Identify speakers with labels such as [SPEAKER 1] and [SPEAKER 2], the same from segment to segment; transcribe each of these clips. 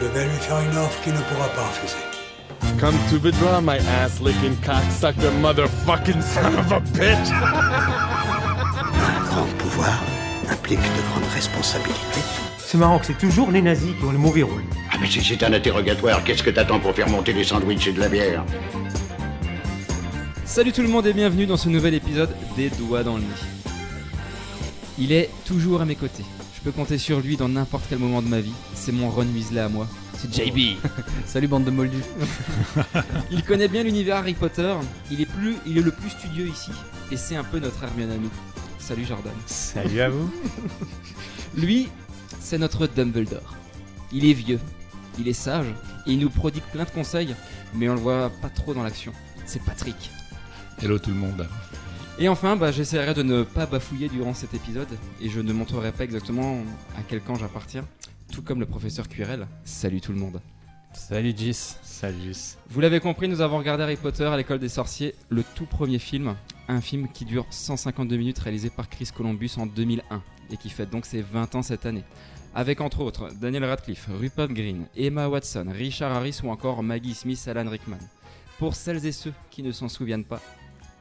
[SPEAKER 1] Je vais lui faire une offre qu'il ne pourra pas refuser.
[SPEAKER 2] Come to the draw, my ass licking cocksucker motherfucking son of a bitch!
[SPEAKER 3] Un grand pouvoir implique de grandes responsabilités.
[SPEAKER 4] C'est marrant que c'est toujours les nazis qui ont le mauvais rôle.
[SPEAKER 5] Ah, mais si c'est un interrogatoire, qu'est-ce que t'attends pour faire monter des sandwichs et de la bière
[SPEAKER 6] Salut tout le monde et bienvenue dans ce nouvel épisode des Doigts dans le nez. Il est toujours à mes côtés. Je peux compter sur lui dans n'importe quel moment de ma vie. C'est mon Ron Weasley à moi. C'est JB. Salut bande de moldus. il connaît bien l'univers Harry Potter. Il est plus, il est le plus studieux ici. Et c'est un peu notre Hermione à nous. Salut Jordan.
[SPEAKER 7] Salut à vous.
[SPEAKER 6] Lui, c'est notre Dumbledore. Il est vieux, il est sage, et il nous prodigue plein de conseils, mais on le voit pas trop dans l'action. C'est Patrick.
[SPEAKER 7] Hello tout le monde.
[SPEAKER 6] Et enfin, bah, j'essaierai de ne pas bafouiller durant cet épisode, et je ne montrerai pas exactement à quel camp j'appartiens, tout comme le professeur Quirrell. Salut tout le monde.
[SPEAKER 8] Salut Gis.
[SPEAKER 7] Salut.
[SPEAKER 6] Vous l'avez compris, nous avons regardé Harry Potter à l'école des sorciers, le tout premier film, un film qui dure 152 minutes réalisé par Chris Columbus en 2001 et qui fête donc ses 20 ans cette année. Avec entre autres Daniel Radcliffe, Rupert Green, Emma Watson, Richard Harris ou encore Maggie Smith, Alan Rickman. Pour celles et ceux qui ne s'en souviennent pas,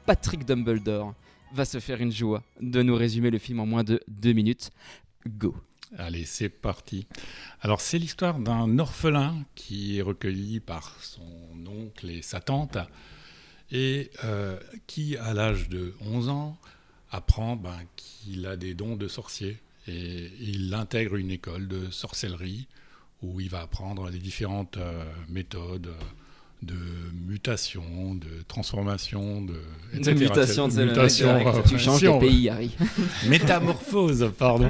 [SPEAKER 6] Patrick Dumbledore va se faire une joie de nous résumer le film en moins de 2 minutes. Go
[SPEAKER 7] Allez, c'est parti. Alors, c'est l'histoire d'un orphelin qui est recueilli par son oncle et sa tante et euh, qui, à l'âge de 11 ans, apprend ben, qu'il a des dons de sorcier et il intègre une école de sorcellerie où il va apprendre les différentes euh, méthodes de mutation, de transformation, de,
[SPEAKER 6] Une
[SPEAKER 7] etc.
[SPEAKER 6] mutation de celle
[SPEAKER 7] Mutation, euh,
[SPEAKER 6] Tu changes
[SPEAKER 7] si
[SPEAKER 6] de
[SPEAKER 7] on veut.
[SPEAKER 6] pays, Harry.
[SPEAKER 7] Métamorphose, pardon.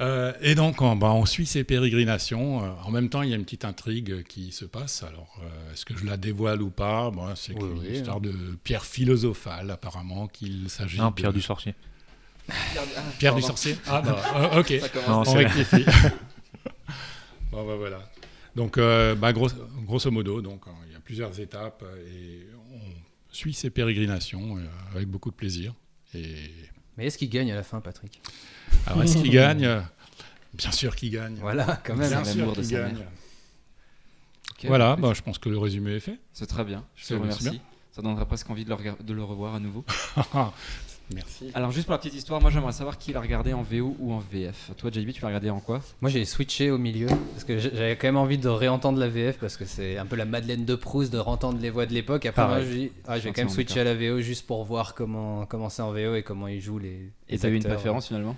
[SPEAKER 7] Euh, et donc, on, bah, on suit ces pérégrinations. Euh, En même temps, il y a une petite intrigue qui se passe. Alors, euh, est-ce que je la dévoile ou pas Bon, C'est
[SPEAKER 8] Oui,
[SPEAKER 7] une
[SPEAKER 8] oui.
[SPEAKER 7] histoire de pierre philosophale, apparemment, qu'il s'agit.
[SPEAKER 8] Non,
[SPEAKER 7] de-
[SPEAKER 8] Pierre du Sorcier.
[SPEAKER 7] Pierre du
[SPEAKER 6] Pardon.
[SPEAKER 7] sorcier. Ah, bah, euh, ok.
[SPEAKER 6] Ça commence.
[SPEAKER 8] Non,
[SPEAKER 7] On
[SPEAKER 8] c'est la-
[SPEAKER 7] rectifie. bon, bah, voilà. Donc, euh, bah, gros- grosso modo, donc, hein, il y a plusieurs étapes euh, et on suit ces pérégrinations euh, avec beaucoup de plaisir. Et
[SPEAKER 9] Mais est-ce qu'il gagne à la fin, Patrick
[SPEAKER 7] alors, est-ce qu'il gagne Bien sûr qu'il gagne.
[SPEAKER 9] Voilà, quand même.
[SPEAKER 6] Bien.
[SPEAKER 7] Bien
[SPEAKER 6] l'amour
[SPEAKER 7] sûr
[SPEAKER 6] de
[SPEAKER 7] qu'il
[SPEAKER 6] sa
[SPEAKER 7] gagne.
[SPEAKER 6] Ok.
[SPEAKER 7] Voilà, bah, je pense que le résumé est fait.
[SPEAKER 6] C'est très bien, je te
[SPEAKER 7] C'est- c'est
[SPEAKER 6] remercie.
[SPEAKER 7] bien.
[SPEAKER 6] Ça donnerait presque envie de le, rega- de le revoir à nouveau.
[SPEAKER 7] Merci.
[SPEAKER 6] Alors juste pour la petite histoire, moi j'aimerais savoir qui l'a regardé en VO ou en VF. Toi JB, tu l'as regardé en quoi
[SPEAKER 9] Moi, j'ai switché au milieu parce que j'ai- j'avais quand même envie de réentendre la VF parce que c'est un peu la Madeleine de Proust de rentendre les voix de l'époque. Après, moi,
[SPEAKER 8] Pareil.
[SPEAKER 9] je dis, ah, je vais
[SPEAKER 6] Entièrement
[SPEAKER 9] quand même switcher à la VO juste pour voir comment comment c'est en VO et comment ils jouent les.
[SPEAKER 6] Et
[SPEAKER 9] les
[SPEAKER 6] t'as eu une
[SPEAKER 9] acteurs.
[SPEAKER 6] préférence finalement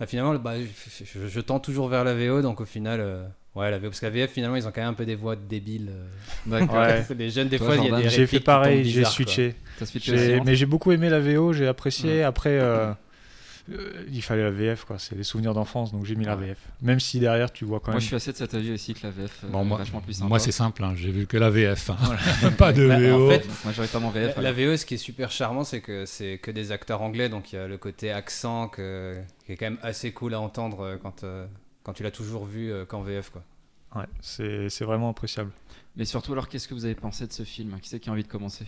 [SPEAKER 9] Ah, Finalement, bah, je, je- je tends toujours vers la VO, donc au final, euh, ouais, la VO. Parce que la VF, finalement, ils ont quand même un peu des voix débiles. euh.
[SPEAKER 8] Ouais.
[SPEAKER 9] C'est les jeunes, des
[SPEAKER 6] Toi,
[SPEAKER 9] fois, il y a
[SPEAKER 6] Jordan,
[SPEAKER 9] des
[SPEAKER 8] J'ai
[SPEAKER 9] répliques
[SPEAKER 8] fait
[SPEAKER 9] qui tombent
[SPEAKER 8] pareil, j'ai
[SPEAKER 9] bizarres, quoi.
[SPEAKER 8] switché.
[SPEAKER 6] T'as switché
[SPEAKER 8] J'ai-
[SPEAKER 6] aussi, hein
[SPEAKER 8] Mais j'ai beaucoup aimé la VO, j'ai apprécié. Après, euh, euh, il fallait la VF, quoi. C'est les souvenirs d'enfance, donc j'ai mis la
[SPEAKER 6] Ouais.
[SPEAKER 8] VF. Même si derrière, tu vois quand
[SPEAKER 6] Moi
[SPEAKER 8] même.
[SPEAKER 6] je suis assez de cet avis aussi que la VF euh,
[SPEAKER 7] Bon,
[SPEAKER 6] est
[SPEAKER 7] moi,
[SPEAKER 6] vachement plus sympa.
[SPEAKER 7] moi c'est simple, hein, j'ai vu que la VF, hein. pas de
[SPEAKER 9] Bah, en
[SPEAKER 7] VO.
[SPEAKER 9] fait,
[SPEAKER 6] Donc, majoritairement
[SPEAKER 9] La,
[SPEAKER 6] VF.
[SPEAKER 9] la
[SPEAKER 6] alors.
[SPEAKER 9] VE, ce qui est super charmant, c'est que c'est que des acteurs anglais, donc il y a le côté accent que- qui est quand même assez cool à entendre euh, quand, euh, quand tu l'as toujours vu euh, qu'en VF. Quoi.
[SPEAKER 8] Ouais, c'est c'est vraiment appréciable.
[SPEAKER 6] Mais surtout alors qu'est-ce que vous avez pensé de ce film Qui c'est qui a envie de commencer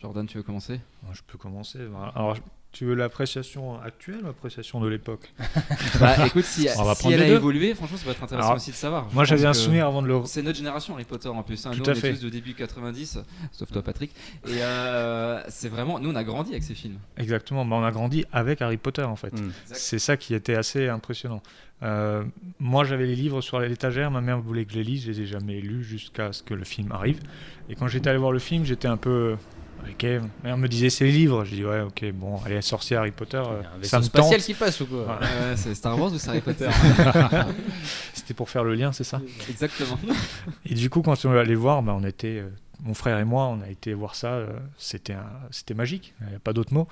[SPEAKER 6] Jordan, tu veux commencer
[SPEAKER 8] Bon, je peux commencer. Alors, tu veux l'appréciation actuelle ou l'appréciation de l'époque
[SPEAKER 6] Bah écoute, si,
[SPEAKER 7] On va
[SPEAKER 6] si
[SPEAKER 7] prendre
[SPEAKER 6] elle
[SPEAKER 7] les
[SPEAKER 6] a
[SPEAKER 7] deux.
[SPEAKER 6] évolué, franchement ça va être intéressant
[SPEAKER 8] Alors,
[SPEAKER 6] aussi de savoir. Je
[SPEAKER 8] Moi,
[SPEAKER 6] pense
[SPEAKER 8] j'avais un
[SPEAKER 6] que-
[SPEAKER 8] souvenir avant de le.
[SPEAKER 6] C'est notre génération Harry Potter en plus. hein. Nous,
[SPEAKER 8] Tout
[SPEAKER 6] on
[SPEAKER 8] à fait.
[SPEAKER 6] est tous de début 90, sauf toi Patrick. Et euh, c'est vraiment, nous on a grandi avec ces films.
[SPEAKER 8] Exactement. Bah, on a grandi avec Harry Potter, en fait. C'est ça qui était assez impressionnant. Euh, moi, j'avais les livres sur l'étagère, ma mère voulait que je les lise, je les ai jamais lus jusqu'à ce que le film arrive. Et quand j'étais allé voir le film, j'étais un peu. euh, Ok, ma mère me disait c'est les livres. J'ai dit ouais, ok, bon, allez, sorcier Harry Potter, euh,
[SPEAKER 9] Il y a un
[SPEAKER 8] ça
[SPEAKER 9] vaisseau
[SPEAKER 8] me
[SPEAKER 9] spatial
[SPEAKER 8] tente.
[SPEAKER 9] qui passe ou quoi
[SPEAKER 8] Voilà.
[SPEAKER 6] Ouais, Euh, c'est Star Wars ou c'est Harry Potter hein.
[SPEAKER 8] C'était pour faire le lien, c'est ça
[SPEAKER 6] Exactement.
[SPEAKER 8] Et du coup, quand on est allé voir, bah, on était, euh, mon frère et moi, on a été voir ça. euh, c'était, un- c'était magique, il n'y a pas d'autre mot.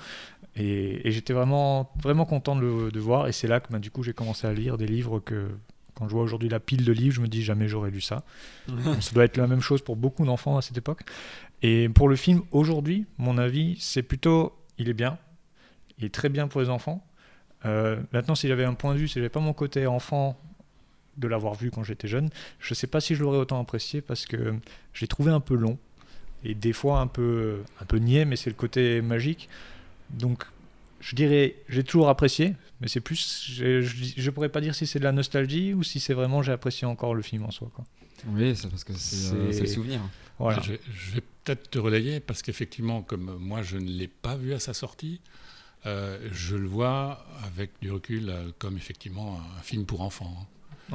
[SPEAKER 8] Et, et j'étais vraiment, vraiment content de le de voir. Et c'est là que bah, du coup, j'ai commencé à lire des livres que, quand je vois aujourd'hui la pile de livres, je me dis jamais j'aurais lu ça. Donc, ça doit être la même chose pour beaucoup d'enfants à cette époque. Et pour le film, aujourd'hui, mon avis, c'est plutôt, il est bien. Il est très bien pour les enfants. Euh, maintenant, si j'avais un point de vue, si j'avais pas mon côté enfant de l'avoir vu quand j'étais jeune, je sais pas si je l'aurais autant apprécié parce que j'ai trouvé un peu long et des fois un peu un peu niais, mais c'est le côté magique. Donc je dirais, j'ai toujours apprécié, mais c'est plus, je, je, je pourrais pas dire si c'est de la nostalgie ou si c'est vraiment j'ai apprécié encore le film en soi. Quoi.
[SPEAKER 6] Oui, c'est parce que c'est euh,
[SPEAKER 8] C'est-
[SPEAKER 6] c'est le souvenir.
[SPEAKER 8] Voilà.
[SPEAKER 7] Je, je vais peut-être te relayer parce qu'effectivement, comme moi, je ne l'ai pas vu à sa sortie, euh, je le vois avec du recul euh, comme effectivement un film pour enfants. hein.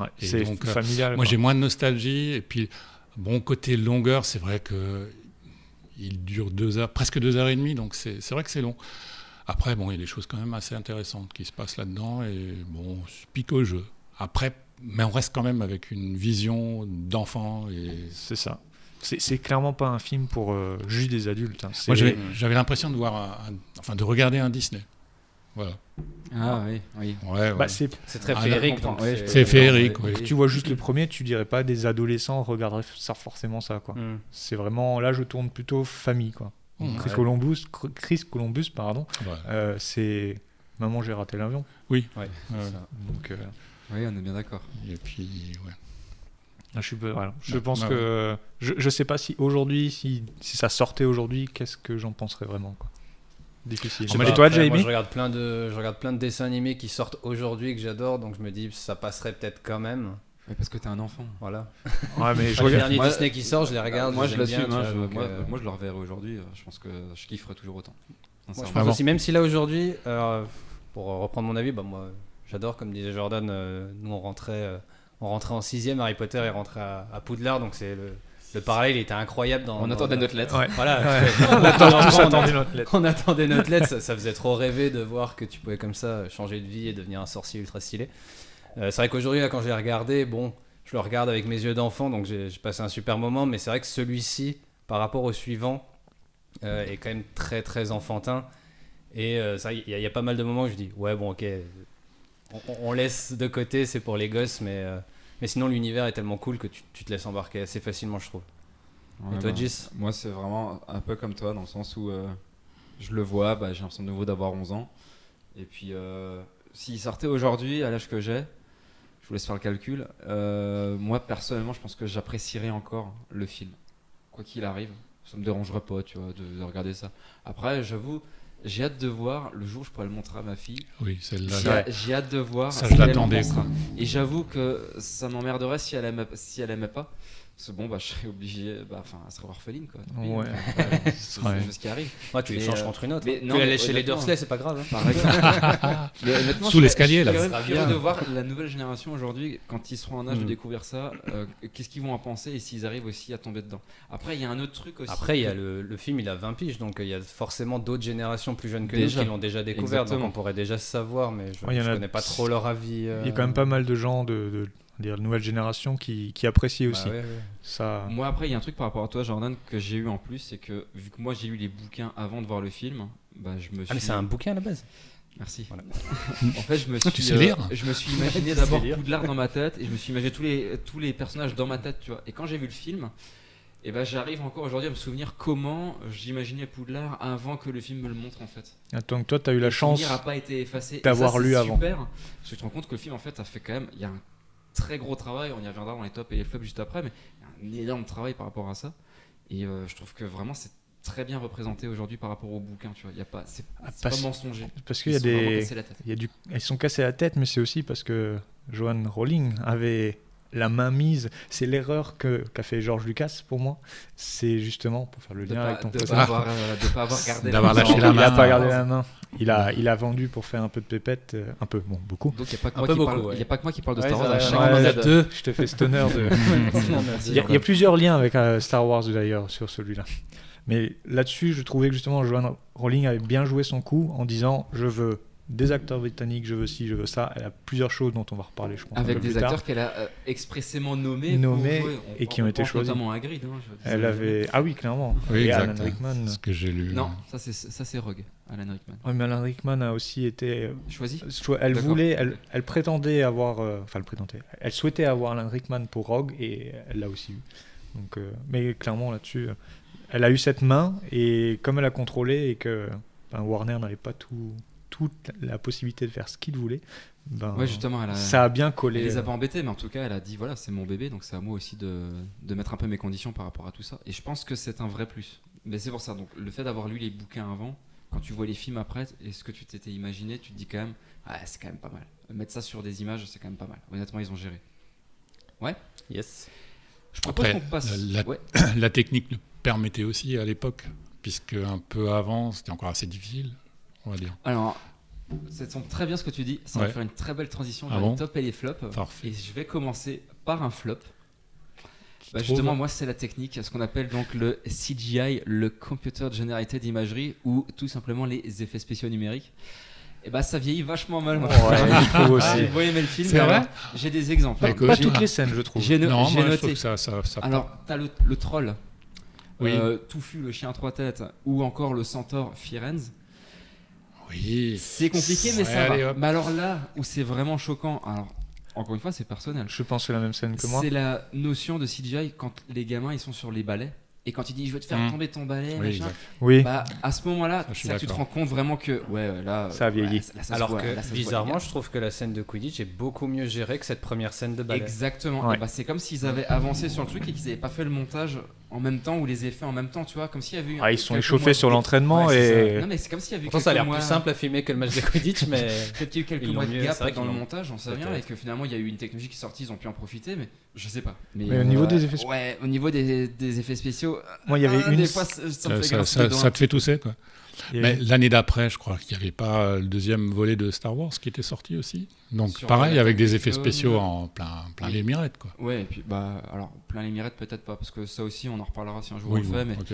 [SPEAKER 8] Ouais,
[SPEAKER 7] Et
[SPEAKER 8] c'est
[SPEAKER 7] donc, euh,
[SPEAKER 8] familial.
[SPEAKER 7] Moi,
[SPEAKER 8] quoi.
[SPEAKER 7] j'ai moins de nostalgie. Et puis, bon, côté longueur, c'est vrai que il dure deux heures, presque deux heures et demie, donc c'est c'est vrai que c'est long. Après, bon, il y a des choses quand même assez intéressantes qui se passent là-dedans, et bon, on se pique au jeu. Après, mais on reste quand même avec une vision d'enfant. Et...
[SPEAKER 8] C'est ça. C'est c'est clairement pas un film pour euh, juste des adultes. hein. C'est-
[SPEAKER 7] Moi, j'avais j'avais l'impression de voir, un- un- enfin, de regarder un Disney. Voilà.
[SPEAKER 6] Ah oui, oui.
[SPEAKER 7] Ouais,
[SPEAKER 8] Bah,
[SPEAKER 7] ouais.
[SPEAKER 8] c'est-
[SPEAKER 9] C'est très
[SPEAKER 7] Ah,
[SPEAKER 9] féerique.
[SPEAKER 6] d'accord.
[SPEAKER 9] donc
[SPEAKER 6] Ouais,
[SPEAKER 7] C'est féerique, oui.
[SPEAKER 8] Quand tu vois juste le premier, tu dirais pas des adolescents regarderaient ça forcément ça quoi.
[SPEAKER 7] Mm.
[SPEAKER 9] Hmm.
[SPEAKER 8] C'est vraiment là je tourne plutôt famille quoi.
[SPEAKER 7] Mmh.
[SPEAKER 8] Chris Columbus, Cr- Chris Columbus pardon,
[SPEAKER 7] Ouais.
[SPEAKER 8] euh, c'est maman j'ai raté l'avion.
[SPEAKER 7] Ouais.
[SPEAKER 8] Donc euh,
[SPEAKER 6] Oui, on est bien d'accord.
[SPEAKER 7] Et puis, ouais.
[SPEAKER 8] là, je suis pas- voilà. Je
[SPEAKER 7] Bah,
[SPEAKER 8] pense
[SPEAKER 7] bah,
[SPEAKER 8] que je, je sais pas si aujourd'hui si, si ça sortait aujourd'hui qu'est-ce que j'en penserais vraiment quoi. Difficile.
[SPEAKER 7] Je sais
[SPEAKER 8] Mais
[SPEAKER 7] pas,
[SPEAKER 8] toi
[SPEAKER 9] Après, moi,
[SPEAKER 8] Jamie
[SPEAKER 9] je regarde plein de, je regarde plein de dessins animés qui sortent aujourd'hui que j'adore, donc je me dis ça passerait peut-être quand même.
[SPEAKER 6] Ouais, parce que t'es un enfant.
[SPEAKER 9] Voilà.
[SPEAKER 8] Ouais mais je
[SPEAKER 9] Enfin, les
[SPEAKER 8] regarde.
[SPEAKER 9] derniers
[SPEAKER 6] Moi,
[SPEAKER 9] Disney qui sortent, je les regarde.
[SPEAKER 6] moi,
[SPEAKER 9] les
[SPEAKER 6] je
[SPEAKER 9] aime bien,
[SPEAKER 6] l'assume. hein,
[SPEAKER 9] tu vois,
[SPEAKER 6] je-
[SPEAKER 9] donc,
[SPEAKER 6] moi,
[SPEAKER 9] euh,
[SPEAKER 6] moi, je le reverrai aujourd'hui. euh, Je pense que je kifferais toujours autant.
[SPEAKER 9] Moi, je
[SPEAKER 6] Sincèrement.
[SPEAKER 7] Ah
[SPEAKER 9] pense
[SPEAKER 7] bon.
[SPEAKER 9] aussi, même si là aujourd'hui, euh, pour reprendre mon avis, bah, moi j'adore, comme disait Jordan, euh, nous on rentrait, euh, on rentrait en 6 Harry Potter est rentré à, à Poudlard, donc c'est le, le parallèle, il était incroyable. Dans,
[SPEAKER 6] On
[SPEAKER 9] dans-
[SPEAKER 6] attendait notre lettre.
[SPEAKER 8] Ouais.
[SPEAKER 9] Voilà,
[SPEAKER 8] Ouais.
[SPEAKER 9] parce que-
[SPEAKER 8] On attend tous
[SPEAKER 9] on-
[SPEAKER 8] attendez notre lettre.
[SPEAKER 9] on attendait notre lettre, ça, ça faisait trop rêver de voir que tu pouvais comme ça changer de vie et devenir un sorcier ultra stylé. Euh, c'est vrai qu'aujourd'hui, là, quand je l'ai regardé, bon, je le regarde avec mes yeux d'enfant, donc j'ai j'ai passé un super moment, mais c'est vrai que celui-ci, par rapport au suivant, euh, est quand même très très enfantin. Et euh, ça, il y, a- il y a pas mal de moments où je dis, ouais, bon, ok, on, on laisse de côté, c'est pour les gosses, mais, euh, mais sinon l'univers est tellement cool que tu, tu te laisses embarquer assez facilement, je trouve.
[SPEAKER 6] Ouais,
[SPEAKER 9] et toi,
[SPEAKER 6] bah,
[SPEAKER 9] Jis
[SPEAKER 6] Moi, c'est vraiment un peu comme toi, dans le sens où euh, je le vois, bah, j'ai l'impression de nouveau d'avoir 11 ans. Et puis, euh, s'il sortait aujourd'hui, à l'âge que j'ai, je vous laisse faire le calcul, euh, moi, personnellement, je pense que j'apprécierais encore le film. Quoi qu'il arrive, ça me dérangerait pas, tu vois, de, de regarder ça. Après, j'avoue, j'ai hâte de voir, le jour où je pourrais le montrer à ma fille,
[SPEAKER 7] Oui, celle-là.
[SPEAKER 6] j'ai j'ai hâte de voir ce
[SPEAKER 7] Ça, je
[SPEAKER 6] qu'elle en
[SPEAKER 7] l'attendais,
[SPEAKER 6] pensera.
[SPEAKER 7] quoi.
[SPEAKER 6] Et j'avoue que ça m'emmerderait si elle aimait, si elle aimait pas. Parce que bon, bah, je serais obligé. bah, Enfin, elle serait orpheline, quoi. tant pis.
[SPEAKER 8] Ouais.
[SPEAKER 6] Enfin, voilà, c'est
[SPEAKER 8] Ouais.
[SPEAKER 6] c'est ce qui arrive.
[SPEAKER 9] Moi, tu les
[SPEAKER 6] Mais,
[SPEAKER 9] changes
[SPEAKER 6] euh,
[SPEAKER 9] contre une autre. hein.
[SPEAKER 6] mais
[SPEAKER 9] tu
[SPEAKER 6] non,
[SPEAKER 9] vas
[SPEAKER 6] mais
[SPEAKER 9] aller chez les
[SPEAKER 6] honnêtement,
[SPEAKER 9] Dursley, c'est pas grave. hein.
[SPEAKER 6] Par exemple. Mais honnêtement,
[SPEAKER 7] Sous
[SPEAKER 6] je serais-
[SPEAKER 7] l'escalier, là.
[SPEAKER 6] Je suis quand
[SPEAKER 9] Ça
[SPEAKER 6] même
[SPEAKER 9] sera
[SPEAKER 6] curieux
[SPEAKER 9] bien.
[SPEAKER 6] de voir la nouvelle génération aujourd'hui, quand ils seront en âge de
[SPEAKER 9] Mm.
[SPEAKER 6] découvrir ça, euh, qu'est-ce qu'ils vont en penser et s'ils arrivent aussi à tomber dedans. Après, il y a un autre truc aussi.
[SPEAKER 9] Après, il y a le, le film, il a 20 piges, donc euh, il y a forcément d'autres générations plus jeunes que
[SPEAKER 6] Déjà.
[SPEAKER 9] nous qui l'ont déjà découvert,
[SPEAKER 6] Exactement.
[SPEAKER 9] donc on pourrait déjà savoir, mais je,
[SPEAKER 8] Ouais, il y en
[SPEAKER 9] je
[SPEAKER 8] a-
[SPEAKER 9] connais pas trop leur avis. euh.
[SPEAKER 8] Il y a quand même pas mal de gens de, de, de dire, nouvelle génération qui, qui apprécient
[SPEAKER 9] Bah
[SPEAKER 8] aussi ça.
[SPEAKER 6] Moi, après, il y a un truc par rapport à toi, Jordan, que j'ai eu en plus, c'est que vu que moi j'ai lu les bouquins avant de voir le film, bah, je me suis.
[SPEAKER 9] Ah, mais c'est un bouquin à la base.
[SPEAKER 6] Merci.
[SPEAKER 9] Voilà.
[SPEAKER 6] en fait, je me suis,
[SPEAKER 7] Tu sais
[SPEAKER 6] euh,
[SPEAKER 7] lire
[SPEAKER 6] je me suis imaginé
[SPEAKER 9] Tu sais
[SPEAKER 6] d'abord
[SPEAKER 9] lire.
[SPEAKER 6] Poudlard dans ma tête et je me suis imaginé tous les, tous les personnages dans ma tête, tu vois. Et quand j'ai vu le film, et ben, j'arrive encore aujourd'hui à me souvenir comment j'imaginais Poudlard avant que le film me le montre, en fait.
[SPEAKER 8] Attends que toi, t'as eu la
[SPEAKER 6] Le
[SPEAKER 8] chance.
[SPEAKER 6] souvenir n'a pas été effacé. Et
[SPEAKER 8] d'avoir
[SPEAKER 6] ça, c'est
[SPEAKER 8] lu avant.
[SPEAKER 6] Super, parce que tu te rends compte que le film, en fait, a fait quand même. Il y a un très gros travail, on y reviendra dans les tops et les flops juste après, mais il y a un énorme travail par rapport à ça. Et euh, je trouve que vraiment, c'est très bien représenté aujourd'hui par rapport au bouquin, tu vois. Il y a pas. C'est
[SPEAKER 8] Ah,
[SPEAKER 6] c'est
[SPEAKER 8] parce-
[SPEAKER 6] pas mensonger.
[SPEAKER 8] Parce qu'il y a
[SPEAKER 6] Ils se sont vraiment
[SPEAKER 8] des.
[SPEAKER 6] cassés la tête.
[SPEAKER 8] Il y a du... Ils se sont cassés la tête, mais c'est aussi parce que Joan Rowling avait la main mise. C'est l'erreur que- qu'a fait George Lucas pour moi. C'est justement, pour faire le
[SPEAKER 6] de
[SPEAKER 8] lien
[SPEAKER 6] pas,
[SPEAKER 8] avec ton
[SPEAKER 6] de
[SPEAKER 8] précédent.
[SPEAKER 6] pas avoir, euh, de pas avoir gardé
[SPEAKER 7] D'avoir
[SPEAKER 6] main.
[SPEAKER 7] lâché
[SPEAKER 8] il
[SPEAKER 7] la
[SPEAKER 8] a
[SPEAKER 7] main.
[SPEAKER 8] pas gardé la main. Il a, il a vendu pour faire un peu de pépette. euh, un peu, bon, beaucoup.
[SPEAKER 6] Donc il n'y a, pas que
[SPEAKER 9] Un
[SPEAKER 6] moi
[SPEAKER 9] peu
[SPEAKER 6] qui
[SPEAKER 9] beaucoup,
[SPEAKER 6] parle-
[SPEAKER 9] ouais.
[SPEAKER 6] y a pas que moi qui parle de
[SPEAKER 9] Ouais,
[SPEAKER 6] Star Wars.
[SPEAKER 9] ça,
[SPEAKER 6] à
[SPEAKER 9] ouais,
[SPEAKER 6] chaque
[SPEAKER 9] ouais,
[SPEAKER 6] moment,
[SPEAKER 9] ouais.
[SPEAKER 6] il y a
[SPEAKER 9] de-
[SPEAKER 8] deux. Je te fais cet honneur de. Il y, a- il y a plusieurs liens avec euh, Star Wars d'ailleurs sur celui-là. Mais là-dessus, je trouvais que justement Joanne Rowling avait bien joué son coup en disant je veux des acteurs britanniques, je veux ci, je veux ça. Elle a plusieurs choses dont on va reparler, je pense. un
[SPEAKER 6] Avec
[SPEAKER 8] peu plus
[SPEAKER 6] des
[SPEAKER 8] tard.
[SPEAKER 6] acteurs qu'elle a euh, expressément nommés,
[SPEAKER 8] Nommés
[SPEAKER 6] pour jouer. On-
[SPEAKER 8] et qui
[SPEAKER 6] on
[SPEAKER 8] ont été
[SPEAKER 6] pense
[SPEAKER 8] choisis.
[SPEAKER 6] Notamment à Hagrid, hein, je veux dire.
[SPEAKER 8] Elle avait. Ah oui, clairement.
[SPEAKER 7] Oui,
[SPEAKER 8] Et
[SPEAKER 7] exact.
[SPEAKER 8] Alan Rickman.
[SPEAKER 7] Ce que j'ai lu.
[SPEAKER 6] Non, ça c'est ça c'est Rogue, Alan Rickman.
[SPEAKER 8] Oui, mais Alan Rickman a aussi été.
[SPEAKER 6] Choisi.
[SPEAKER 8] Elle
[SPEAKER 6] D'accord.
[SPEAKER 8] voulait, elle, elle prétendait avoir. euh, Enfin, elle prétendait. Elle souhaitait avoir Alan Rickman pour Rogue et elle l'a aussi eu. Donc, euh, mais clairement, là-dessus, euh, elle a eu cette main et comme elle a contrôlé et que ben, Warner n'avait pas tout, toute la possibilité de faire ce qu'il voulait, ben,
[SPEAKER 6] Ouais, justement, elle a.
[SPEAKER 8] ça a bien
[SPEAKER 6] elle
[SPEAKER 8] collé.
[SPEAKER 7] euh,
[SPEAKER 8] euh,
[SPEAKER 6] les a pas embêtés, mais en tout cas, elle a dit voilà, c'est mon bébé, donc c'est à moi aussi de, de mettre un peu mes conditions par rapport à tout ça. Et je pense que c'est un vrai plus. Mais c'est pour ça, donc le fait d'avoir lu les bouquins avant, quand tu vois les films après et ce que tu t'étais imaginé, tu te dis quand même, ah, c'est quand même pas mal. Mettre ça sur des images, c'est quand même pas mal. Honnêtement, ils ont géré.
[SPEAKER 9] Yes.
[SPEAKER 6] Je propose
[SPEAKER 7] Après,
[SPEAKER 6] qu'on passe.
[SPEAKER 7] la- la-
[SPEAKER 6] Ouais.
[SPEAKER 7] La technique le permettait aussi à l'époque, puisque un peu avant, c'était encore assez difficile, on va dire.
[SPEAKER 6] Alors, ça tombe très bien ce que tu dis. Ça va
[SPEAKER 7] Ouais.
[SPEAKER 6] faire une très belle transition
[SPEAKER 7] Ah
[SPEAKER 6] vers
[SPEAKER 7] bon
[SPEAKER 6] les tops et les flops.
[SPEAKER 7] Parfait.
[SPEAKER 6] Et je vais commencer par un flop. Bah,
[SPEAKER 7] trouves
[SPEAKER 6] justement, moi, c'est la technique, ce qu'on appelle donc le CGI, le Computer Generated Imagery, ou tout simplement les effets spéciaux numériques. Et bah, ça vieillit vachement mal. Moi.
[SPEAKER 8] je trouve
[SPEAKER 6] Ah,
[SPEAKER 8] aussi.
[SPEAKER 6] vous voyez mais le film
[SPEAKER 7] C'est vrai
[SPEAKER 6] alors, J'ai des exemples. hein.
[SPEAKER 7] Bah, écoute,
[SPEAKER 8] Pas
[SPEAKER 7] J'ai-
[SPEAKER 8] toutes les scènes, je trouve.
[SPEAKER 6] J'ai no-
[SPEAKER 7] non,
[SPEAKER 6] j'ai
[SPEAKER 7] moi, je trouve
[SPEAKER 6] noté.
[SPEAKER 7] que ça, ça, ça-
[SPEAKER 6] Alors, t'as le, le troll,
[SPEAKER 7] Oui.
[SPEAKER 6] euh, touffu, le chien à trois têtes, ou encore le centaure Firenze.
[SPEAKER 7] oui.
[SPEAKER 6] C'est compliqué, mais
[SPEAKER 7] Ouais,
[SPEAKER 6] ça
[SPEAKER 7] allez,
[SPEAKER 6] va.
[SPEAKER 7] hop.
[SPEAKER 6] Mais alors là où c'est vraiment choquant, alors encore une fois, c'est personnel.
[SPEAKER 8] Je pense que la même scène que moi.
[SPEAKER 6] C'est la notion de CGI quand les gamins ils sont sur les balais et quand il dit je vais te faire
[SPEAKER 7] Mm.
[SPEAKER 6] tomber ton balai,
[SPEAKER 7] Oui,
[SPEAKER 6] machin.
[SPEAKER 7] exact.
[SPEAKER 8] Mmh. Oui. Ah,
[SPEAKER 6] Bah, à ce moment-là,
[SPEAKER 7] Ça, je suis
[SPEAKER 6] c'est là que tu te
[SPEAKER 7] d'accord.
[SPEAKER 6] rends compte vraiment que ouais ouais, là
[SPEAKER 8] Ça a
[SPEAKER 6] euh,
[SPEAKER 8] vieilli.
[SPEAKER 6] ouais, là, ça se
[SPEAKER 9] Alors
[SPEAKER 6] voit,
[SPEAKER 9] que
[SPEAKER 6] là, ça se voit,
[SPEAKER 9] bizarrement,
[SPEAKER 6] les
[SPEAKER 9] je trouve que la scène de Quidditch est beaucoup mieux gérée que cette première scène de
[SPEAKER 6] gars.
[SPEAKER 9] ballet.
[SPEAKER 6] exactement.
[SPEAKER 8] Ouais.
[SPEAKER 6] Et bah, c'est comme s'ils avaient avancé sur le truc et qu'ils n'avaient pas fait le montage en même temps ou les effets en même temps, tu vois, comme s'il y avait eu
[SPEAKER 8] Ah, ils sont
[SPEAKER 6] quelques
[SPEAKER 8] échauffés
[SPEAKER 6] mois-
[SPEAKER 8] sur l'entraînement
[SPEAKER 9] Ouais, c'est
[SPEAKER 8] et.
[SPEAKER 6] Non mais c'est comme s'il y avait eu
[SPEAKER 9] Pourtant, ça a
[SPEAKER 6] quelques
[SPEAKER 9] l'air
[SPEAKER 6] mois-
[SPEAKER 9] plus simple à filmer que le match de Quidditch, mais
[SPEAKER 6] Peut-être qu'il y a eu quelques
[SPEAKER 9] Ils l'ont
[SPEAKER 6] mois de
[SPEAKER 9] mieux,
[SPEAKER 6] gap
[SPEAKER 9] c'est vrai
[SPEAKER 6] dans
[SPEAKER 9] qu'ils
[SPEAKER 6] le
[SPEAKER 9] l'ont-
[SPEAKER 6] montage, on sait rien, et
[SPEAKER 9] Peut-être.
[SPEAKER 6] que finalement il y a eu une technologie qui est sortie, ils ont pu en profiter, mais je sais pas.
[SPEAKER 8] Mais au niveau des effets
[SPEAKER 6] spéciaux. Ouais, au niveau des, des effets spéciaux,
[SPEAKER 8] Moi, il y avait
[SPEAKER 6] ah,
[SPEAKER 8] une.
[SPEAKER 6] des
[SPEAKER 8] s-
[SPEAKER 6] fois ça, ça me
[SPEAKER 7] Ça,
[SPEAKER 6] fait
[SPEAKER 7] ça-
[SPEAKER 6] grincer
[SPEAKER 7] ça-
[SPEAKER 6] les dents.
[SPEAKER 7] ça te fait tousser, quoi.
[SPEAKER 8] il y avait
[SPEAKER 7] Mais l'année d'après, je crois qu'il n'y avait pas le deuxième volet de Star Wars qui était sorti aussi. Donc,
[SPEAKER 6] Sur
[SPEAKER 7] pareil,
[SPEAKER 6] la
[SPEAKER 7] avec des
[SPEAKER 6] technique,
[SPEAKER 7] effets
[SPEAKER 6] euh,
[SPEAKER 7] spéciaux en plein, plein
[SPEAKER 6] oui.
[SPEAKER 7] les mirettes, quoi.
[SPEAKER 6] Ouais, et puis bah alors plein les mirettes peut-être pas, parce que ça aussi on en reparlera si un jour on le
[SPEAKER 7] bon,
[SPEAKER 6] fait, mais
[SPEAKER 7] ok.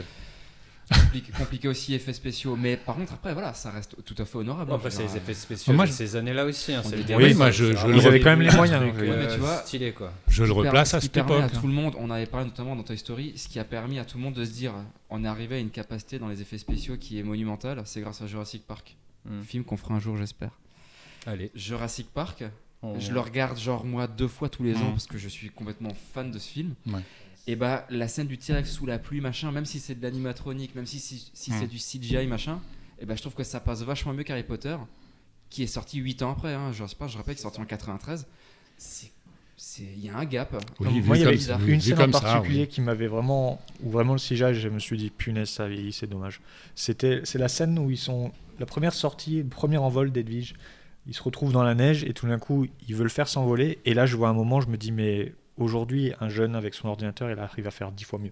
[SPEAKER 6] compliqué, compliqué aussi effets spéciaux. Mais par contre après voilà, ça reste tout à fait honorable. hein,
[SPEAKER 9] Bon, après,
[SPEAKER 6] Je
[SPEAKER 9] c'est
[SPEAKER 6] veux
[SPEAKER 9] les
[SPEAKER 6] dire,
[SPEAKER 9] effets spéciaux
[SPEAKER 7] Moi,
[SPEAKER 9] de
[SPEAKER 7] je-
[SPEAKER 9] ces années-là aussi. hein, c'est le
[SPEAKER 6] Oui,
[SPEAKER 9] dernier,
[SPEAKER 7] moi,
[SPEAKER 9] c'est-
[SPEAKER 7] je-
[SPEAKER 9] c'est
[SPEAKER 7] je
[SPEAKER 9] vraiment
[SPEAKER 7] le
[SPEAKER 8] Ils avaient quand même les
[SPEAKER 9] un
[SPEAKER 8] moyens,
[SPEAKER 9] truc,
[SPEAKER 8] donc,
[SPEAKER 9] euh,
[SPEAKER 6] ouais, mais tu vois-
[SPEAKER 9] Stylé, quoi.
[SPEAKER 7] Je le
[SPEAKER 6] qui per-
[SPEAKER 7] replace à
[SPEAKER 6] qui
[SPEAKER 7] cette
[SPEAKER 6] permet
[SPEAKER 7] époque.
[SPEAKER 6] à
[SPEAKER 7] hein.
[SPEAKER 6] tout le monde, on avait parlé notamment dans Toy Story, ce qui a permis à tout le monde de se dire on est arrivé à une capacité dans les effets spéciaux qui est monumentale, c'est grâce à Jurassic Park.
[SPEAKER 9] Mm.
[SPEAKER 6] Film qu'on fera un jour, j'espère.
[SPEAKER 9] Allez.
[SPEAKER 6] Jurassic Park,
[SPEAKER 9] on-
[SPEAKER 6] je le regarde genre moi deux fois tous les ans
[SPEAKER 7] Mhm.
[SPEAKER 6] parce que je suis complètement fan de ce film.
[SPEAKER 7] Ouais.
[SPEAKER 6] Et bah la scène du T-Rex sous la pluie machin, même si c'est de l'animatronique, même si, si, si
[SPEAKER 7] Mhm.
[SPEAKER 6] c'est du CGI machin, et bah je trouve que ça passe vachement mieux qu'Harry Potter, qui est sorti 8 ans après. Hein, Jurassic Park, je rappelle qu'il est sorti en 93. C'est c'est- il y a un gap.
[SPEAKER 7] Oui,
[SPEAKER 6] Enfin,
[SPEAKER 7] vu
[SPEAKER 8] Moi, il y
[SPEAKER 7] comme
[SPEAKER 8] avait
[SPEAKER 7] ça,
[SPEAKER 8] une
[SPEAKER 7] vu
[SPEAKER 8] scène en
[SPEAKER 7] comme ça,
[SPEAKER 8] particulier
[SPEAKER 7] oui.
[SPEAKER 8] qui m'avait vraiment, où vraiment le CGI, je me suis dit, punaise, ça vieillit, c'est dommage. C'était, c'est la scène où ils sont, la première sortie, le premier envol d'Edwige. Ils se retrouvent dans la neige et tout d'un coup, ils veulent faire s'envoler. Et là, je vois un moment, je me dis, mais aujourd'hui, un jeune avec son ordinateur, il arrive à faire dix fois mieux.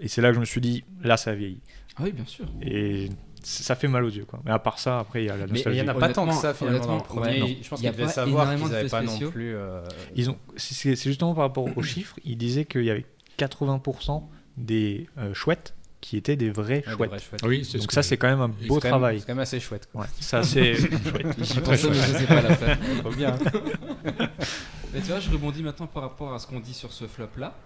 [SPEAKER 8] Et c'est là que je me suis dit, là, ça vieillit.
[SPEAKER 6] Ah oui, bien sûr.
[SPEAKER 8] Et c- ça fait mal aux yeux, quoi. Mais à part ça, après, il y a la
[SPEAKER 6] Mais
[SPEAKER 9] Il
[SPEAKER 8] nostalgie.
[SPEAKER 9] n'y en a pas tant que ça finalement dans le
[SPEAKER 6] honnêtement,
[SPEAKER 9] premier.
[SPEAKER 6] ouais,
[SPEAKER 9] Je pense
[SPEAKER 6] il y a
[SPEAKER 9] qu'ils devaient
[SPEAKER 6] pas
[SPEAKER 9] savoir
[SPEAKER 6] énormément
[SPEAKER 9] qu'ils n'avaient
[SPEAKER 6] d'effets
[SPEAKER 9] pas non
[SPEAKER 6] spéciaux.
[SPEAKER 9] plus. euh,
[SPEAKER 8] Ils ont, c'est- c'est c'est justement par rapport aux chiffres, ils disaient qu'il y avait 80% des euh, chouettes qui étaient des vrais
[SPEAKER 9] ouais, Ah, des
[SPEAKER 8] chouettes.
[SPEAKER 9] vrais chouettes.
[SPEAKER 7] Oui, c'est ce
[SPEAKER 8] Donc
[SPEAKER 7] que
[SPEAKER 8] ça, c'est quand même un
[SPEAKER 7] c'est
[SPEAKER 8] beau
[SPEAKER 9] C'est quand même-
[SPEAKER 8] travail.
[SPEAKER 9] C'est quand même assez chouette. quoi.
[SPEAKER 8] Ouais, ça, c'est
[SPEAKER 6] J'y
[SPEAKER 7] Très
[SPEAKER 6] pensais, mais
[SPEAKER 7] chouette.
[SPEAKER 6] je sais pas la faire.
[SPEAKER 9] Faut bien. hein.
[SPEAKER 6] Mais tu vois, je rebondis maintenant par rapport à ce qu'on dit sur ce flop-là.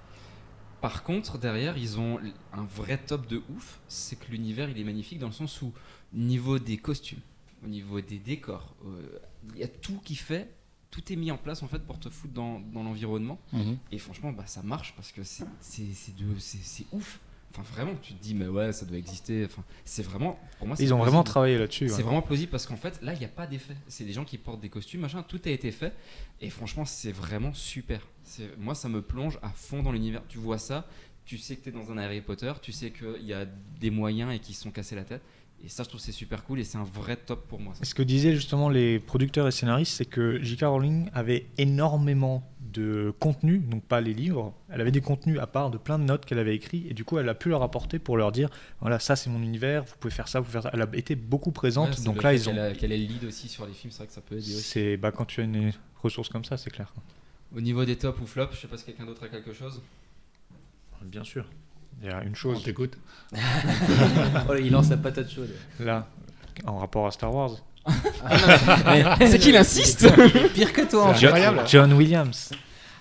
[SPEAKER 6] Par contre, derrière, ils ont l- un vrai top de ouf. C'est que l'univers, il est magnifique dans le sens où, niveau des costumes, au niveau des décors, euh, il y a tout qui fait, tout est mis en place en fait pour te foutre dans, dans l'environnement.
[SPEAKER 7] Mhm.
[SPEAKER 6] Et franchement, bah, ça marche parce que c'est c'est- c'est de- c'est- c'est ouf. Enfin, vraiment, tu te dis, mais ouais, ça doit exister. Enfin, c'est vraiment, pour moi, c'est
[SPEAKER 8] Ils ont vraiment
[SPEAKER 6] plausible.
[SPEAKER 8] travaillé là-dessus.
[SPEAKER 6] C'est
[SPEAKER 8] ouais.
[SPEAKER 6] vraiment plausible parce qu'en fait, là, il n'y a pas d'effet. C'est des gens qui portent des costumes, machin, tout a été fait. Et franchement, c'est vraiment super. C'est- Moi, ça me plonge à fond dans l'univers. Tu vois ça, tu sais que tu es dans un Harry Potter, tu sais qu'il y a des moyens et qu'ils se sont cassés la tête. Et ça, je trouve que c'est super cool et c'est un vrai top pour moi. ça.
[SPEAKER 8] Ce que disaient justement les producteurs et scénaristes, c'est que J.K. Rowling avait énormément de contenu, donc pas les livres. Elle avait des contenus à part de plein de notes qu'elle avait écrites, et du coup, elle a pu leur apporter pour leur dire voilà, ça c'est mon univers, vous pouvez faire ça, vous pouvez faire ça. Elle a été beaucoup
[SPEAKER 6] Ouais,
[SPEAKER 8] présente,
[SPEAKER 6] c'est
[SPEAKER 8] donc
[SPEAKER 6] le
[SPEAKER 8] là,
[SPEAKER 6] fait
[SPEAKER 8] ils
[SPEAKER 6] Qu'elle
[SPEAKER 8] ont.
[SPEAKER 6] a- qu'elle ait le lead aussi sur les films, c'est vrai que ça peut aider aussi.
[SPEAKER 8] C'est bah, quand tu as une ressource comme ça, c'est clair. quoi.
[SPEAKER 6] Au niveau des tops ou flops, je sais pas si quelqu'un d'autre a quelque chose.
[SPEAKER 8] Bien sûr. Il y a une
[SPEAKER 7] On
[SPEAKER 8] chose
[SPEAKER 7] t'écoute.
[SPEAKER 9] Oh, il lance la patate chaude.
[SPEAKER 8] là, en rapport à Star Wars.
[SPEAKER 9] Ah,
[SPEAKER 6] c'est qu'il insiste
[SPEAKER 9] Pire que
[SPEAKER 7] Oh,
[SPEAKER 9] toi, en fait.
[SPEAKER 8] John, John Williams.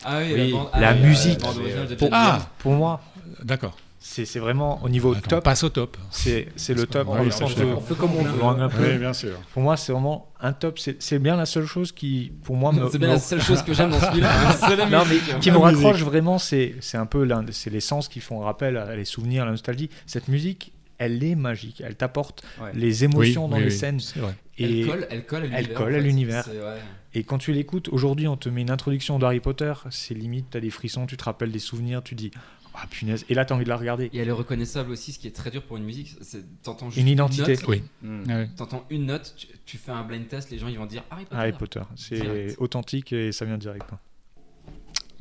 [SPEAKER 6] Ah oui,
[SPEAKER 9] Oui,
[SPEAKER 6] bande-
[SPEAKER 8] la
[SPEAKER 6] oui,
[SPEAKER 8] musique.
[SPEAKER 6] bande originale de
[SPEAKER 8] Pour,
[SPEAKER 6] John Williams.
[SPEAKER 8] pour moi,
[SPEAKER 7] Ah, D'accord.
[SPEAKER 8] c'est c'est vraiment au niveau
[SPEAKER 7] Attends,
[SPEAKER 8] top.
[SPEAKER 7] Passe au top.
[SPEAKER 8] C'est c'est le top.
[SPEAKER 7] Oui,
[SPEAKER 8] dans le
[SPEAKER 7] ça,
[SPEAKER 8] sens
[SPEAKER 7] je suis
[SPEAKER 8] de-
[SPEAKER 7] d'accord.
[SPEAKER 9] On fait comme on veut.
[SPEAKER 8] Loin un peu.
[SPEAKER 7] bien sûr.
[SPEAKER 8] Pour moi, c'est vraiment un top. C'est c'est bien la seule chose qui, pour moi, me,
[SPEAKER 6] C'est bien la
[SPEAKER 8] me-
[SPEAKER 6] seule chose que j'aime dans
[SPEAKER 9] Ah,
[SPEAKER 6] ce film. C'est la
[SPEAKER 8] Non,
[SPEAKER 6] musique.
[SPEAKER 8] qui me raccroche vraiment. C'est c'est un peu l'un des- c'est les sens qui font rappel à les souvenirs, à la nostalgie. Cette musique, elle est magique. Elle t'apporte
[SPEAKER 9] Ouais.
[SPEAKER 8] les émotions
[SPEAKER 7] Oui,
[SPEAKER 8] dans
[SPEAKER 7] oui,
[SPEAKER 8] les
[SPEAKER 7] oui.
[SPEAKER 8] scènes.
[SPEAKER 7] C'est vrai.
[SPEAKER 8] Et,
[SPEAKER 6] elle colle, elle colle à l'univers.
[SPEAKER 8] elle
[SPEAKER 6] en
[SPEAKER 8] colle à
[SPEAKER 6] fait.
[SPEAKER 8] l'univers.
[SPEAKER 6] C'est- ouais.
[SPEAKER 8] et quand tu l'écoutes, aujourd'hui, on te met une introduction d'Harry Potter. C'est limite, t'as des frissons, tu te rappelles des souvenirs, tu dis Ah punaise. Et là, t'as envie de la regarder.
[SPEAKER 6] Et elle est reconnaissable aussi, ce qui est très dur pour une musique. c'est- T'entends juste
[SPEAKER 8] Une identité.
[SPEAKER 6] note,
[SPEAKER 7] Oui.
[SPEAKER 9] Hmm.
[SPEAKER 7] Ouais.
[SPEAKER 6] T'entends une note, tu, tu fais un blind test, les gens ils vont dire Harry Potter.
[SPEAKER 8] Harry Potter. C'est
[SPEAKER 6] Direct.
[SPEAKER 8] authentique et ça vient direct. hein.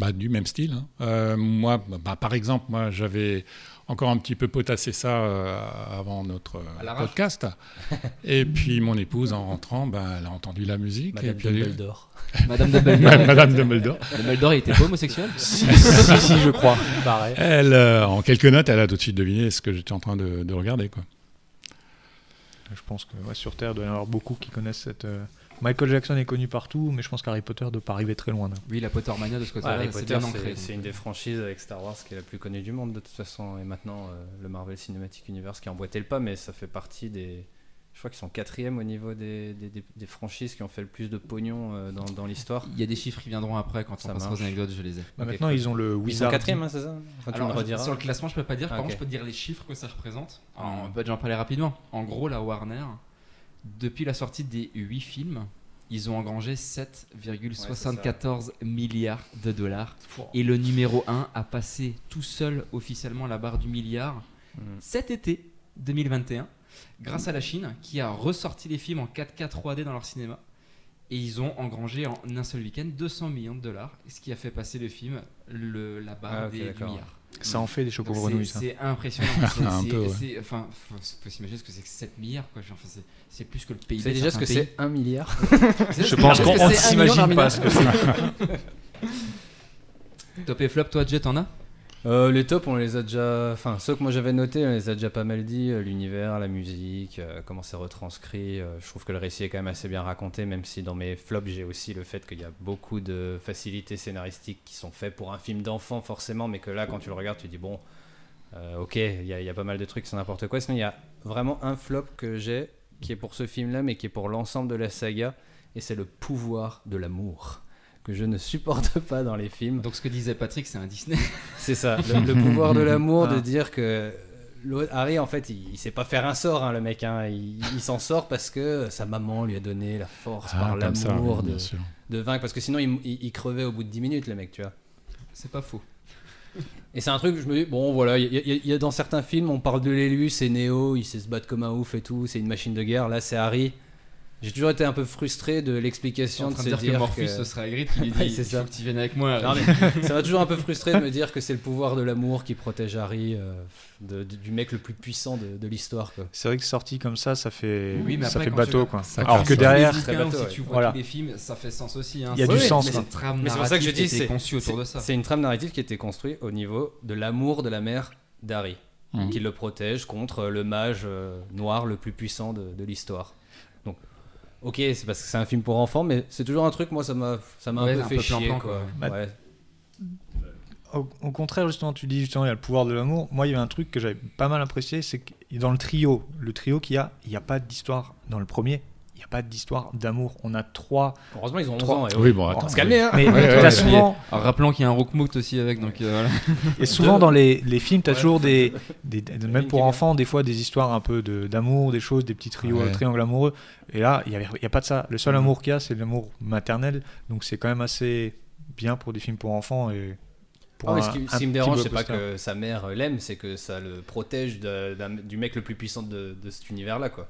[SPEAKER 7] Bah, du même style. hein. Euh, moi, bah, par exemple, moi, j'avais encore un petit peu potassé ça euh, avant notre euh,
[SPEAKER 6] À l'arrache.
[SPEAKER 7] podcast. Et puis, mon épouse, en rentrant, bah, elle a entendu la musique. et
[SPEAKER 9] Madame
[SPEAKER 7] puis, elle a eu-
[SPEAKER 9] Dumbledore.
[SPEAKER 6] Madame Dumbledore.
[SPEAKER 7] Madame Dumbledore.
[SPEAKER 6] Dumbledore, il était pas homosexuel
[SPEAKER 8] si, si, je crois.
[SPEAKER 9] Pareil.
[SPEAKER 7] Elle, euh, en quelques notes, elle a tout de suite deviné ce que j'étais en train de, de regarder. Quoi.
[SPEAKER 8] Je pense que ouais, sur Terre, il doit y en avoir beaucoup qui connaissent cette. euh, Michael Jackson est connu partout, mais je pense qu'Harry Potter ne doit pas arriver très loin. là.
[SPEAKER 6] Oui, la Pottermania de ce
[SPEAKER 9] Ouais,
[SPEAKER 6] côté-là,
[SPEAKER 9] Harry
[SPEAKER 6] c'est
[SPEAKER 9] Potter,
[SPEAKER 6] bien ancré.
[SPEAKER 9] c'est- c'est une des franchises avec Star Wars qui est la plus connue du monde de toute façon, et maintenant euh, le Marvel Cinematic Universe qui a emboîté le pas, mais ça fait partie des. Je crois qu'ils sont quatrième au niveau des, des- des- des franchises qui ont fait le plus de pognon euh, dans, dans l'histoire.
[SPEAKER 6] Il y a des chiffres qui viendront après quand
[SPEAKER 9] Ça
[SPEAKER 6] on passera
[SPEAKER 9] marche.
[SPEAKER 6] aux anecdotes, je les ai.
[SPEAKER 8] Bah,
[SPEAKER 9] Ok,
[SPEAKER 8] maintenant,
[SPEAKER 9] cool.
[SPEAKER 8] ils ont le
[SPEAKER 9] Ils sont
[SPEAKER 8] Wizard.
[SPEAKER 9] quatrième, hein, c'est ça Enfin, tu me le
[SPEAKER 6] Alors,
[SPEAKER 9] rediras.
[SPEAKER 6] sur le classement, je peux pas dire. Par
[SPEAKER 9] Ah,
[SPEAKER 6] contre,
[SPEAKER 9] ok.
[SPEAKER 6] je peux dire les chiffres que ça représente. Alors,
[SPEAKER 9] Ah.
[SPEAKER 6] on peut déjà en parler rapidement. En gros, la Warner, depuis la sortie des 8 films, ils ont engrangé 7,74 milliards de dollars. Et le numéro 1 a passé tout seul officiellement la barre du milliard
[SPEAKER 9] Mm.
[SPEAKER 6] cet été 2021, grâce à la Chine qui a ressorti les films en 4K 3D dans leur cinéma. Et ils ont engrangé en un seul week-end 200 millions de dollars, ce qui a fait passer le film le, la barre
[SPEAKER 9] Ah, ok,
[SPEAKER 6] des
[SPEAKER 9] d'accord.
[SPEAKER 6] milliards.
[SPEAKER 8] Ça en fait des
[SPEAKER 6] Donc,
[SPEAKER 8] chocos
[SPEAKER 6] c'est-
[SPEAKER 8] grenouilles. ça.
[SPEAKER 6] C'est impressionnant. C'est-
[SPEAKER 7] Un
[SPEAKER 6] c'est-
[SPEAKER 7] peu, ouais.
[SPEAKER 6] c'est- Enfin, faut, faut s'imaginer ce que c'est que 7 milliards, quoi. Genre, enfin, c'est- c'est plus que le
[SPEAKER 9] Tu
[SPEAKER 6] PIB.
[SPEAKER 9] sais
[SPEAKER 6] de
[SPEAKER 9] déjà ce
[SPEAKER 6] certains
[SPEAKER 9] que
[SPEAKER 6] pays.
[SPEAKER 9] c'est un milliard.
[SPEAKER 8] Je pense
[SPEAKER 6] Parce que
[SPEAKER 8] qu'on ne
[SPEAKER 6] c'est un million
[SPEAKER 8] s'imagine
[SPEAKER 6] d'Armina.
[SPEAKER 8] pas ce que c'est.
[SPEAKER 6] Top et flop, toi, Jet, t'en as
[SPEAKER 9] Euh, les tops, on les a déjà. Enfin, ceux que moi j'avais notés, on les a déjà pas mal dit. euh, L'univers, la musique, euh, comment c'est retranscrit. euh, je trouve que le récit est quand même assez bien raconté, même si dans mes flops, j'ai aussi le fait qu'il y a beaucoup de facilités scénaristiques qui sont faites pour un film d'enfant, forcément, mais que là, quand tu le regardes, tu dis bon, euh, ok, il y, a- il y a pas mal de trucs, c'est n'importe quoi. Sinon, il y a vraiment un flop que j'ai qui est pour ce film-là, mais qui est pour l'ensemble de la saga, et c'est le pouvoir de l'amour que je ne supporte pas dans les films.
[SPEAKER 6] Donc, ce que disait Patrick, c'est un Disney.
[SPEAKER 9] C'est ça, le, le pouvoir de l'amour, de
[SPEAKER 6] Ah.
[SPEAKER 9] dire que l'autre- Harry, en fait, il, il sait pas faire un sort, hein, le mec. hein. Il, il s'en sort parce que sa maman lui a donné la force
[SPEAKER 7] Ah,
[SPEAKER 9] par
[SPEAKER 7] comme ça,
[SPEAKER 9] l'amour
[SPEAKER 7] bien
[SPEAKER 9] de,
[SPEAKER 7] sûr.
[SPEAKER 9] de vaincre. Parce que sinon, il, il- il crevait au bout de 10 minutes, le mec, tu vois.
[SPEAKER 6] C'est pas faux.
[SPEAKER 9] Et c'est un truc, que je me dis, bon, voilà, il y, a- il y a- il y a dans certains films, on parle de l'élu, c'est Néo, il sait se battre comme un ouf et tout, c'est une machine de guerre. Là, c'est Harry. J'ai toujours été un peu frustré de
[SPEAKER 6] Je suis
[SPEAKER 9] l'explication
[SPEAKER 6] en
[SPEAKER 9] de
[SPEAKER 6] train
[SPEAKER 9] se
[SPEAKER 6] de dire que
[SPEAKER 9] dire
[SPEAKER 6] Morpheus,
[SPEAKER 9] que-
[SPEAKER 6] ce serait Hagrid qui lui dit
[SPEAKER 9] Ouais, c'est
[SPEAKER 6] il
[SPEAKER 9] ça.
[SPEAKER 6] faut que tu viennes avec moi.
[SPEAKER 9] Non, mais ça m'a toujours un peu frustré de me dire que c'est le pouvoir de l'amour qui protège Harry euh, de- du du mec le plus puissant de, de l'histoire. quoi.
[SPEAKER 8] C'est vrai que sorti comme ça, ça fait,
[SPEAKER 6] Oui, mais
[SPEAKER 8] ça
[SPEAKER 6] après,
[SPEAKER 8] fait
[SPEAKER 6] quand
[SPEAKER 8] bateau.
[SPEAKER 6] tu-
[SPEAKER 8] Quoi.
[SPEAKER 7] Ça
[SPEAKER 8] Alors
[SPEAKER 7] casse,
[SPEAKER 8] que
[SPEAKER 7] ouais.
[SPEAKER 8] derrière,
[SPEAKER 6] Si tu
[SPEAKER 9] Très
[SPEAKER 6] dis
[SPEAKER 9] bateau,
[SPEAKER 6] ou si
[SPEAKER 9] ouais.
[SPEAKER 6] tu vois
[SPEAKER 8] Voilà.
[SPEAKER 6] tous les films, ça fait sens aussi. hein.
[SPEAKER 8] Il y a du
[SPEAKER 6] Oui,
[SPEAKER 8] sens,
[SPEAKER 6] Mais
[SPEAKER 8] hein.
[SPEAKER 6] c'est une trame
[SPEAKER 9] Mais c'est pour ça que je
[SPEAKER 6] narrative
[SPEAKER 9] dis,
[SPEAKER 6] qui était
[SPEAKER 9] c'est-
[SPEAKER 6] conçue autour de ça.
[SPEAKER 9] C'est une trame narrative qui était construite au niveau de l'amour de la mère d'Harry,
[SPEAKER 7] Mhm.
[SPEAKER 9] qui le protège contre le mage euh, noir le plus puissant de, de l'histoire. Donc, ok, c'est parce que c'est un film pour enfants, mais c'est toujours un truc, moi, ça m'a ça m'a
[SPEAKER 6] Ouais,
[SPEAKER 9] un peu
[SPEAKER 6] un
[SPEAKER 9] fait
[SPEAKER 6] peu
[SPEAKER 9] chier.
[SPEAKER 6] plan-plan,
[SPEAKER 9] quoi.
[SPEAKER 8] quoi.
[SPEAKER 9] Ouais.
[SPEAKER 8] au, au contraire, justement, tu dis justement, il y a le pouvoir de l'amour. Moi, il y avait un truc que j'avais pas mal apprécié, c'est que dans le trio, le trio qu'il y a, il n'y a pas d'histoire dans le premier. Il n'y a pas d'histoire d'amour. On a trois.
[SPEAKER 9] Heureusement, ils ont 11
[SPEAKER 8] Trois.
[SPEAKER 6] Ah
[SPEAKER 9] ans. Et,
[SPEAKER 7] Oui, bon,
[SPEAKER 8] On
[SPEAKER 7] attends.
[SPEAKER 9] se calmer, hein
[SPEAKER 8] Mais
[SPEAKER 7] Ah. ouais,
[SPEAKER 8] t'as
[SPEAKER 7] ouais.
[SPEAKER 8] souvent,
[SPEAKER 6] Alors, rappelons qu'il y a un Rookmoot aussi avec, donc euh, voilà.
[SPEAKER 8] et souvent dans les, les films, t'as
[SPEAKER 9] Ouais.
[SPEAKER 8] toujours des, des- des- même
[SPEAKER 9] film
[SPEAKER 8] pour
[SPEAKER 9] qui est
[SPEAKER 8] enfants, des fois des histoires un peu de- d'amour, des choses, des petits trios,
[SPEAKER 7] Ouais.
[SPEAKER 8] triangles amoureux. Et là, il n'y a, il y a pas de ça. Le seul amour qu'il y a, c'est l'amour maternel. Donc c'est quand même assez bien pour des films pour enfants et pour
[SPEAKER 9] Ah oui,
[SPEAKER 8] un-
[SPEAKER 9] ce qui,
[SPEAKER 8] un
[SPEAKER 9] ce qui
[SPEAKER 8] petit
[SPEAKER 9] me dérange, c'est pas
[SPEAKER 8] blockbuster.
[SPEAKER 9] que sa mère euh, l'aime, c'est que ça le protège de- d'un- du mec le plus puissant de, de cet univers-là, quoi.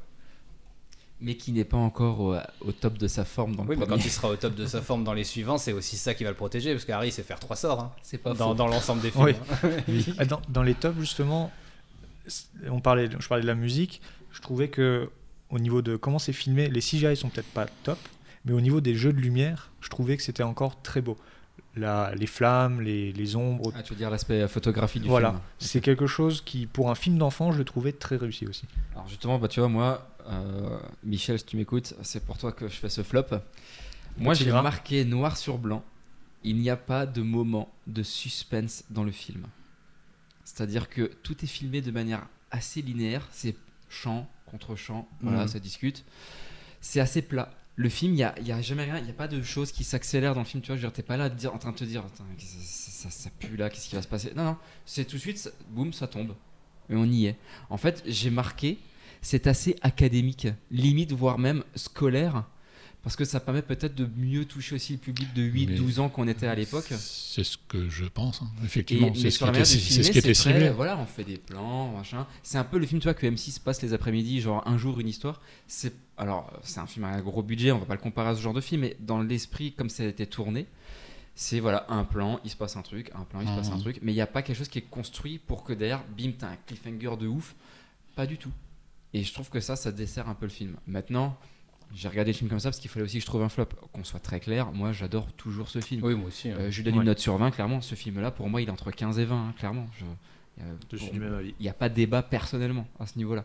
[SPEAKER 6] Mais qui n'est pas encore au, au top de sa forme dans
[SPEAKER 9] Oui,
[SPEAKER 6] le
[SPEAKER 9] mais
[SPEAKER 6] premier.
[SPEAKER 9] quand il sera au top de sa forme dans les suivants, c'est aussi ça qui va le protéger, parce qu'Harry sait faire trois sorts hein,
[SPEAKER 6] C'est pas faux.
[SPEAKER 9] dans, dans l'ensemble des films.
[SPEAKER 8] Oui.
[SPEAKER 9] hein.
[SPEAKER 8] Ah, Dans, dans les tops, justement, c'est- on parlait, je parlais de la musique. Je trouvais que, au niveau de comment c'est filmé, les CGI sont peut-être pas top, mais au niveau des jeux de lumière, je trouvais que c'était encore très beau. La- les flammes, les, les ombres,
[SPEAKER 6] Ah, tu veux dire l'aspect photographie du
[SPEAKER 8] voilà.
[SPEAKER 6] film
[SPEAKER 8] C'est quelque chose qui, pour un film d'enfant, je le trouvais très réussi aussi.
[SPEAKER 6] Alors justement, bah, tu vois, moi, euh, Michel, si tu m'écoutes, c'est pour toi que je fais ce flop. Moi,
[SPEAKER 8] Petit
[SPEAKER 6] j'ai
[SPEAKER 8] rat.
[SPEAKER 6] marqué noir sur blanc, il n'y a pas de moment de suspense dans le film. C'est-à-dire que tout est filmé de manière assez linéaire, c'est champ contre champ, voilà,
[SPEAKER 9] Mhm.
[SPEAKER 6] ça discute. C'est assez plat. Le film, il n'y a, il y a jamais rien, il n'y a pas de choses qui s'accélèrent dans le film, tu vois, je veux dire, t'es pas là à te dire- en train de te dire, Attends, ça, ça- ça- ça pue là, qu'est-ce qui va se passer Non, non, c'est tout de suite, ça- boum, ça tombe. Et on y est. En fait, j'ai marqué, c'est assez académique, limite, voire même scolaire, Parce que ça permet peut-être de mieux toucher aussi le public de
[SPEAKER 7] Mais-
[SPEAKER 6] 8-12 ans qu'on était à l'époque.
[SPEAKER 7] C'est ce que je pense, hein.
[SPEAKER 6] Et-
[SPEAKER 7] effectivement.
[SPEAKER 6] mais
[SPEAKER 7] C'est ce
[SPEAKER 6] sur
[SPEAKER 7] qui
[SPEAKER 6] la
[SPEAKER 7] était,
[SPEAKER 6] manière de
[SPEAKER 7] c'est ce qui
[SPEAKER 6] filmer,
[SPEAKER 7] était
[SPEAKER 6] c'est très-
[SPEAKER 7] ciblé.
[SPEAKER 6] Voilà, on fait des plans, machin. C'est un peu le film, tu vois, que M6 passe les après-midi, genre un jour une histoire. C'est alors c'est un film à gros budget, on va pas le comparer à ce genre de film, mais dans l'esprit comme ça a été tourné, c'est voilà un plan, il se passe un truc, un plan, il se passe un
[SPEAKER 7] Mhm.
[SPEAKER 6] truc, mais il n'y a pas quelque chose qui est construit pour que derrière, bim, t'as un cliffhanger de ouf. Pas du tout. Et je trouve que ça, ça dessert un peu le film. Maintenant. J'ai regardé le film comme ça parce qu'il fallait aussi que je trouve un flop. Qu'on soit très clair, moi j'adore toujours ce film.
[SPEAKER 9] Oui, moi aussi. hein.
[SPEAKER 6] Euh, je lui donne
[SPEAKER 4] Ouais.
[SPEAKER 6] une note sur 20, clairement. Ce film-là, pour moi, il est entre 15 et 20, hein, clairement. Je- euh,
[SPEAKER 10] Je suis
[SPEAKER 6] bon,
[SPEAKER 10] du même avis.
[SPEAKER 6] il n'y a pas de débat personnellement à ce niveau-là.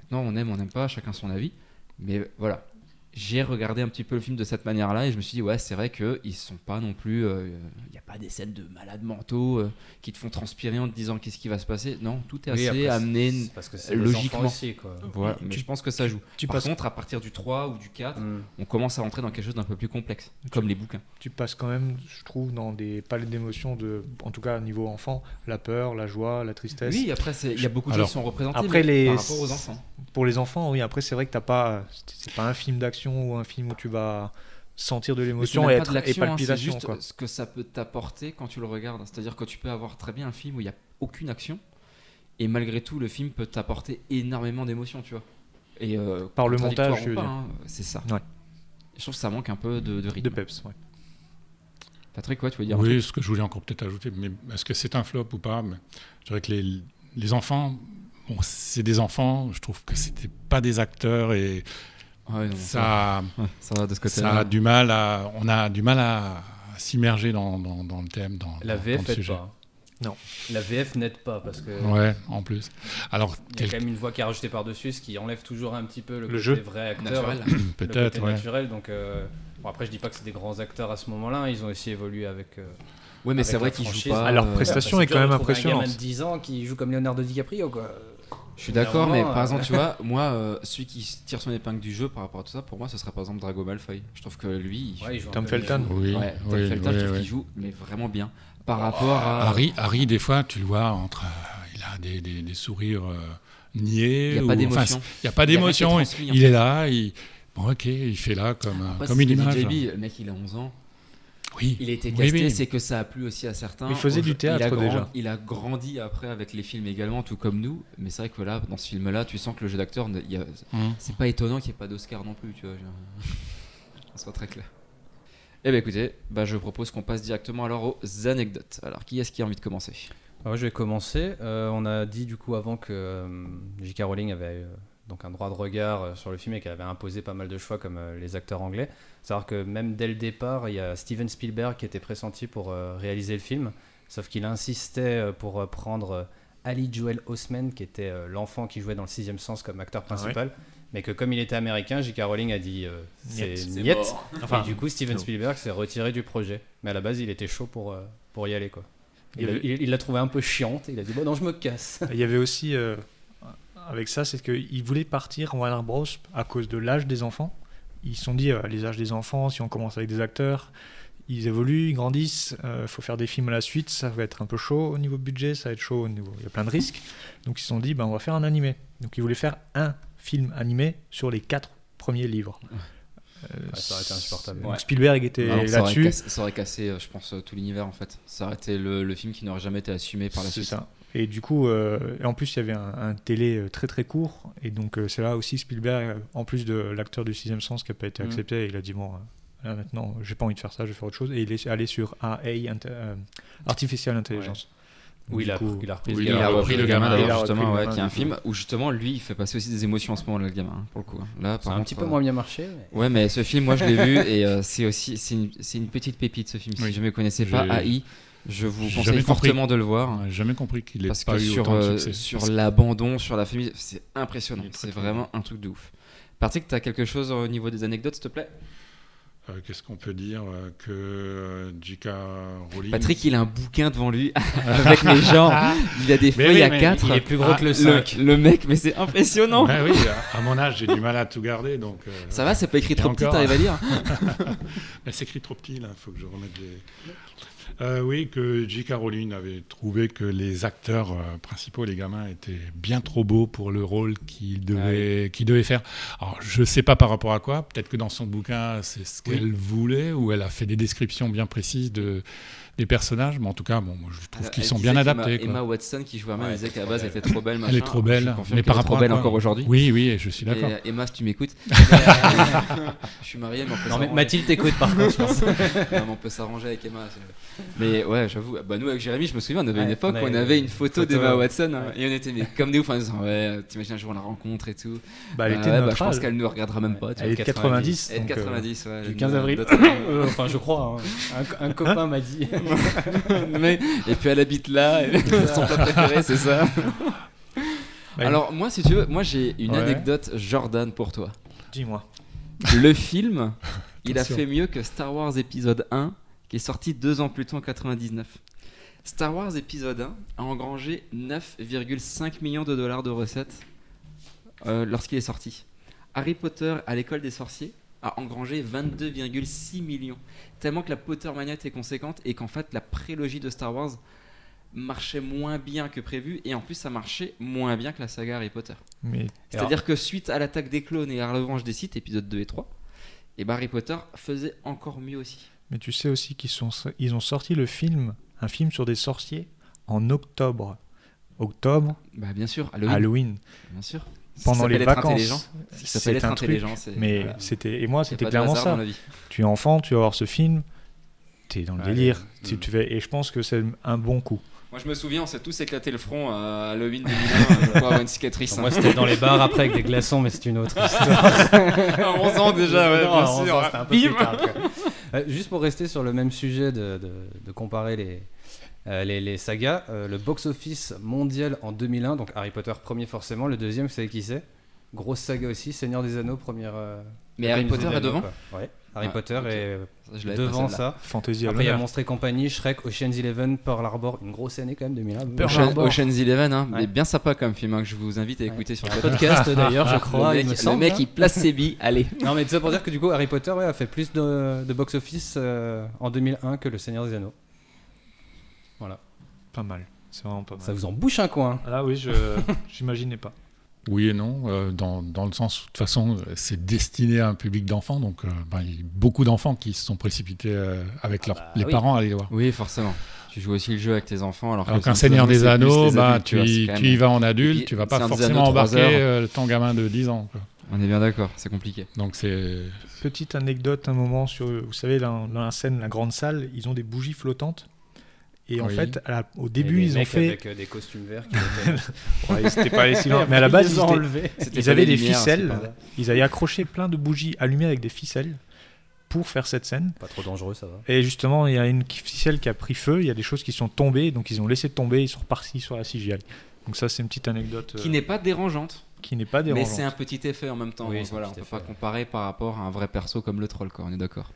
[SPEAKER 6] Maintenant, on aime, on n'aime pas, chacun son avis. Mais voilà, j'ai regardé un petit peu le film de cette manière-là et je me suis dit, ouais, c'est vrai qu'ils ne sont pas non plus. euh, Il n'y a pas des scènes de malades mentaux euh, qui te font transpirer en te disant qu'est-ce qui va se passer. Non, tout est
[SPEAKER 9] Oui,
[SPEAKER 6] assez
[SPEAKER 9] après, c'est-
[SPEAKER 6] amené.
[SPEAKER 9] c'est Parce que c'est
[SPEAKER 6] logiquement.
[SPEAKER 9] logiquement. Aussi, quoi.
[SPEAKER 6] Voilà, mais
[SPEAKER 8] Tu-
[SPEAKER 6] je pense que ça joue.
[SPEAKER 8] Tu
[SPEAKER 6] Par
[SPEAKER 8] passes,
[SPEAKER 6] contre, à partir du 3 ou du 4,
[SPEAKER 9] Mm.
[SPEAKER 6] on commence à rentrer dans quelque chose d'un peu plus complexe, comme les bouquins.
[SPEAKER 8] tu passes quand même, je trouve, dans des palettes d'émotions, de, en tout cas au niveau enfant, la peur, la joie, la tristesse.
[SPEAKER 6] Oui, après, c'est- il y a beaucoup de
[SPEAKER 7] Alors,
[SPEAKER 6] choses qui sont représentées
[SPEAKER 8] après,
[SPEAKER 6] mais
[SPEAKER 8] les-
[SPEAKER 6] par rapport aux enfants.
[SPEAKER 8] Pour les enfants, oui, après c'est vrai que t'as pas, c'est c'est pas un film d'action ou un film où tu vas sentir de
[SPEAKER 6] Mais c'est
[SPEAKER 8] l'émotion
[SPEAKER 6] même
[SPEAKER 8] et
[SPEAKER 6] pas de
[SPEAKER 8] être et
[SPEAKER 6] l'action, hein, c'est
[SPEAKER 8] palpitation.
[SPEAKER 6] juste
[SPEAKER 8] quoi.
[SPEAKER 6] ce que ça peut t'apporter quand tu le regardes. C'est-à-dire que tu peux avoir très bien un film où il n'y a aucune action, et malgré tout, le film peut t'apporter énormément d'émotions, tu vois. Et, euh,
[SPEAKER 8] Par le
[SPEAKER 6] contradictoire
[SPEAKER 8] montage,
[SPEAKER 6] ou
[SPEAKER 8] tu veux
[SPEAKER 6] pas,
[SPEAKER 8] dire.
[SPEAKER 6] hein, c'est ça.
[SPEAKER 8] Ouais.
[SPEAKER 6] Je trouve que ça manque un peu de, de rythme.
[SPEAKER 8] De peps, ouais.
[SPEAKER 6] Patrick, quoi, tu veux dire un truc
[SPEAKER 7] Oui, ce que je voulais encore peut-être ajouter, mais est-ce que c'est un flop ou pas mais Je dirais que les, les enfants, bon, c'est des enfants, je trouve que c'était pas des acteurs et
[SPEAKER 6] Ouais, non,
[SPEAKER 7] ça,
[SPEAKER 6] va. Ouais, ça va de ce côté-là.
[SPEAKER 7] ça a du mal à, on a du mal à s'immerger dans, dans- dans le thème, dans,
[SPEAKER 9] La
[SPEAKER 7] dans- dans
[SPEAKER 9] VF
[SPEAKER 7] le
[SPEAKER 9] aide
[SPEAKER 7] sujet.
[SPEAKER 9] pas.
[SPEAKER 8] Non.
[SPEAKER 9] La VF n'aide pas parce que.
[SPEAKER 7] Ouais, en plus. Alors,
[SPEAKER 9] Il y a
[SPEAKER 7] quel-
[SPEAKER 9] quand même une voix qui est rajoutée par-dessus, ce qui enlève toujours un petit peu le, côté
[SPEAKER 8] jeu.
[SPEAKER 9] vrai acteur.
[SPEAKER 6] Naturel.
[SPEAKER 9] le côté
[SPEAKER 7] peut-être, ouais.
[SPEAKER 9] naturel. Donc, euh, bon, après, je dis pas que c'est des grands acteurs à ce moment-là. hein, Ils ont aussi évolué avec. euh,
[SPEAKER 6] Oui, mais
[SPEAKER 9] Avec
[SPEAKER 6] c'est vrai
[SPEAKER 9] la
[SPEAKER 6] qu'ils jouent
[SPEAKER 9] franchise.
[SPEAKER 6] pas.
[SPEAKER 8] Ah, leur
[SPEAKER 6] euh,
[SPEAKER 9] La
[SPEAKER 8] prestation est quand même impressionnante.
[SPEAKER 9] Un gamin de 10 ans qui joue comme Leonardo DiCaprio, quoi.
[SPEAKER 6] Je suis d'accord, mais
[SPEAKER 9] Clairement,
[SPEAKER 6] par
[SPEAKER 9] euh,
[SPEAKER 6] exemple, tu vois, moi, euh, celui qui se tire son épingle du jeu par rapport à tout ça, pour moi, ce serait par exemple Drago Malfoy. Je trouve que lui, il
[SPEAKER 9] Ouais, il joue un
[SPEAKER 8] Tom
[SPEAKER 9] peu le
[SPEAKER 8] Felton.
[SPEAKER 9] jeu.
[SPEAKER 7] Oui,
[SPEAKER 6] Ouais, Tom
[SPEAKER 7] oui,
[SPEAKER 6] Felton, je
[SPEAKER 7] oui,
[SPEAKER 6] trouve
[SPEAKER 7] oui. Oh,
[SPEAKER 6] qu'il joue, mais vraiment bien. Par rapport à.
[SPEAKER 7] Harry, Harry, des fois, tu le vois entre. euh, il a des, des- des sourires euh, niais.
[SPEAKER 6] il n'y a
[SPEAKER 7] ou-
[SPEAKER 6] pas
[SPEAKER 7] enfin,
[SPEAKER 6] d'émotion.
[SPEAKER 7] Il n'y
[SPEAKER 6] Il y
[SPEAKER 7] a pas
[SPEAKER 6] a rien qui est
[SPEAKER 7] d'émotion.
[SPEAKER 6] transmis, en
[SPEAKER 7] Il, il est là. Il... Bon, ok, il fait là comme, un-
[SPEAKER 6] Après,
[SPEAKER 7] comme
[SPEAKER 6] c'est
[SPEAKER 7] une
[SPEAKER 6] ce que
[SPEAKER 7] image. hein.
[SPEAKER 6] dit JB, le mec, il a 11 ans.
[SPEAKER 7] Oui.
[SPEAKER 6] Il a été
[SPEAKER 7] Oui,
[SPEAKER 6] casté,
[SPEAKER 7] oui.
[SPEAKER 6] c'est que ça a plu aussi à certains.
[SPEAKER 8] Il faisait du
[SPEAKER 6] Aujourd'hui,
[SPEAKER 8] théâtre,
[SPEAKER 6] il a grand-
[SPEAKER 8] déjà.
[SPEAKER 6] Il a grandi après avec les films également, tout comme nous. Mais c'est vrai que là, dans ce film-là, tu sens que le jeu d'acteur, ne- il y a-
[SPEAKER 8] Mmh.
[SPEAKER 7] Hum.
[SPEAKER 6] c'est pas étonnant qu'il n'y ait pas d'Oscar non plus, tu vois. je- On soit très clair. Eh bien écoutez, bah, je propose qu'on passe directement alors aux anecdotes. Alors qui est-ce qui a envie de commencer
[SPEAKER 9] Ah ouais, je vais commencer. Euh, on a dit du coup avant que euh, J.K. Rowling avait euh, donc un droit de regard euh, sur le film et qu'elle avait imposé pas mal de choix comme euh, les acteurs anglais. Savoir que même dès le départ, il y a Steven Spielberg qui était pressenti pour euh, réaliser le film, sauf qu'il insistait euh, pour euh, prendre euh, Ali Joel Osman, qui était euh, l'enfant qui jouait dans le sixième sens comme acteur
[SPEAKER 8] Ah
[SPEAKER 9] principal, mais que comme il était américain, J.K. Rowling a dit euh, c'est niet.
[SPEAKER 8] Enfin,
[SPEAKER 9] et du coup, Steven
[SPEAKER 8] non.
[SPEAKER 9] Spielberg s'est retiré du projet. Mais à la base, il était chaud pour, euh, pour y aller quoi.
[SPEAKER 8] Il
[SPEAKER 9] Il a-
[SPEAKER 8] avait-
[SPEAKER 9] il il l'a trouvé un peu chiante, et il a dit bon non je me casse.
[SPEAKER 8] Il y avait aussi, euh, avec ça, c'est qu'ils voulaient partir en Warner Bros. à cause de l'âge des enfants. Ils se sont dit, euh, les âges des enfants, si on commence avec des acteurs, ils évoluent, ils grandissent, il faut faire des films à la suite, ça va être un peu chaud au niveau budget, ça va être chaud au niveau... Il y a plein de risques. Donc ils se sont dit, ben, on va faire un animé. Donc ils voulaient faire un film animé sur les quatre premiers livres. Euh,
[SPEAKER 9] Ouais, ça aurait été insupportable.
[SPEAKER 8] donc
[SPEAKER 6] Ouais.
[SPEAKER 8] Spielberg était
[SPEAKER 6] Alors, ça, aurait
[SPEAKER 8] là-dessus.
[SPEAKER 6] cassé, ça aurait cassé, euh, je pense, euh, tout l'univers en fait. Ça aurait été le, le film qui n'aurait jamais été assumé par la
[SPEAKER 8] C'est
[SPEAKER 6] suite.
[SPEAKER 8] ça. Et du coup, euh, et en plus, il y avait un, un télé euh, très très court. Et donc, euh, c'est là aussi Spielberg, euh, en plus de l'acteur du sixième sens qui n'a pas été
[SPEAKER 6] Mm.
[SPEAKER 9] Mhm.
[SPEAKER 8] accepté, il a dit Bon, euh, là maintenant, j'ai pas envie de faire ça, je vais faire autre chose. Et il est allé sur AI, int- euh, Artificial Intelligence. Donc,
[SPEAKER 9] Oui,
[SPEAKER 8] du
[SPEAKER 9] il a,
[SPEAKER 8] coup,
[SPEAKER 9] il a repris
[SPEAKER 7] Oui,
[SPEAKER 9] le
[SPEAKER 7] il
[SPEAKER 9] gars.
[SPEAKER 7] a repris le gamin,
[SPEAKER 6] d'ailleurs,
[SPEAKER 8] il a repris
[SPEAKER 6] justement,
[SPEAKER 8] le
[SPEAKER 6] ouais,
[SPEAKER 8] gamin,
[SPEAKER 6] qui est un
[SPEAKER 8] du coup.
[SPEAKER 6] film où justement lui il fait passer aussi des émotions en ce moment là, le gamin, hein, pour le coup. hein. Là,
[SPEAKER 9] C'est
[SPEAKER 6] par
[SPEAKER 9] un
[SPEAKER 6] contre,
[SPEAKER 9] petit peu
[SPEAKER 6] euh,
[SPEAKER 9] moins bien marché. mais-
[SPEAKER 6] Ouais, mais ce film, moi je l'ai vu et euh, c'est aussi c'est une, c'est une petite pépite ce film. Si
[SPEAKER 7] Oui.
[SPEAKER 6] je ne connaissais
[SPEAKER 7] J'ai-
[SPEAKER 6] pas AI, je vous
[SPEAKER 7] j'ai
[SPEAKER 6] conseille
[SPEAKER 7] jamais compris.
[SPEAKER 6] fortement de le voir.
[SPEAKER 7] On n'a jamais compris qu'il n'ait
[SPEAKER 6] Parce
[SPEAKER 7] pas
[SPEAKER 6] que
[SPEAKER 7] eu
[SPEAKER 6] sur,
[SPEAKER 7] autant de
[SPEAKER 6] euh,
[SPEAKER 7] succès.
[SPEAKER 6] sur l'abandon, sur la famille, c'est impressionnant.
[SPEAKER 7] Il est très,
[SPEAKER 6] C'est
[SPEAKER 7] très
[SPEAKER 6] vraiment un truc de ouf. Patrick, t'as quelque chose au niveau des anecdotes, s'il te plaît
[SPEAKER 7] Euh, Qu'est-ce qu'on peut dire euh, que euh, J.K. Rowling. Ah,
[SPEAKER 6] Patrick, il a un bouquin devant lui avec les gens. Il a des
[SPEAKER 7] Mais
[SPEAKER 6] feuilles
[SPEAKER 7] oui,
[SPEAKER 6] à
[SPEAKER 7] mais
[SPEAKER 6] quatre.
[SPEAKER 9] Il est plus gros
[SPEAKER 7] Ah,
[SPEAKER 9] que le
[SPEAKER 6] Le,
[SPEAKER 9] 5.
[SPEAKER 6] le mec, mais c'est impressionnant.
[SPEAKER 7] Ben oui, à à mon âge, j'ai du mal à tout garder. Donc, euh,
[SPEAKER 6] Ça va, c'est pas écrit
[SPEAKER 7] Et
[SPEAKER 6] trop petit,
[SPEAKER 7] encore.
[SPEAKER 6] t'arrives à lire
[SPEAKER 7] Elle s'écrit trop petit, là, il faut que je remette des. Euh, oui, que J. Caroline avait trouvé que les acteurs euh, principaux, les gamins, étaient bien trop beaux pour le rôle qu'ils
[SPEAKER 6] Ah
[SPEAKER 7] devaient, qu'ils devaient faire. Alors, je ne sais pas par rapport à quoi, peut-être que dans son bouquin, c'est ce
[SPEAKER 6] Oui.
[SPEAKER 7] qu'elle voulait, ou elle a fait des descriptions bien précises de, des personnages, mais en tout cas, bon, moi, je trouve qu'ils
[SPEAKER 6] Elle
[SPEAKER 7] sont
[SPEAKER 6] disait
[SPEAKER 7] bien
[SPEAKER 6] qu'Emma-
[SPEAKER 7] adaptés. quoi.
[SPEAKER 6] Emma Watson qui joue à main
[SPEAKER 9] Ouais,
[SPEAKER 6] disait qu'à la base elle était trop belle.
[SPEAKER 7] Elle
[SPEAKER 6] machin.
[SPEAKER 7] est trop
[SPEAKER 6] Je
[SPEAKER 7] belle,
[SPEAKER 6] confirme
[SPEAKER 7] mais
[SPEAKER 6] qu'elle
[SPEAKER 7] par
[SPEAKER 6] est trop
[SPEAKER 7] rapport à
[SPEAKER 6] belle
[SPEAKER 7] quoi
[SPEAKER 6] encore aujourd'hui.
[SPEAKER 7] Oui, oui, je suis d'accord.
[SPEAKER 6] Et euh, Emma, si tu m'écoutes, je suis marié, mais on peut
[SPEAKER 9] Non, mais
[SPEAKER 6] s'arranger.
[SPEAKER 9] Mathilde t'écoute par contre, je pense.
[SPEAKER 6] Non, mais on peut s'arranger avec Emma. c'est- Mais ouais, j'avoue, bah nous avec Jérémy, je me souviens, on avait une
[SPEAKER 9] Ouais,
[SPEAKER 6] époque
[SPEAKER 9] on
[SPEAKER 6] où on
[SPEAKER 9] avait
[SPEAKER 6] avait une photo
[SPEAKER 9] photo,
[SPEAKER 6] d'Emma
[SPEAKER 9] ouais.
[SPEAKER 6] Watson hein, et on était mais comme des ouf en disant ouais, t'imagines un jour on la rencontre et tout.
[SPEAKER 8] Bah, elle
[SPEAKER 6] Ah ouais,
[SPEAKER 8] était de
[SPEAKER 6] bah,
[SPEAKER 8] notre
[SPEAKER 6] je pense
[SPEAKER 8] âge.
[SPEAKER 6] qu'elle ne regardera même pas. tu
[SPEAKER 8] Elle est de 90.
[SPEAKER 6] vois. Elle est de
[SPEAKER 8] donc, euh,
[SPEAKER 6] 90, ouais.
[SPEAKER 8] du 15 avril.
[SPEAKER 9] Euh, enfin, je crois. hein. Un, un copain m'a dit.
[SPEAKER 6] Mais- et puis elle habite là, et son plat préféré, c'est ça.
[SPEAKER 8] Ouais.
[SPEAKER 6] Alors, moi, si tu veux, moi j'ai une
[SPEAKER 8] Ouais.
[SPEAKER 6] anecdote Jordan pour toi.
[SPEAKER 8] Dis-moi.
[SPEAKER 6] Le film, il a
[SPEAKER 7] Attention.
[SPEAKER 6] fait mieux que Star Wars épisode 1, qui est sorti deux ans plus tôt en 99. Star Wars épisode 1 a engrangé 9,5 millions de dollars de recettes euh, lorsqu'il est sorti. Harry Potter à l'école des sorciers a engrangé 22,6 millions. Tellement que la Potter Mania était conséquente et qu'en fait la prélogie de Star Wars marchait moins bien que prévu et en plus ça marchait moins bien que la saga Harry Potter.
[SPEAKER 8] Mais
[SPEAKER 6] C'est-à-dire que suite à l'attaque des clones et à la revanche des sites, épisode 2 et 3, et ben Harry Potter faisait encore mieux aussi.
[SPEAKER 8] Mais tu sais aussi qu'ils sont, ils ont sorti le film, un film sur des sorciers, en octobre. Octobre,
[SPEAKER 6] Bah bien sûr, Halloween,
[SPEAKER 8] Halloween,
[SPEAKER 6] bien sûr. Ça
[SPEAKER 8] pendant
[SPEAKER 6] s'appelle
[SPEAKER 8] les
[SPEAKER 6] être intelligent.
[SPEAKER 8] vacances.
[SPEAKER 6] Ça s'appelle
[SPEAKER 8] C'est
[SPEAKER 6] être
[SPEAKER 8] un truc.
[SPEAKER 6] intelligent. c'est-
[SPEAKER 8] Mais
[SPEAKER 6] voilà.
[SPEAKER 8] c'était et moi
[SPEAKER 6] Y
[SPEAKER 8] c'était
[SPEAKER 6] a pas de
[SPEAKER 8] clairement
[SPEAKER 6] hasard
[SPEAKER 8] ça.
[SPEAKER 6] dans la vie.
[SPEAKER 8] Tu es enfant, tu vas voir ce film, tu es dans le
[SPEAKER 9] Ouais,
[SPEAKER 8] délire.
[SPEAKER 9] euh,
[SPEAKER 8] Tu,
[SPEAKER 9] mm.
[SPEAKER 8] tu fais, et je pense que c'est un bon coup.
[SPEAKER 6] Moi je me souviens, on s'est tous éclaté le front à Halloween 2001 pour avoir une cicatrice.
[SPEAKER 9] Moi,
[SPEAKER 6] hein.
[SPEAKER 9] c'était dans les bars après avec des glaçons, mais c'est une autre histoire.
[SPEAKER 6] À 11 ans déjà, ouais,
[SPEAKER 9] Non,
[SPEAKER 6] bien
[SPEAKER 9] à 11
[SPEAKER 6] sûr. hein.
[SPEAKER 9] ans, c'était un peu plus tard, quoi. Euh, Juste pour rester sur le même sujet de, de- de comparer les, euh, les, les sagas, euh, le box-office mondial en 2001, donc Harry Potter premier forcément, le deuxième, vous savez qui c'est Grosse saga aussi, Seigneur des Anneaux, première. euh,
[SPEAKER 6] Mais Harry
[SPEAKER 9] Premier
[SPEAKER 6] Potter
[SPEAKER 9] des
[SPEAKER 6] est
[SPEAKER 9] Anneaux,
[SPEAKER 6] devant
[SPEAKER 9] quoi. Ouais, Harry
[SPEAKER 6] Ah,
[SPEAKER 9] Potter
[SPEAKER 6] ok. Je
[SPEAKER 9] est
[SPEAKER 6] l'avais pas,
[SPEAKER 9] devant
[SPEAKER 6] celle-là.
[SPEAKER 9] ça.
[SPEAKER 8] Fantasy à
[SPEAKER 9] Après, il y a
[SPEAKER 8] l'honneur.
[SPEAKER 9] Monstres et compagnie, Shrek, Ocean's Eleven, Pearl Harbor, une grosse année quand même, 2001.
[SPEAKER 8] Pearl
[SPEAKER 6] Ocean-
[SPEAKER 8] Harbor.
[SPEAKER 6] Ocean's Eleven, hein, mais
[SPEAKER 9] Ouais.
[SPEAKER 6] bien sympa comme film hein, que je vous invite à écouter sur le podcast.
[SPEAKER 9] Podcast d'ailleurs, je crois.
[SPEAKER 6] Ah, le mec,
[SPEAKER 9] il me
[SPEAKER 6] le
[SPEAKER 9] semble,
[SPEAKER 6] mec,
[SPEAKER 9] hein.
[SPEAKER 6] il place ses billes, allez.
[SPEAKER 9] Non, mais tout ça pour dire que du coup, Harry Potter ouais, a fait plus de, de box-office euh, en 2001 que Le Seigneur des Anneaux.
[SPEAKER 8] Pas mal. C'est vraiment pas mal.
[SPEAKER 9] Ça vous en bouche un coin.
[SPEAKER 8] Ah oui, je j'imaginais pas.
[SPEAKER 7] Oui et non, euh, dans, dans le sens, où, de toute façon, euh, c'est destiné à un public d'enfants, donc euh, ben, il y a beaucoup d'enfants qui se sont précipités euh, avec leurs,
[SPEAKER 9] bah
[SPEAKER 7] les
[SPEAKER 9] oui.
[SPEAKER 7] parents à aller les voir.
[SPEAKER 6] Ah Oui, forcément. Tu joues aussi le jeu avec tes enfants. Alors,
[SPEAKER 7] Alors
[SPEAKER 6] que
[SPEAKER 7] qu'un
[SPEAKER 6] Simpsons,
[SPEAKER 7] Seigneur
[SPEAKER 6] c'est
[SPEAKER 7] des
[SPEAKER 6] plus
[SPEAKER 7] Anneaux,
[SPEAKER 6] les
[SPEAKER 7] bah,
[SPEAKER 6] adultes,
[SPEAKER 7] tu,
[SPEAKER 6] vois, c'est
[SPEAKER 7] y-
[SPEAKER 6] quand
[SPEAKER 7] tu
[SPEAKER 6] même-
[SPEAKER 7] y vas en
[SPEAKER 6] Et puis,
[SPEAKER 7] adulte, tu vas
[SPEAKER 6] c'est
[SPEAKER 7] pas
[SPEAKER 6] un des
[SPEAKER 7] forcément
[SPEAKER 6] anneaux, trois
[SPEAKER 7] embarquer
[SPEAKER 6] heures.
[SPEAKER 7] euh, ton gamin de 10 ans. quoi.
[SPEAKER 6] On est bien d'accord, c'est compliqué.
[SPEAKER 7] Donc c'est
[SPEAKER 8] Petite anecdote, un moment sur, vous savez, dans, dans la scène, la grande salle, ils ont des bougies flottantes. Et en
[SPEAKER 7] Oui.
[SPEAKER 8] fait, à la- au
[SPEAKER 9] Et
[SPEAKER 8] début,
[SPEAKER 9] les
[SPEAKER 8] ils ont
[SPEAKER 9] mecs
[SPEAKER 8] fait.
[SPEAKER 9] Avec euh, des costumes verts qui étaient-
[SPEAKER 8] Ouais, c'était pas les silhouettes, mais à la base,
[SPEAKER 9] ils
[SPEAKER 8] ils
[SPEAKER 9] les ont
[SPEAKER 8] étaient-
[SPEAKER 9] enlevés.
[SPEAKER 6] C'était
[SPEAKER 8] Ils
[SPEAKER 6] pas
[SPEAKER 8] avaient
[SPEAKER 6] les
[SPEAKER 8] des
[SPEAKER 6] lumières, c'est
[SPEAKER 8] ficelles,
[SPEAKER 6] pas vrai.
[SPEAKER 8] ils avaient accroché plein de bougies allumées avec des ficelles pour faire cette scène.
[SPEAKER 9] Pas trop dangereux, ça va.
[SPEAKER 8] Et justement, il y a une qui- ficelle qui a pris feu, il y a des choses qui sont tombées, donc ils ont laissé tomber, ils sont repartis sur la CGI. Donc ça, c'est une petite anecdote euh,
[SPEAKER 6] Qui n'est pas dérangeante,
[SPEAKER 8] qui n'est pas
[SPEAKER 6] mais
[SPEAKER 8] dérangeante.
[SPEAKER 6] c'est un petit effet en même temps.
[SPEAKER 9] Oui,
[SPEAKER 6] Donc
[SPEAKER 9] c'est un
[SPEAKER 6] voilà, on
[SPEAKER 9] petit
[SPEAKER 6] peut
[SPEAKER 9] effet,
[SPEAKER 6] pas
[SPEAKER 9] ouais.
[SPEAKER 6] comparer par rapport à un vrai perso comme le troll, quoi. On est d'accord.
[SPEAKER 8] Oh,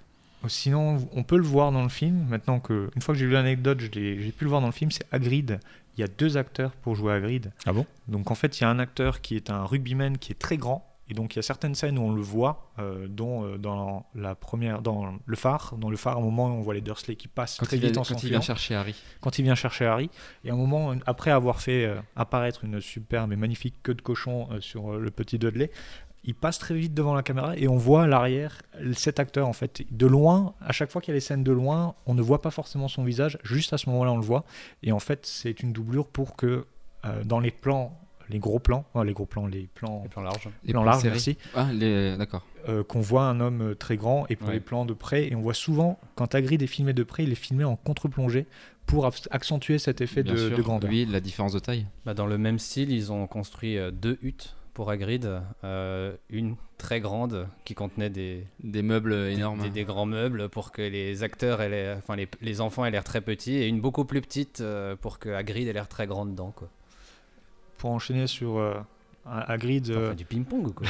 [SPEAKER 8] Sinon, on peut le voir dans le film. Maintenant que, une fois que j'ai lu l'anecdote, je l'ai- j'ai pu le voir dans le film, c'est Hagrid. Il y a deux acteurs pour jouer Hagrid.
[SPEAKER 7] ah bon
[SPEAKER 8] Donc en fait, il y a un acteur qui est un rugbyman qui est très grand. Et donc il y a certaines scènes où on le voit, euh, dont euh, dans la première, dans le phare, dans le phare, à un moment on voit les Dursley qui passent
[SPEAKER 6] Quand
[SPEAKER 8] très
[SPEAKER 6] il vient,
[SPEAKER 8] vite en
[SPEAKER 6] quand il vient
[SPEAKER 8] s'enfuyant.
[SPEAKER 6] chercher Harry.
[SPEAKER 8] Quand il vient chercher Harry, et à un moment après avoir fait euh, apparaître une superbe et magnifique queue de cochon euh, sur euh, le petit Dudley, il passe très vite devant la caméra et on voit à l'arrière euh, cet acteur en fait. De loin, à chaque fois qu'il y a les scènes de loin, on ne voit pas forcément son visage, juste à ce moment-là on le voit. Et en fait, c'est une doublure pour que euh, dans les plans, les gros plans, non, les gros plans, les plans,
[SPEAKER 9] Les plans larges.
[SPEAKER 6] Les
[SPEAKER 8] plans
[SPEAKER 6] plans
[SPEAKER 8] larges,
[SPEAKER 6] serrés.
[SPEAKER 8] merci,
[SPEAKER 6] Ah, les- d'accord.
[SPEAKER 8] euh, qu'on voit un homme euh, très grand et pour les plans de près. Et on voit souvent, quand Hagrid est filmé de près, il est filmé en contre-plongée pour abs- accentuer cet effet
[SPEAKER 6] Bien
[SPEAKER 8] de,
[SPEAKER 6] sûr.
[SPEAKER 8] de grandeur.
[SPEAKER 6] Oui, la différence de taille.
[SPEAKER 9] Bah, dans le même style, ils ont construit euh, deux huttes pour Hagrid. euh, une très grande qui contenait des,
[SPEAKER 6] Des meubles euh, énormes.
[SPEAKER 9] des, des grands meubles pour que les acteurs, aient l'air- enfin les, les enfants aient l'air très petits, et une beaucoup plus petite euh, pour que Hagrid ait l'air très grand dedans. Quoi.
[SPEAKER 8] Pour enchaîner sur euh, Hagrid,
[SPEAKER 9] Enfin,
[SPEAKER 8] euh,
[SPEAKER 9] du ping-pong ou quoi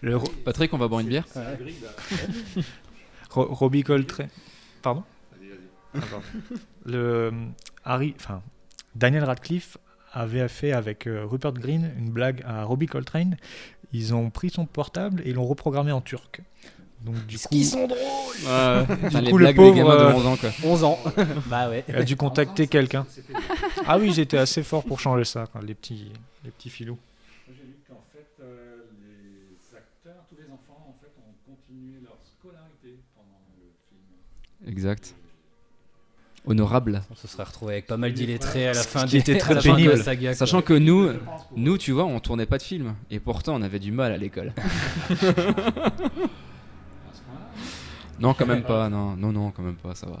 [SPEAKER 8] le,
[SPEAKER 6] Patrick, on va boire une bière
[SPEAKER 8] Ro- Robbie Coltrane. Pardon Ah, pardon. Le euh, Harry, enfin Daniel Radcliffe avait fait avec euh, Rupert Green une blague à Robbie Coltrane. Ils ont pris son portable et ils l'ont reprogrammé en turc. Donc du coup,
[SPEAKER 6] Putain, les
[SPEAKER 8] Ah. coup, le
[SPEAKER 6] blagues
[SPEAKER 8] pauvre,
[SPEAKER 6] de gamins de
[SPEAKER 8] euh,
[SPEAKER 6] 11 ans, quoi.
[SPEAKER 9] 11 ans. bah ouais.
[SPEAKER 8] il a dû contacter quelqu'un. Ah oui, j'étais assez fort pour changer ça, quoi, les petits, les petits filous.
[SPEAKER 7] J'ai lu qu'en fait, euh, les acteurs, tous les enfants, en fait, ont continué leur scolarité pendant le film.
[SPEAKER 6] Exact. Honorable.
[SPEAKER 9] On se serait retrouvé avec pas mal d'illettrés à la fin
[SPEAKER 8] Ce qui
[SPEAKER 9] des-
[SPEAKER 8] était
[SPEAKER 9] à
[SPEAKER 8] très
[SPEAKER 9] la fin de la
[SPEAKER 8] pénible.
[SPEAKER 9] saga, quoi.
[SPEAKER 6] Sachant que nous, nous, tu vois, on tournait pas de films. Et pourtant, on avait du mal à l'école. non, quand même pas. Non, non, non, quand même pas. Ça va.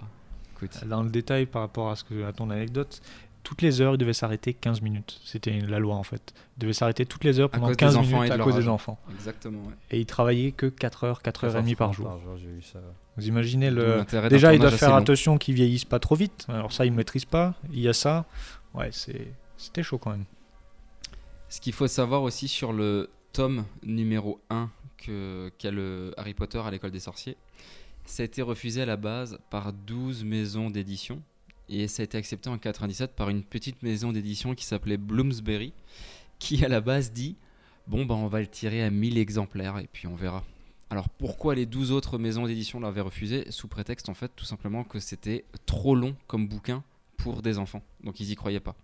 [SPEAKER 6] Écoute.
[SPEAKER 8] Dans le détail par rapport à, ce que, à ton anecdote, toutes les heures, ils devaient s'arrêter 15 minutes. C'était la loi en fait. Ils devaient s'arrêter toutes les heures pendant
[SPEAKER 6] cause des
[SPEAKER 8] 15
[SPEAKER 6] enfants
[SPEAKER 8] minutes
[SPEAKER 6] et de
[SPEAKER 8] à
[SPEAKER 6] leur
[SPEAKER 8] cause des
[SPEAKER 6] âge.
[SPEAKER 8] enfants.
[SPEAKER 6] Exactement. ouais.
[SPEAKER 8] Et ils travaillaient que 4 heures, 4 heures et demie par jour.
[SPEAKER 9] j'ai eu ça.
[SPEAKER 8] Vous imaginez
[SPEAKER 6] D'où
[SPEAKER 8] le.
[SPEAKER 6] l'intérêt d'un
[SPEAKER 8] Déjà, ils doivent
[SPEAKER 6] tournage
[SPEAKER 8] faire
[SPEAKER 6] assez long.
[SPEAKER 8] attention qu'ils vieillissent pas trop vite. Alors ça, ils maîtrisent pas. Il y a ça. Ouais, c'est- c'était chaud quand même.
[SPEAKER 6] Ce qu'il faut savoir aussi sur le tome numéro 1 que- qu'a le Harry Potter à l'école des sorciers, ça a été refusé à la base par 12 maisons d'édition et ça a été accepté en 97 par une petite maison d'édition qui s'appelait Bloomsbury qui à la base dit bon bah on va le tirer à 1000 exemplaires et puis on verra. Alors pourquoi les 12 autres maisons d'édition l'avaient refusé Sous prétexte en fait tout simplement que c'était trop long comme bouquin pour des enfants. Donc ils y croyaient pas.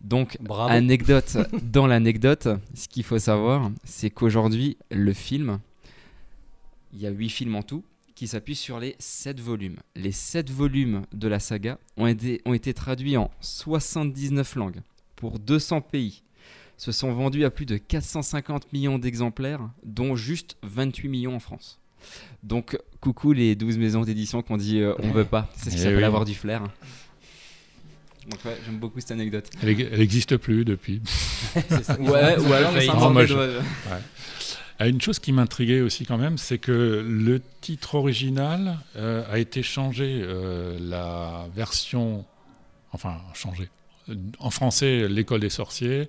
[SPEAKER 6] Donc
[SPEAKER 9] Bravo.
[SPEAKER 6] Anecdote dans l'anecdote, ce qu'il faut savoir, c'est qu'aujourd'hui, le film, il y a 8 films en tout, qui s'appuient sur les 7 volumes. Les 7 volumes de la saga ont été, ont été traduits en 79 langues pour 200 pays. Se sont vendus à plus de 450 millions d'exemplaires, dont juste 28 millions en France. Donc, coucou les 12 maisons d'édition qu'on dit euh, on veut pas. C'est ce qui
[SPEAKER 7] Eh
[SPEAKER 6] s'appelle
[SPEAKER 7] oui.
[SPEAKER 6] avoir du flair. Donc, ouais, j'aime beaucoup cette anecdote.
[SPEAKER 7] Elle n'existe plus depuis.
[SPEAKER 6] Ouais, ou alors
[SPEAKER 7] failli.
[SPEAKER 6] ça
[SPEAKER 7] Oh, moi, je-
[SPEAKER 6] doigts.
[SPEAKER 7] Ah, Une chose qui m'intriguait aussi quand même, c'est que le titre original euh, a été changé. euh, la version, enfin changé. Euh, En français, l'école des sorciers.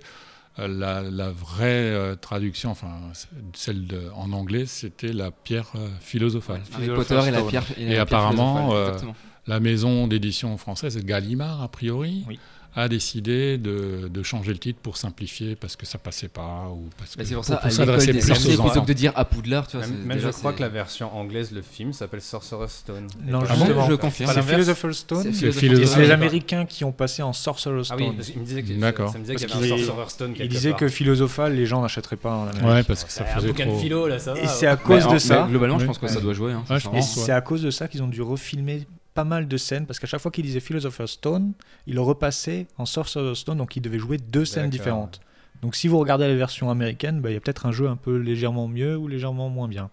[SPEAKER 7] euh, La, la vraie euh, traduction, enfin c- celle de- en anglais, c'était la pierre euh, philosophale.
[SPEAKER 6] Harry Potter et la
[SPEAKER 8] Stone.
[SPEAKER 6] pierre. la
[SPEAKER 7] Et
[SPEAKER 6] pierre
[SPEAKER 7] apparemment,
[SPEAKER 6] philosophale,
[SPEAKER 7] euh,
[SPEAKER 6] exactement.
[SPEAKER 7] La maison d'édition française, Gallimard a priori,
[SPEAKER 8] Oui.
[SPEAKER 7] a décidé de, de changer le titre pour simplifier parce que ça passait pas ou parce
[SPEAKER 6] Mais
[SPEAKER 7] que
[SPEAKER 6] Bah, c'est pour
[SPEAKER 7] pour-
[SPEAKER 6] ça,
[SPEAKER 7] pour
[SPEAKER 6] à l'école
[SPEAKER 7] s'adresser
[SPEAKER 6] des
[SPEAKER 7] plus aux
[SPEAKER 6] sorciers, plutôt
[SPEAKER 7] enfants.
[SPEAKER 6] que de dire à Poudlard, tu vois.
[SPEAKER 9] Même,
[SPEAKER 6] c'est-
[SPEAKER 9] même
[SPEAKER 6] déjà,
[SPEAKER 9] je crois
[SPEAKER 6] c'est-
[SPEAKER 9] que la version anglaise, le film, s'appelle Sorcerer's Stone.
[SPEAKER 8] Non,
[SPEAKER 9] Et pas-
[SPEAKER 7] Ah bon
[SPEAKER 8] justement.
[SPEAKER 6] je confirme.
[SPEAKER 8] C'est
[SPEAKER 9] Pas l'inverse.
[SPEAKER 8] Philosopher's Stone.
[SPEAKER 6] C'est
[SPEAKER 7] C'est
[SPEAKER 8] C'est
[SPEAKER 7] philosophe.
[SPEAKER 8] les Américains qui ont passé en Sorcerer's
[SPEAKER 9] Ah
[SPEAKER 8] Stone.
[SPEAKER 9] oui, parce qu'il me disait que
[SPEAKER 7] D'accord.
[SPEAKER 9] ça me disait qu'il y
[SPEAKER 8] Parce
[SPEAKER 9] avait un
[SPEAKER 8] qu'il-
[SPEAKER 9] Sorcerer's Stone quelque
[SPEAKER 8] Ils disaient
[SPEAKER 9] part.
[SPEAKER 8] que philosophale, les gens n'achèteraient pas en Amérique.
[SPEAKER 7] Ouais, parce que ça
[SPEAKER 9] Ah, un
[SPEAKER 7] faisait
[SPEAKER 9] bouquin de
[SPEAKER 7] trop.
[SPEAKER 9] philo, là, ça va.
[SPEAKER 8] Et c'est
[SPEAKER 9] ouais.
[SPEAKER 8] à
[SPEAKER 6] Mais
[SPEAKER 8] cause
[SPEAKER 6] en-
[SPEAKER 8] de ça.
[SPEAKER 6] mais Globalement, je
[SPEAKER 7] Oui.
[SPEAKER 6] pense que ça doit jouer. hein,
[SPEAKER 7] Ouais, je
[SPEAKER 6] sincèrement.
[SPEAKER 8] Et
[SPEAKER 7] pense,
[SPEAKER 8] c'est à cause de ça qu'ils ont dû refilmer pas mal de scènes parce qu'à chaque fois qu'ils disaient Philosopher's Stone, ils le repassaient en Sorcerer's Stone donc ils devaient jouer deux scènes
[SPEAKER 9] D'accord.
[SPEAKER 8] différentes. Donc si vous regardez la version américaine, bah, il y a peut-être un jeu un peu légèrement mieux ou légèrement moins bien.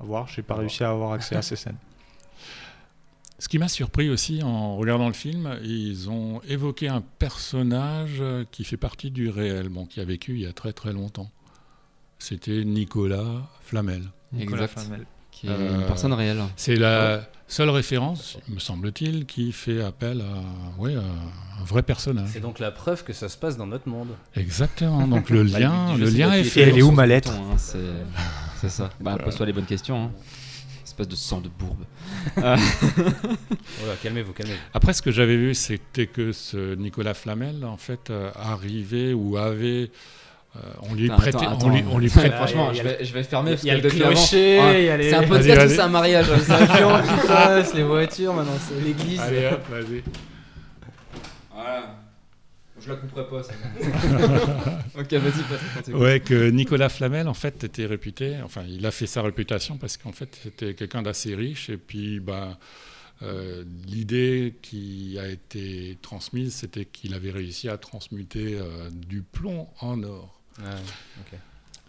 [SPEAKER 8] À voir, j'ai pas réussi à avoir accès à ces scènes.
[SPEAKER 7] Ce qui m'a surpris aussi en regardant le film, ils ont évoqué un personnage euh, qui fait partie du réel, bon, qui a vécu il y a très très longtemps. C'était Nicolas Flamel.
[SPEAKER 8] Nicolas
[SPEAKER 6] Exact.
[SPEAKER 8] Flamel.
[SPEAKER 6] Qui est une personne réelle.
[SPEAKER 7] C'est la seule référence, me semble-t-il, qui fait appel à, ouais, à un vrai personnage.
[SPEAKER 9] C'est donc la preuve que ça se passe dans notre monde.
[SPEAKER 7] Exactement. Donc le
[SPEAKER 6] Bah,
[SPEAKER 7] lien,
[SPEAKER 6] je
[SPEAKER 7] le
[SPEAKER 6] sais
[SPEAKER 7] lien
[SPEAKER 6] pas
[SPEAKER 7] est
[SPEAKER 6] qui
[SPEAKER 8] Et
[SPEAKER 7] fait.
[SPEAKER 8] elle est où,
[SPEAKER 6] sur
[SPEAKER 8] ma
[SPEAKER 6] ce
[SPEAKER 8] lettre
[SPEAKER 6] bouton, hein, C'est c'est ça. Bah, pose-toi les bonnes questions. hein. Espèce de sang de bourbe.
[SPEAKER 9] Voilà, Oh calmez-vous, calmez-vous.
[SPEAKER 7] Après, ce que j'avais vu, c'était que ce Nicolas Flamel, en fait, euh, arrivait ou avait. euh, on lui
[SPEAKER 6] Attends,
[SPEAKER 7] prêtait.
[SPEAKER 6] attends,
[SPEAKER 7] on lui,
[SPEAKER 6] attends.
[SPEAKER 7] on lui prêtait-
[SPEAKER 6] Franchement,
[SPEAKER 9] il y
[SPEAKER 6] je
[SPEAKER 9] a
[SPEAKER 6] vais, je vais fermer. parce
[SPEAKER 9] Il y a
[SPEAKER 6] que
[SPEAKER 9] le
[SPEAKER 6] depuis avant-
[SPEAKER 9] clocher,
[SPEAKER 6] Ouais,
[SPEAKER 9] il y a les-
[SPEAKER 6] C'est un
[SPEAKER 9] Vas-y,
[SPEAKER 6] podcast ou
[SPEAKER 7] vas-y.
[SPEAKER 6] c'est un mariage hein, ça
[SPEAKER 9] avions qui passent, les voitures, maintenant c'est l'église.
[SPEAKER 7] Allez, hop, vas-y.
[SPEAKER 6] Voilà. Je la couperai pas, ça. ok, vas-y, Patrick, continue.
[SPEAKER 7] Ouais, que Nicolas Flamel, en fait, était réputé, enfin, il a fait sa réputation parce qu'en fait, c'était quelqu'un d'assez riche. Et puis, bah, euh, l'idée qui a été transmise, c'était qu'il avait réussi à transmuter euh, du plomb en or.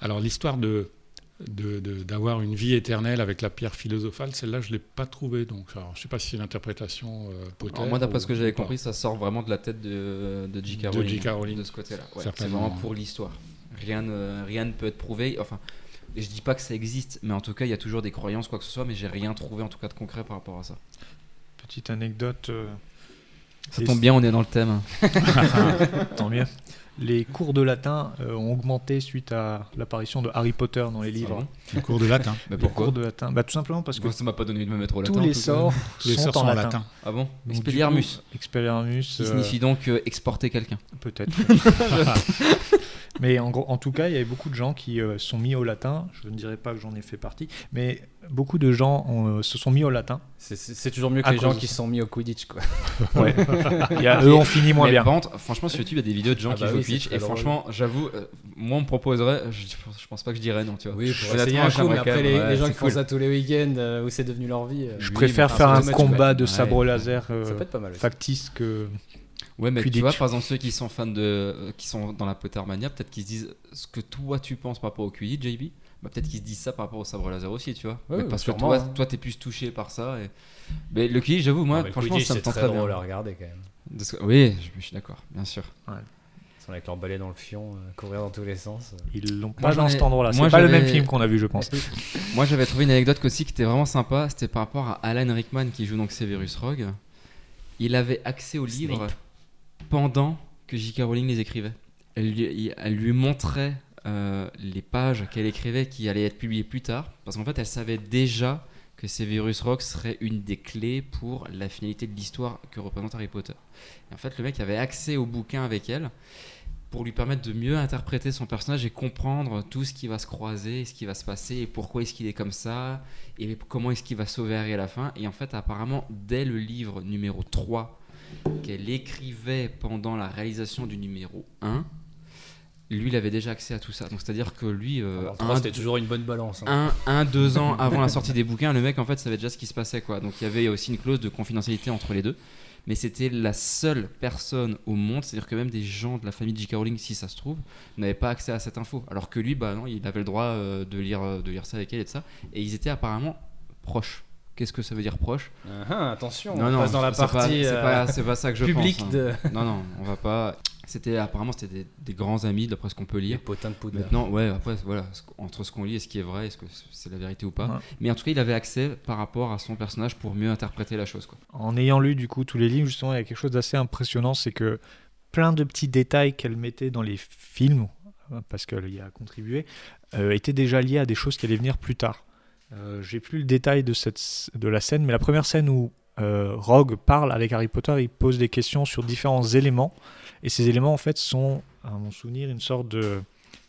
[SPEAKER 7] Alors, l'histoire de de- de- d'avoir une vie éternelle avec la pierre philosophale, celle-là, je ne l'ai pas trouvée. Donc, alors, je ne sais pas si c'est l'interprétation euh, potère
[SPEAKER 6] Alors moi, d'après
[SPEAKER 7] ou-
[SPEAKER 6] ce que j'avais
[SPEAKER 7] ou pas.
[SPEAKER 6] compris, ça sort vraiment de la tête de, de J.K.
[SPEAKER 7] De
[SPEAKER 6] Rowling.
[SPEAKER 7] J.K. Rowling.
[SPEAKER 6] De ce côté-là. Ouais, c'est
[SPEAKER 7] Certainement,
[SPEAKER 6] vraiment
[SPEAKER 7] ouais.
[SPEAKER 6] pour l'histoire. Rien ne, rien ne peut être prouvé. Enfin, et je dis pas que ça existe, mais en tout cas, il y a toujours des croyances, quoi que ce soit, mais j'ai rien trouvé en tout cas de concret par rapport à ça.
[SPEAKER 8] Petite anecdote euh,
[SPEAKER 6] Ça
[SPEAKER 8] Et
[SPEAKER 6] tombe bien, on est dans le thème.
[SPEAKER 8] Tant mieux. Les cours de latin euh, ont augmenté suite à l'apparition de Harry Potter dans les livres.
[SPEAKER 7] Le cours de latin.
[SPEAKER 6] Ah Mais
[SPEAKER 8] Les
[SPEAKER 6] pourquoi
[SPEAKER 8] cours de latin. Bah, tout simplement parce que
[SPEAKER 6] Parce que ça m'a pas donné de me mettre au latin.
[SPEAKER 8] tous
[SPEAKER 6] en
[SPEAKER 8] les
[SPEAKER 6] tout cas.
[SPEAKER 8] sorts
[SPEAKER 7] Tous les
[SPEAKER 8] sont
[SPEAKER 7] sorts
[SPEAKER 8] en,
[SPEAKER 7] sont
[SPEAKER 8] latin.
[SPEAKER 6] Ah bon
[SPEAKER 8] Donc, du
[SPEAKER 6] Expelliarmus,
[SPEAKER 8] coup, Expelliarmus.
[SPEAKER 6] qui
[SPEAKER 8] euh,
[SPEAKER 6] signifie donc euh, exporter quelqu'un.
[SPEAKER 8] Peut-être. mais en, gros, en tout cas, il y avait beaucoup de gens qui euh, sont mis au latin. Je ne dirais pas que j'en ai fait partie, mais beaucoup de gens ont, euh, se sont mis au latin.
[SPEAKER 9] C'est- C'est c'est toujours mieux que
[SPEAKER 8] À
[SPEAKER 9] les gens
[SPEAKER 8] cause de
[SPEAKER 9] qui se sont mis au Quidditch, quoi.
[SPEAKER 8] Il y a- eux ont fini moins
[SPEAKER 6] Mais
[SPEAKER 8] bien.
[SPEAKER 6] par contre, franchement, sur YouTube, il y a des vidéos de gens
[SPEAKER 9] Ah
[SPEAKER 6] qui
[SPEAKER 9] bah
[SPEAKER 6] jouent
[SPEAKER 9] oui,
[SPEAKER 6] au Twitch.
[SPEAKER 9] c'est très
[SPEAKER 6] Et
[SPEAKER 9] drôle.
[SPEAKER 6] franchement, j'avoue, euh, moi, on me proposerait. Je, je pense pas que je dirais non, tu vois.
[SPEAKER 9] Oui,
[SPEAKER 6] Je
[SPEAKER 9] pour
[SPEAKER 6] vais
[SPEAKER 9] essayer
[SPEAKER 6] attendre,
[SPEAKER 9] un coup,
[SPEAKER 6] j'aimerais
[SPEAKER 9] mais
[SPEAKER 6] quand
[SPEAKER 9] après,
[SPEAKER 6] même,
[SPEAKER 9] les,
[SPEAKER 6] ouais,
[SPEAKER 9] les gens
[SPEAKER 6] c'est
[SPEAKER 9] qui font
[SPEAKER 6] cool.
[SPEAKER 9] ça tous les week-ends, euh, où c'est devenu leur vie. euh,
[SPEAKER 8] Je
[SPEAKER 6] Oui,
[SPEAKER 8] préfère
[SPEAKER 6] mais
[SPEAKER 8] faire un
[SPEAKER 6] automatique,
[SPEAKER 8] combat de
[SPEAKER 6] ouais.
[SPEAKER 8] sabre
[SPEAKER 6] Ouais.
[SPEAKER 8] laser euh,
[SPEAKER 9] ça peut être pas mal aussi.
[SPEAKER 8] factice que.
[SPEAKER 6] Ouais, mais
[SPEAKER 8] Quidditch.
[SPEAKER 6] tu vois, par exemple, ceux qui sont fans de. euh, qui sont dans la Pottermania, peut-être qu'ils se disent ce que toi tu penses par rapport au Quidditch, JB. Bah, peut-être qu'ils se disent ça par rapport au sabre laser aussi, tu vois. Mais
[SPEAKER 9] Ouais, ouais,
[SPEAKER 6] parce
[SPEAKER 9] sûrement,
[SPEAKER 6] que
[SPEAKER 9] hein.
[SPEAKER 6] toi, toi, t'es plus touché par ça. et- Mais le Quidditch, j'avoue,
[SPEAKER 9] Ah,
[SPEAKER 6] moi,
[SPEAKER 9] mais le
[SPEAKER 6] franchement,
[SPEAKER 9] Quidditch,
[SPEAKER 6] ça me
[SPEAKER 9] c'est
[SPEAKER 6] tente
[SPEAKER 9] très
[SPEAKER 6] très bien.
[SPEAKER 9] drôle hein. à regarder quand même.
[SPEAKER 6] De ce- Oui, je- je suis d'accord, bien sûr.
[SPEAKER 9] Ils sont avec leur balai dans le fion, euh, courir dans tous les sens. euh.
[SPEAKER 8] Ils l'ont
[SPEAKER 6] Moi,
[SPEAKER 8] pas dans
[SPEAKER 6] j'en ai-
[SPEAKER 8] cet endroit-là.
[SPEAKER 6] moi,
[SPEAKER 8] C'est pas le
[SPEAKER 6] j'en ai-
[SPEAKER 8] même film qu'on a vu, je pense.
[SPEAKER 6] Moi, j'avais trouvé une anecdote aussi qui était vraiment sympa. C'était par rapport à Alan Rickman qui joue donc Severus Rogue. Il avait accès aux livres pendant que J.K. Rowling les écrivait. Elle lui, il- elle lui montrait euh, les pages qu'elle écrivait qui allaient être publiées plus tard. Parce qu'en fait, elle savait déjà que Severus Rogue serait une des clés pour la finalité de l'histoire que représente Harry Potter. Et en fait, le mec avait accès au bouquin avec elle pour lui permettre de mieux interpréter son personnage et comprendre tout ce qui va se croiser, ce qui va se passer, et pourquoi est-ce qu'il est comme ça, et comment est-ce qu'il va sauver Harry à la fin. Et en fait, apparemment, dès le livre numéro 3 qu'elle écrivait pendant la réalisation du numéro 1, lui, il avait déjà accès à tout ça. Donc, c'est-à-dire que lui, euh,
[SPEAKER 9] Alors,
[SPEAKER 6] un,
[SPEAKER 9] trois, c'était toujours une bonne balance. hein.
[SPEAKER 6] un, un, deux ans avant la sortie des bouquins, le mec en fait savait déjà ce qui se passait quoi. Donc il y avait aussi une clause de confidentialité entre les deux. Mais c'était la seule personne au monde, c'est-à-dire que même des gens de la famille de J.K. Rowling, si ça se trouve, n'avaient pas accès à cette info. Alors que lui, bah non, il avait le droit euh, de lire, euh, de lire ça avec elle et de ça. Et ils étaient apparemment proches. Qu'est-ce que ça veut dire proche
[SPEAKER 9] Ah, ah, attention, on passe dans la
[SPEAKER 6] c'est pas-
[SPEAKER 9] partie
[SPEAKER 6] c'est
[SPEAKER 9] euh,
[SPEAKER 6] pas, c'est pas ça que je
[SPEAKER 9] publique
[SPEAKER 6] pense. hein.
[SPEAKER 9] de.
[SPEAKER 6] Non, non, on va pas. C'était apparemment c'était des, des grands amis, d'après ce qu'on peut lire.
[SPEAKER 9] Les potins de poudre.
[SPEAKER 6] Maintenant, ouais, après, voilà, ce qu- entre ce qu'on lit et ce qui est vrai, est-ce que c'est la vérité ou pas.
[SPEAKER 8] Ouais.
[SPEAKER 6] Mais en tout cas, il avait accès par rapport à son personnage pour mieux interpréter la chose. Quoi.
[SPEAKER 8] En ayant lu du coup tous les livres, justement, il y a quelque chose d'assez impressionnant, c'est que plein de petits détails qu'elle mettait dans les films, hein, parce qu'elle y a contribué, euh, étaient déjà liés à des choses qui allaient venir plus tard. Euh, J'ai plus le détail de, cette, s- de la scène, mais la première scène où euh, Rogue parle avec Harry Potter, il pose des questions sur différents éléments, et ces éléments en fait sont, à mon souvenir, une sorte de,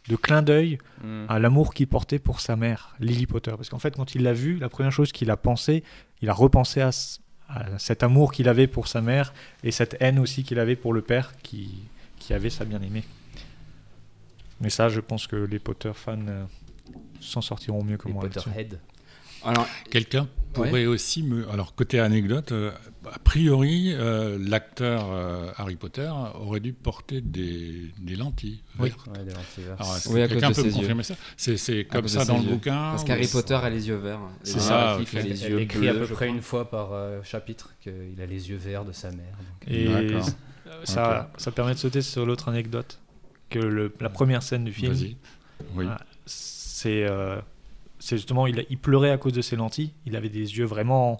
[SPEAKER 8] de clin d'œil
[SPEAKER 9] Mm.
[SPEAKER 8] à l'amour qu'il portait pour sa mère, Lily Potter. Parce qu'en fait, quand il l'a vue, la première chose qu'il a pensé, il a repensé à, ce- à cet amour qu'il avait pour sa mère et cette haine aussi qu'il avait pour le père qui, qui avait sa bien-aimée. Mais ça, je pense que les Potter fans euh, s'en sortiront mieux que
[SPEAKER 9] Les
[SPEAKER 8] moi. là-dessus.
[SPEAKER 9] Potterhead.
[SPEAKER 6] Alors,
[SPEAKER 7] Quelqu'un pourrait aussi me. Alors, côté anecdote, euh, a priori, euh, l'acteur euh, Harry Potter aurait dû porter des, des lentilles.
[SPEAKER 8] Oui.
[SPEAKER 7] vertes.
[SPEAKER 9] Ah, Ouais, des lentilles vertes.
[SPEAKER 7] Alors, est-ce que
[SPEAKER 6] Oui, à cause
[SPEAKER 7] quelqu'un
[SPEAKER 6] de
[SPEAKER 7] peut me
[SPEAKER 6] ses yeux.
[SPEAKER 7] confirmer ça C'est- C'est comme
[SPEAKER 6] cause
[SPEAKER 7] ça
[SPEAKER 6] de
[SPEAKER 7] dans
[SPEAKER 6] ses
[SPEAKER 7] le
[SPEAKER 6] yeux.
[SPEAKER 7] bouquin
[SPEAKER 6] parce
[SPEAKER 7] ou-
[SPEAKER 6] qu'Harry Potter a les yeux verts.
[SPEAKER 7] Ah C'est
[SPEAKER 6] Et
[SPEAKER 7] ça,
[SPEAKER 6] Radcliffe
[SPEAKER 7] ok.
[SPEAKER 6] a les
[SPEAKER 9] Elle
[SPEAKER 6] yeux
[SPEAKER 9] écrit
[SPEAKER 6] bleus,
[SPEAKER 9] à peu
[SPEAKER 6] je
[SPEAKER 9] près
[SPEAKER 6] crois.
[SPEAKER 9] une fois par euh, chapitre qu'il a les yeux verts de sa mère. donc.
[SPEAKER 8] Et
[SPEAKER 7] D'accord.
[SPEAKER 8] ça, ça permet de sauter sur l'autre anecdote que le- la première scène du film.
[SPEAKER 7] Vas-y. Oui.
[SPEAKER 8] Ah. C'est euh, c'est justement, il, il pleurait à cause de ses lentilles. Il avait des yeux vraiment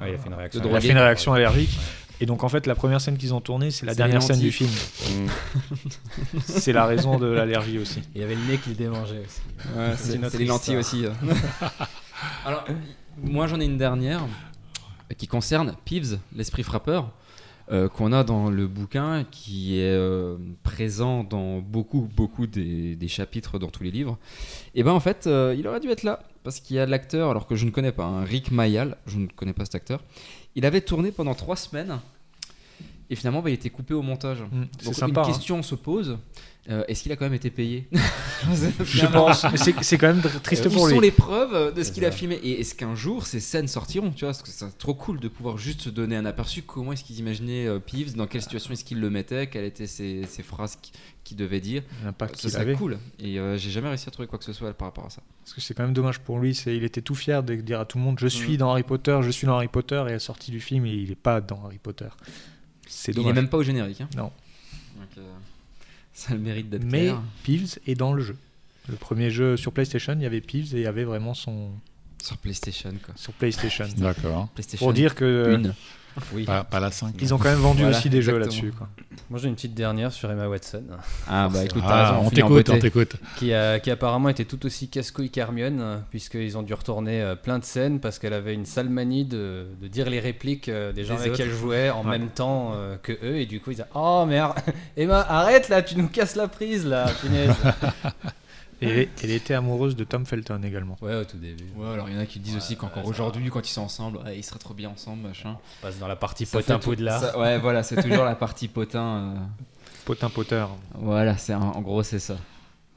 [SPEAKER 9] euh, Ouais, il a fait une réaction.
[SPEAKER 6] drogué.
[SPEAKER 8] Il a fait une réaction allergique.
[SPEAKER 9] Ouais.
[SPEAKER 8] Et donc en fait la première scène qu'ils ont tournée c'est la
[SPEAKER 6] C'est
[SPEAKER 8] dernière
[SPEAKER 6] les
[SPEAKER 8] scène du
[SPEAKER 6] lentilles. Hmm.
[SPEAKER 8] film. c'est la raison de l'allergie aussi.
[SPEAKER 9] Il avait le nez qu'il démangeait aussi.
[SPEAKER 6] Ouais, c'est
[SPEAKER 9] notre
[SPEAKER 6] c'est les lentilles aussi.
[SPEAKER 9] histoire.
[SPEAKER 6] euh. Alors, moi j'en ai une dernière euh, qui concerne Peeves, l'esprit frappeur, euh, qu'on a dans le bouquin, qui est euh, présent dans beaucoup, beaucoup des, des chapitres dans tous les livres. Et ben en fait, euh, il aurait dû être là, parce qu'il y a l'acteur, alors que je ne connais pas, hein, Rick Mayall, je ne connais pas cet acteur. Il avait tourné pendant trois semaines. Et finalement, bah, il était coupé au montage.
[SPEAKER 8] Mm, C'est
[SPEAKER 6] Donc,
[SPEAKER 8] sympa.
[SPEAKER 6] une
[SPEAKER 8] hein.
[SPEAKER 6] question se pose euh, est-ce qu'il a quand même été payé
[SPEAKER 8] Je pense. Mais c'est- C'est quand même tr- triste
[SPEAKER 6] où
[SPEAKER 8] pour
[SPEAKER 6] sont
[SPEAKER 8] lui.
[SPEAKER 6] les preuves euh, de ce
[SPEAKER 9] C'est
[SPEAKER 6] qu'il a
[SPEAKER 9] ça.
[SPEAKER 6] filmé Et est-ce qu'un jour ces scènes sortiront Tu vois, parce que c'est trop cool de pouvoir juste se donner un aperçu. Comment est-ce qu'ils imaginaient euh, Peeves Dans quelle situation est-ce qu'il le mettait Quelles étaient ses, ses phrases qui- qu'il devait dire
[SPEAKER 8] L'impact
[SPEAKER 6] Ce
[SPEAKER 8] Bah, qu'il
[SPEAKER 6] serait
[SPEAKER 8] avait.
[SPEAKER 6] cool. Et euh, j'ai jamais réussi à trouver quoi que ce soit par rapport à ça.
[SPEAKER 8] Parce que c'est quand même dommage pour lui. C'est il était tout fier de dire à tout le monde je suis dans Harry Potter, je suis dans Harry Potter et à la sortie du film il est pas dans Harry Potter. C'est
[SPEAKER 6] Il est
[SPEAKER 8] dommage.
[SPEAKER 6] même pas au générique. hein.
[SPEAKER 8] Non.
[SPEAKER 6] Donc, euh, ça a le mérite d'être
[SPEAKER 8] Mais
[SPEAKER 6] clair.
[SPEAKER 8] Peeves est dans le jeu. Le premier jeu sur PlayStation, il y avait Peeves et il y avait vraiment son
[SPEAKER 6] Sur PlayStation, quoi.
[SPEAKER 8] sur PlayStation.
[SPEAKER 7] D'accord.
[SPEAKER 6] PlayStation
[SPEAKER 8] Pour dire que euh,
[SPEAKER 6] une.
[SPEAKER 9] Oui.
[SPEAKER 7] Pas, pas la 5.
[SPEAKER 8] Ils ont quand même vendu
[SPEAKER 11] Voilà,
[SPEAKER 8] aussi des jeux
[SPEAKER 11] exactement.
[SPEAKER 8] là-dessus. quoi.
[SPEAKER 9] Moi j'ai une petite dernière sur Emma Watson,
[SPEAKER 11] Ah bah écoute, t'as
[SPEAKER 7] Ah,
[SPEAKER 11] raison,
[SPEAKER 7] on
[SPEAKER 11] finit en
[SPEAKER 7] t'écoute, on
[SPEAKER 11] beauté.
[SPEAKER 7] t'écoute.
[SPEAKER 9] qui, a, qui apparemment était tout aussi casse-couille qu'Hermione, euh, puisqu'ils ont dû retourner euh, plein de scènes parce qu'elle avait une sale manie de, de dire les répliques euh, des gens
[SPEAKER 11] Des
[SPEAKER 9] avec
[SPEAKER 11] autres.
[SPEAKER 9] qui elle jouait en
[SPEAKER 8] Ouais.
[SPEAKER 9] même temps euh, que eux, et du coup ils disaient Oh merde, Emma, arrête là, tu nous casses la prise là, punaise.
[SPEAKER 8] Et elle était amoureuse de Tom Felton également.
[SPEAKER 9] ouais, au tout début.
[SPEAKER 6] Ouais, alors il y en a qui disent aussi qu'encore aujourd'hui, quand ils sont ensemble, ah, ils seraient trop bien ensemble, machin.
[SPEAKER 9] On passe dans la partie
[SPEAKER 6] Ça
[SPEAKER 9] potin
[SPEAKER 6] fait tout-
[SPEAKER 9] poudlard.
[SPEAKER 6] ça- Ouais, voilà, c'est toujours la partie potin. euh,
[SPEAKER 8] Potin Potter.
[SPEAKER 6] Voilà, c'est un- en gros, c'est ça.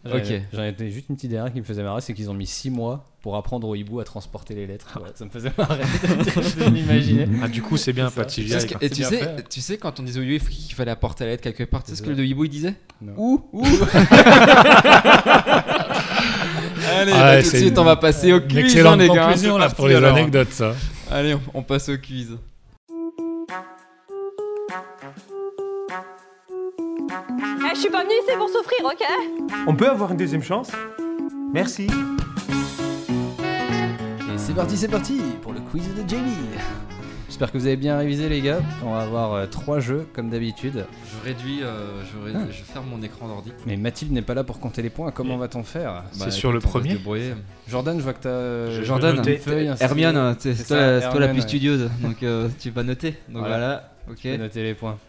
[SPEAKER 9] J'en ai-
[SPEAKER 6] Ok.
[SPEAKER 9] J'en étais juste une petite dernière qui me faisait marrer, c'est qu'ils ont mis 6 mois pour apprendre au hibou à transporter les lettres. quoi. Ça me faisait marrer. je l'imaginais.
[SPEAKER 8] Ah, du coup, c'est bien, Pat
[SPEAKER 6] Tu sais ce que- et
[SPEAKER 9] C'est
[SPEAKER 6] tu
[SPEAKER 9] bien
[SPEAKER 6] sais,
[SPEAKER 9] fait.
[SPEAKER 6] tu sais, quand on disait au lieu qu'il fallait apporter la lettre quelque part, tu sais ce que
[SPEAKER 9] C'est
[SPEAKER 6] le hibou il disait
[SPEAKER 9] Non.
[SPEAKER 6] Ouh Ouh Allez, bah, tout de
[SPEAKER 7] Ouais, Ah, c'est
[SPEAKER 6] suite,
[SPEAKER 7] une-
[SPEAKER 6] on va passer au
[SPEAKER 7] Une
[SPEAKER 6] quiz, hein,
[SPEAKER 7] excellente
[SPEAKER 6] les gars.
[SPEAKER 7] conclusion
[SPEAKER 6] C'est
[SPEAKER 7] là
[SPEAKER 6] parti,
[SPEAKER 7] pour les
[SPEAKER 6] alors.
[SPEAKER 7] anecdotes, ça.
[SPEAKER 6] Allez, on- on passe au quiz.
[SPEAKER 12] je suis pas venue ici pour souffrir, ok
[SPEAKER 4] On peut avoir une deuxième chance Merci.
[SPEAKER 9] Et c'est parti, c'est parti pour le quiz de Jamie. J'espère que vous avez bien révisé, les gars. On va avoir euh, trois jeux, comme d'habitude.
[SPEAKER 6] Je réduis, euh, je, ré- je ferme mon écran d'ordi.
[SPEAKER 9] Mais Mathilde n'est pas là pour compter les points. Comment va-t-on faire
[SPEAKER 6] Bah,
[SPEAKER 8] C'est sur le
[SPEAKER 6] écoute, on va se
[SPEAKER 8] premier
[SPEAKER 6] débrouiller.
[SPEAKER 9] Jordan, je vois que t'as. euh,
[SPEAKER 6] Jordan,
[SPEAKER 9] une feuille, un stylo.
[SPEAKER 6] Hermione, hein, c'est
[SPEAKER 9] C'est
[SPEAKER 6] c'est
[SPEAKER 9] ça,
[SPEAKER 6] toi, la- c'est toi la
[SPEAKER 9] Hermione,
[SPEAKER 6] plus
[SPEAKER 9] ouais.
[SPEAKER 6] studieuse, donc euh, tu vas noter. Donc voilà,
[SPEAKER 9] Voilà.
[SPEAKER 6] ok.
[SPEAKER 9] Je vais noter les points.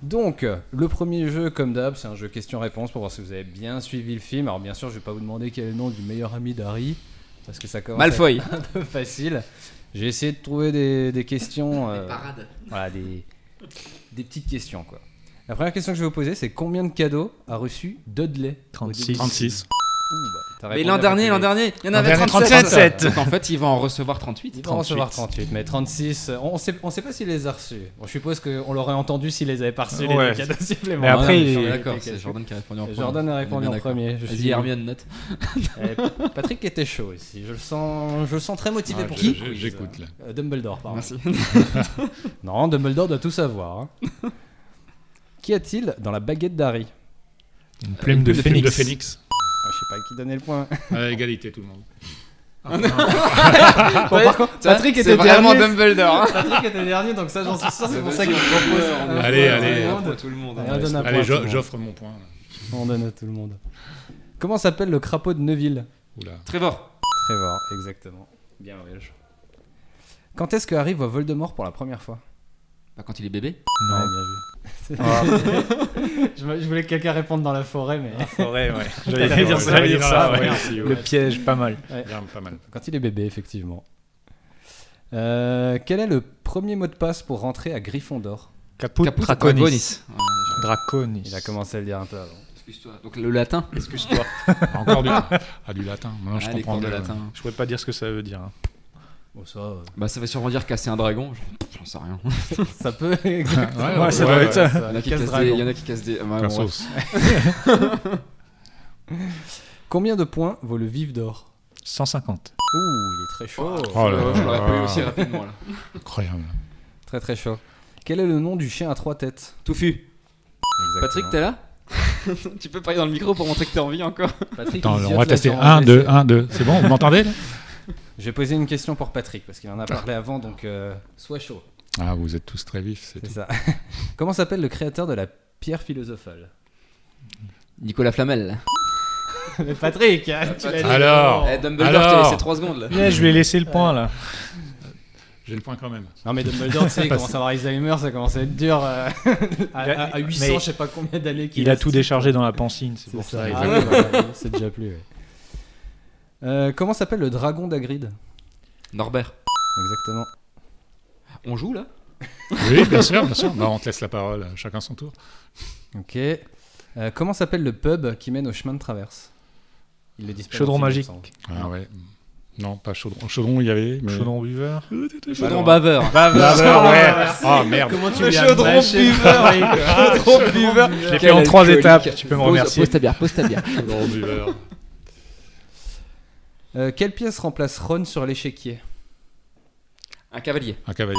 [SPEAKER 9] Donc, le premier jeu, comme d'hab, c'est un jeu question-réponse pour voir si vous avez bien suivi le film. Alors, bien sûr, je vais pas vous demander quel est le nom du meilleur ami d'Harry, parce que ça commence à être
[SPEAKER 6] Malfoy.
[SPEAKER 9] un peu facile. J'ai essayé de trouver des, des questions. euh, voilà, des, des petites questions, quoi. La première question que je vais vous poser, c'est combien de cadeaux a reçu Dudley au
[SPEAKER 8] 36.
[SPEAKER 9] début
[SPEAKER 7] 36.
[SPEAKER 9] Ouh, bah, t'as
[SPEAKER 6] Mais
[SPEAKER 9] répondu
[SPEAKER 6] l'an
[SPEAKER 9] à
[SPEAKER 6] dernier,
[SPEAKER 9] peu
[SPEAKER 6] l'an
[SPEAKER 9] près.
[SPEAKER 6] dernier, il y en
[SPEAKER 7] L'an
[SPEAKER 6] avait
[SPEAKER 7] dernier,
[SPEAKER 6] 37.
[SPEAKER 7] 37.
[SPEAKER 6] Donc en fait, il va en recevoir 38.
[SPEAKER 9] Il va en recevoir 38, mais 36, on sait, on sait pas s'il les a reçus. Bon, je suppose qu'on l'aurait entendu s'il les avait pas reçus, les
[SPEAKER 8] Ouais.
[SPEAKER 9] deux cadeaux supplémentaires.
[SPEAKER 8] Mais après,
[SPEAKER 6] Ah non,
[SPEAKER 8] il-
[SPEAKER 6] mais
[SPEAKER 9] est-
[SPEAKER 6] D'accord, c'est Jordan qui a répondu en premier.
[SPEAKER 9] Jordan a
[SPEAKER 6] On est
[SPEAKER 9] répondu
[SPEAKER 6] bien
[SPEAKER 9] en
[SPEAKER 6] d'accord.
[SPEAKER 9] premier. je
[SPEAKER 6] Vas-y,
[SPEAKER 9] suis-
[SPEAKER 6] Hermione, note.
[SPEAKER 9] Euh, Patrick était chaud ici. Je le sens, je le sens très motivé
[SPEAKER 7] Ah,
[SPEAKER 9] pour
[SPEAKER 7] je-
[SPEAKER 9] ce
[SPEAKER 7] je-
[SPEAKER 9] quiz.
[SPEAKER 7] j'écoute, là.
[SPEAKER 9] Euh, Dumbledore, pardon.
[SPEAKER 6] Merci.
[SPEAKER 9] Non, Dumbledore doit tout savoir. hein. Qu'y a-t-il dans la baguette d'Harry
[SPEAKER 8] Une plume de
[SPEAKER 7] Film de
[SPEAKER 8] phénix.
[SPEAKER 7] Phoenix.
[SPEAKER 9] Ah, Je sais pas qui donnait le point.
[SPEAKER 7] À égalité, tout le monde.
[SPEAKER 9] par contre, Patrick
[SPEAKER 6] C'est
[SPEAKER 9] était
[SPEAKER 6] vraiment
[SPEAKER 9] dernier.
[SPEAKER 6] Dumbledore. hein.
[SPEAKER 9] Patrick était dernier, donc ça j'en suis sûr. C'est pour ça qu'on propose. un
[SPEAKER 7] Allez,
[SPEAKER 9] point à
[SPEAKER 7] allez.
[SPEAKER 9] tout le monde.
[SPEAKER 6] tout le monde.
[SPEAKER 9] Allez, on donne un point
[SPEAKER 7] Allez,
[SPEAKER 9] à tout
[SPEAKER 7] j'o-
[SPEAKER 9] le monde.
[SPEAKER 7] j'offre mon point. là.
[SPEAKER 9] On donne à tout le monde. Comment s'appelle le crapaud de Neuville
[SPEAKER 7] Oula.
[SPEAKER 6] Trevor.
[SPEAKER 9] Trevor, exactement. Bien belge. Quand est-ce que Harry voit Voldemort pour la première fois
[SPEAKER 6] Bah, quand il est bébé.
[SPEAKER 8] Non.
[SPEAKER 9] Ouais, bien vu. je, me- je voulais que quelqu'un réponde dans la forêt, mais.
[SPEAKER 8] Forêt, ouais.
[SPEAKER 9] J'allais
[SPEAKER 8] J'allais
[SPEAKER 9] dire
[SPEAKER 8] dire
[SPEAKER 9] ça,
[SPEAKER 8] ça,
[SPEAKER 9] j'allais dire ça, ouais.
[SPEAKER 7] Merci, ouais.
[SPEAKER 8] Le piège, pas mal.
[SPEAKER 7] Bien, pas mal.
[SPEAKER 9] Quand il est bébé, effectivement. Euh, quel est le premier mot de passe pour rentrer à Gryffondor
[SPEAKER 8] Caput,
[SPEAKER 6] Caput
[SPEAKER 8] Draconis.
[SPEAKER 6] Ouais, je-
[SPEAKER 8] Draconis.
[SPEAKER 9] Il a commencé à le dire un peu avant.
[SPEAKER 6] Euh, Excuse-toi. Donc le latin.
[SPEAKER 7] Excuse-toi. Encore du, ah, du latin. Maintenant, je
[SPEAKER 6] Ah, les
[SPEAKER 7] comprends
[SPEAKER 6] cours de
[SPEAKER 7] mieux.
[SPEAKER 6] latin.
[SPEAKER 8] Je pourrais pas dire ce que ça veut dire. hein.
[SPEAKER 9] Bon, ça, euh,
[SPEAKER 6] Bah, ça veut sûrement dire casser un dragon. J'en- J'en sais rien.
[SPEAKER 9] ça peut. exactement.
[SPEAKER 7] Ouais,
[SPEAKER 8] Ouais,
[SPEAKER 7] ouais,
[SPEAKER 8] ça
[SPEAKER 7] ouais,
[SPEAKER 8] doit
[SPEAKER 7] ouais.
[SPEAKER 8] être ça.
[SPEAKER 6] Il
[SPEAKER 9] Ça,
[SPEAKER 6] y en a qui cassent
[SPEAKER 9] casse
[SPEAKER 6] des.
[SPEAKER 9] dragon.
[SPEAKER 6] Il y en a qui cassent des. Ouais,
[SPEAKER 7] La
[SPEAKER 6] bon, bref.
[SPEAKER 7] sauce.
[SPEAKER 9] Combien de points vaut le vif d'or
[SPEAKER 8] 150.
[SPEAKER 9] Ouh, il est très chaud.
[SPEAKER 7] Oh là
[SPEAKER 6] Ouais, ouais, je l'aurais pas eu
[SPEAKER 7] là.
[SPEAKER 6] aussi rapidement là.
[SPEAKER 7] Incroyable.
[SPEAKER 9] Très très chaud. Quel est le nom du chien à trois têtes
[SPEAKER 6] Touffu. Patrick, t'es là Tu peux parler dans le micro pour montrer que t'es en vie encore.
[SPEAKER 9] Patrick,
[SPEAKER 7] Attends,
[SPEAKER 9] il
[SPEAKER 7] on
[SPEAKER 9] ziote
[SPEAKER 7] va
[SPEAKER 9] la
[SPEAKER 7] tester.
[SPEAKER 9] sur-
[SPEAKER 7] 1, 2, 1, 2. C'est bon, vous m'entendez là
[SPEAKER 9] Je vais poser une question pour Patrick parce qu'il en a parlé avant, donc euh, sois chaud.
[SPEAKER 7] Ah, vous êtes tous très vifs. c'est
[SPEAKER 9] C'est
[SPEAKER 7] tout.
[SPEAKER 9] ça. Comment s'appelle le créateur de la pierre philosophale
[SPEAKER 6] Nicolas Flamel.
[SPEAKER 9] Mais Patrick, hein, tu l'as dit.
[SPEAKER 7] Alors,
[SPEAKER 6] Eh, Dumbledore, je t'ai
[SPEAKER 7] alors.
[SPEAKER 6] laissé 3 secondes là.
[SPEAKER 8] je vais laisser le point là.
[SPEAKER 7] j'ai le point quand même.
[SPEAKER 9] Non mais Dumbledore, tu sais, il commence à avoir Alzheimer, ça commence à être dur. euh, à,
[SPEAKER 8] Il a-
[SPEAKER 9] à- à 800,
[SPEAKER 8] mais
[SPEAKER 9] je sais pas combien d'années qu'il
[SPEAKER 8] Il a tout déchargé dans la pancine, c'est
[SPEAKER 9] C'est
[SPEAKER 8] pour
[SPEAKER 9] ça,
[SPEAKER 8] ça.
[SPEAKER 9] ah ouais, bah, c'est déjà plus. ouais. Euh, comment s'appelle le dragon d'Agrid
[SPEAKER 6] Norbert.
[SPEAKER 9] Exactement.
[SPEAKER 6] On joue là
[SPEAKER 7] Oui, bien sûr, bien sûr. Bah, on te laisse la parole, chacun son tour.
[SPEAKER 9] Ok. Euh, comment s'appelle le pub qui mène au chemin de traverse Il le dit pas dans le
[SPEAKER 8] Chaudron
[SPEAKER 9] film,
[SPEAKER 8] magique.
[SPEAKER 9] il me semble.
[SPEAKER 7] Ah ouais. Non, pas chaudron. Oh, Chaudron, il y avait. Mais...
[SPEAKER 8] Chaudron buveur.
[SPEAKER 6] Chaudron baveur.
[SPEAKER 7] Baveur, ouais. Ah merde.
[SPEAKER 9] Comment tu
[SPEAKER 6] Le
[SPEAKER 9] viens de
[SPEAKER 6] chaudron
[SPEAKER 9] mâcher le
[SPEAKER 6] buveur.
[SPEAKER 9] travail, quoi
[SPEAKER 6] Chaudron buveur.
[SPEAKER 8] Je l'ai fait en trois étapes, tu peux me remercier.
[SPEAKER 6] Pose ta bière, pose ta bière.
[SPEAKER 7] Chaudron buveur.
[SPEAKER 9] Euh, Quelle pièce remplace Ron sur l'échiquier
[SPEAKER 6] Un cavalier.
[SPEAKER 7] Un cavalier.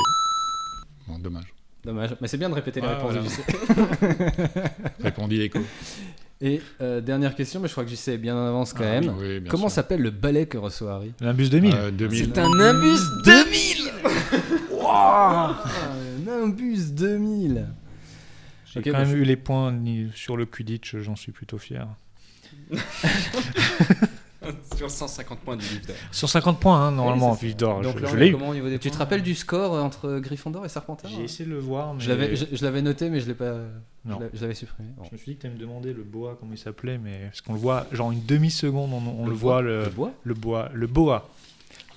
[SPEAKER 7] Bon, dommage.
[SPEAKER 9] Dommage, mais c'est bien de répéter
[SPEAKER 7] Ouais,
[SPEAKER 9] les réponses.
[SPEAKER 7] voilà.
[SPEAKER 9] du lycée.
[SPEAKER 7] Répondit l'écho.
[SPEAKER 9] Et euh, dernière question, mais je crois que j'y sais bien en avance quand même.
[SPEAKER 7] Ah, Oui, bien
[SPEAKER 9] Comment
[SPEAKER 7] sûr.
[SPEAKER 9] s'appelle le ballet que reçoit Harry
[SPEAKER 6] Ah,
[SPEAKER 8] Nimbus 2000.
[SPEAKER 7] Euh, 2000.
[SPEAKER 6] C'est un imbus 2000
[SPEAKER 8] Wouah
[SPEAKER 9] Nimbus 2000
[SPEAKER 8] J'ai
[SPEAKER 9] Ok,
[SPEAKER 8] quand
[SPEAKER 9] bah,
[SPEAKER 8] même
[SPEAKER 9] je-
[SPEAKER 8] eu les points ni- sur le Quidditch, j'en suis plutôt fier.
[SPEAKER 6] Sur 150 points du livre d'or.
[SPEAKER 8] 150 points, hein, normalement,
[SPEAKER 9] Oui, c'est ça.
[SPEAKER 8] Ville d'Or.
[SPEAKER 9] Donc
[SPEAKER 8] Je,
[SPEAKER 9] là,
[SPEAKER 8] je
[SPEAKER 9] on est
[SPEAKER 8] l'ai eu.
[SPEAKER 9] comment au niveau des Tu te rappelles du score euh, entre Gryffondor et Serpentard
[SPEAKER 8] J'ai essayé de le voir, mais.
[SPEAKER 9] Je l'avais- je- je l'avais noté, mais je l'ai pas. je
[SPEAKER 8] Non.
[SPEAKER 9] l'avais- Je l'avais supprimé. Bon.
[SPEAKER 8] Je me suis dit que tu me demander le boa, comment il s'appelait, mais parce qu'on le voit, genre une demi-seconde, on, on le,
[SPEAKER 9] Le
[SPEAKER 8] voit,
[SPEAKER 9] boa-
[SPEAKER 8] le,
[SPEAKER 9] le boa
[SPEAKER 8] le boa, le boa,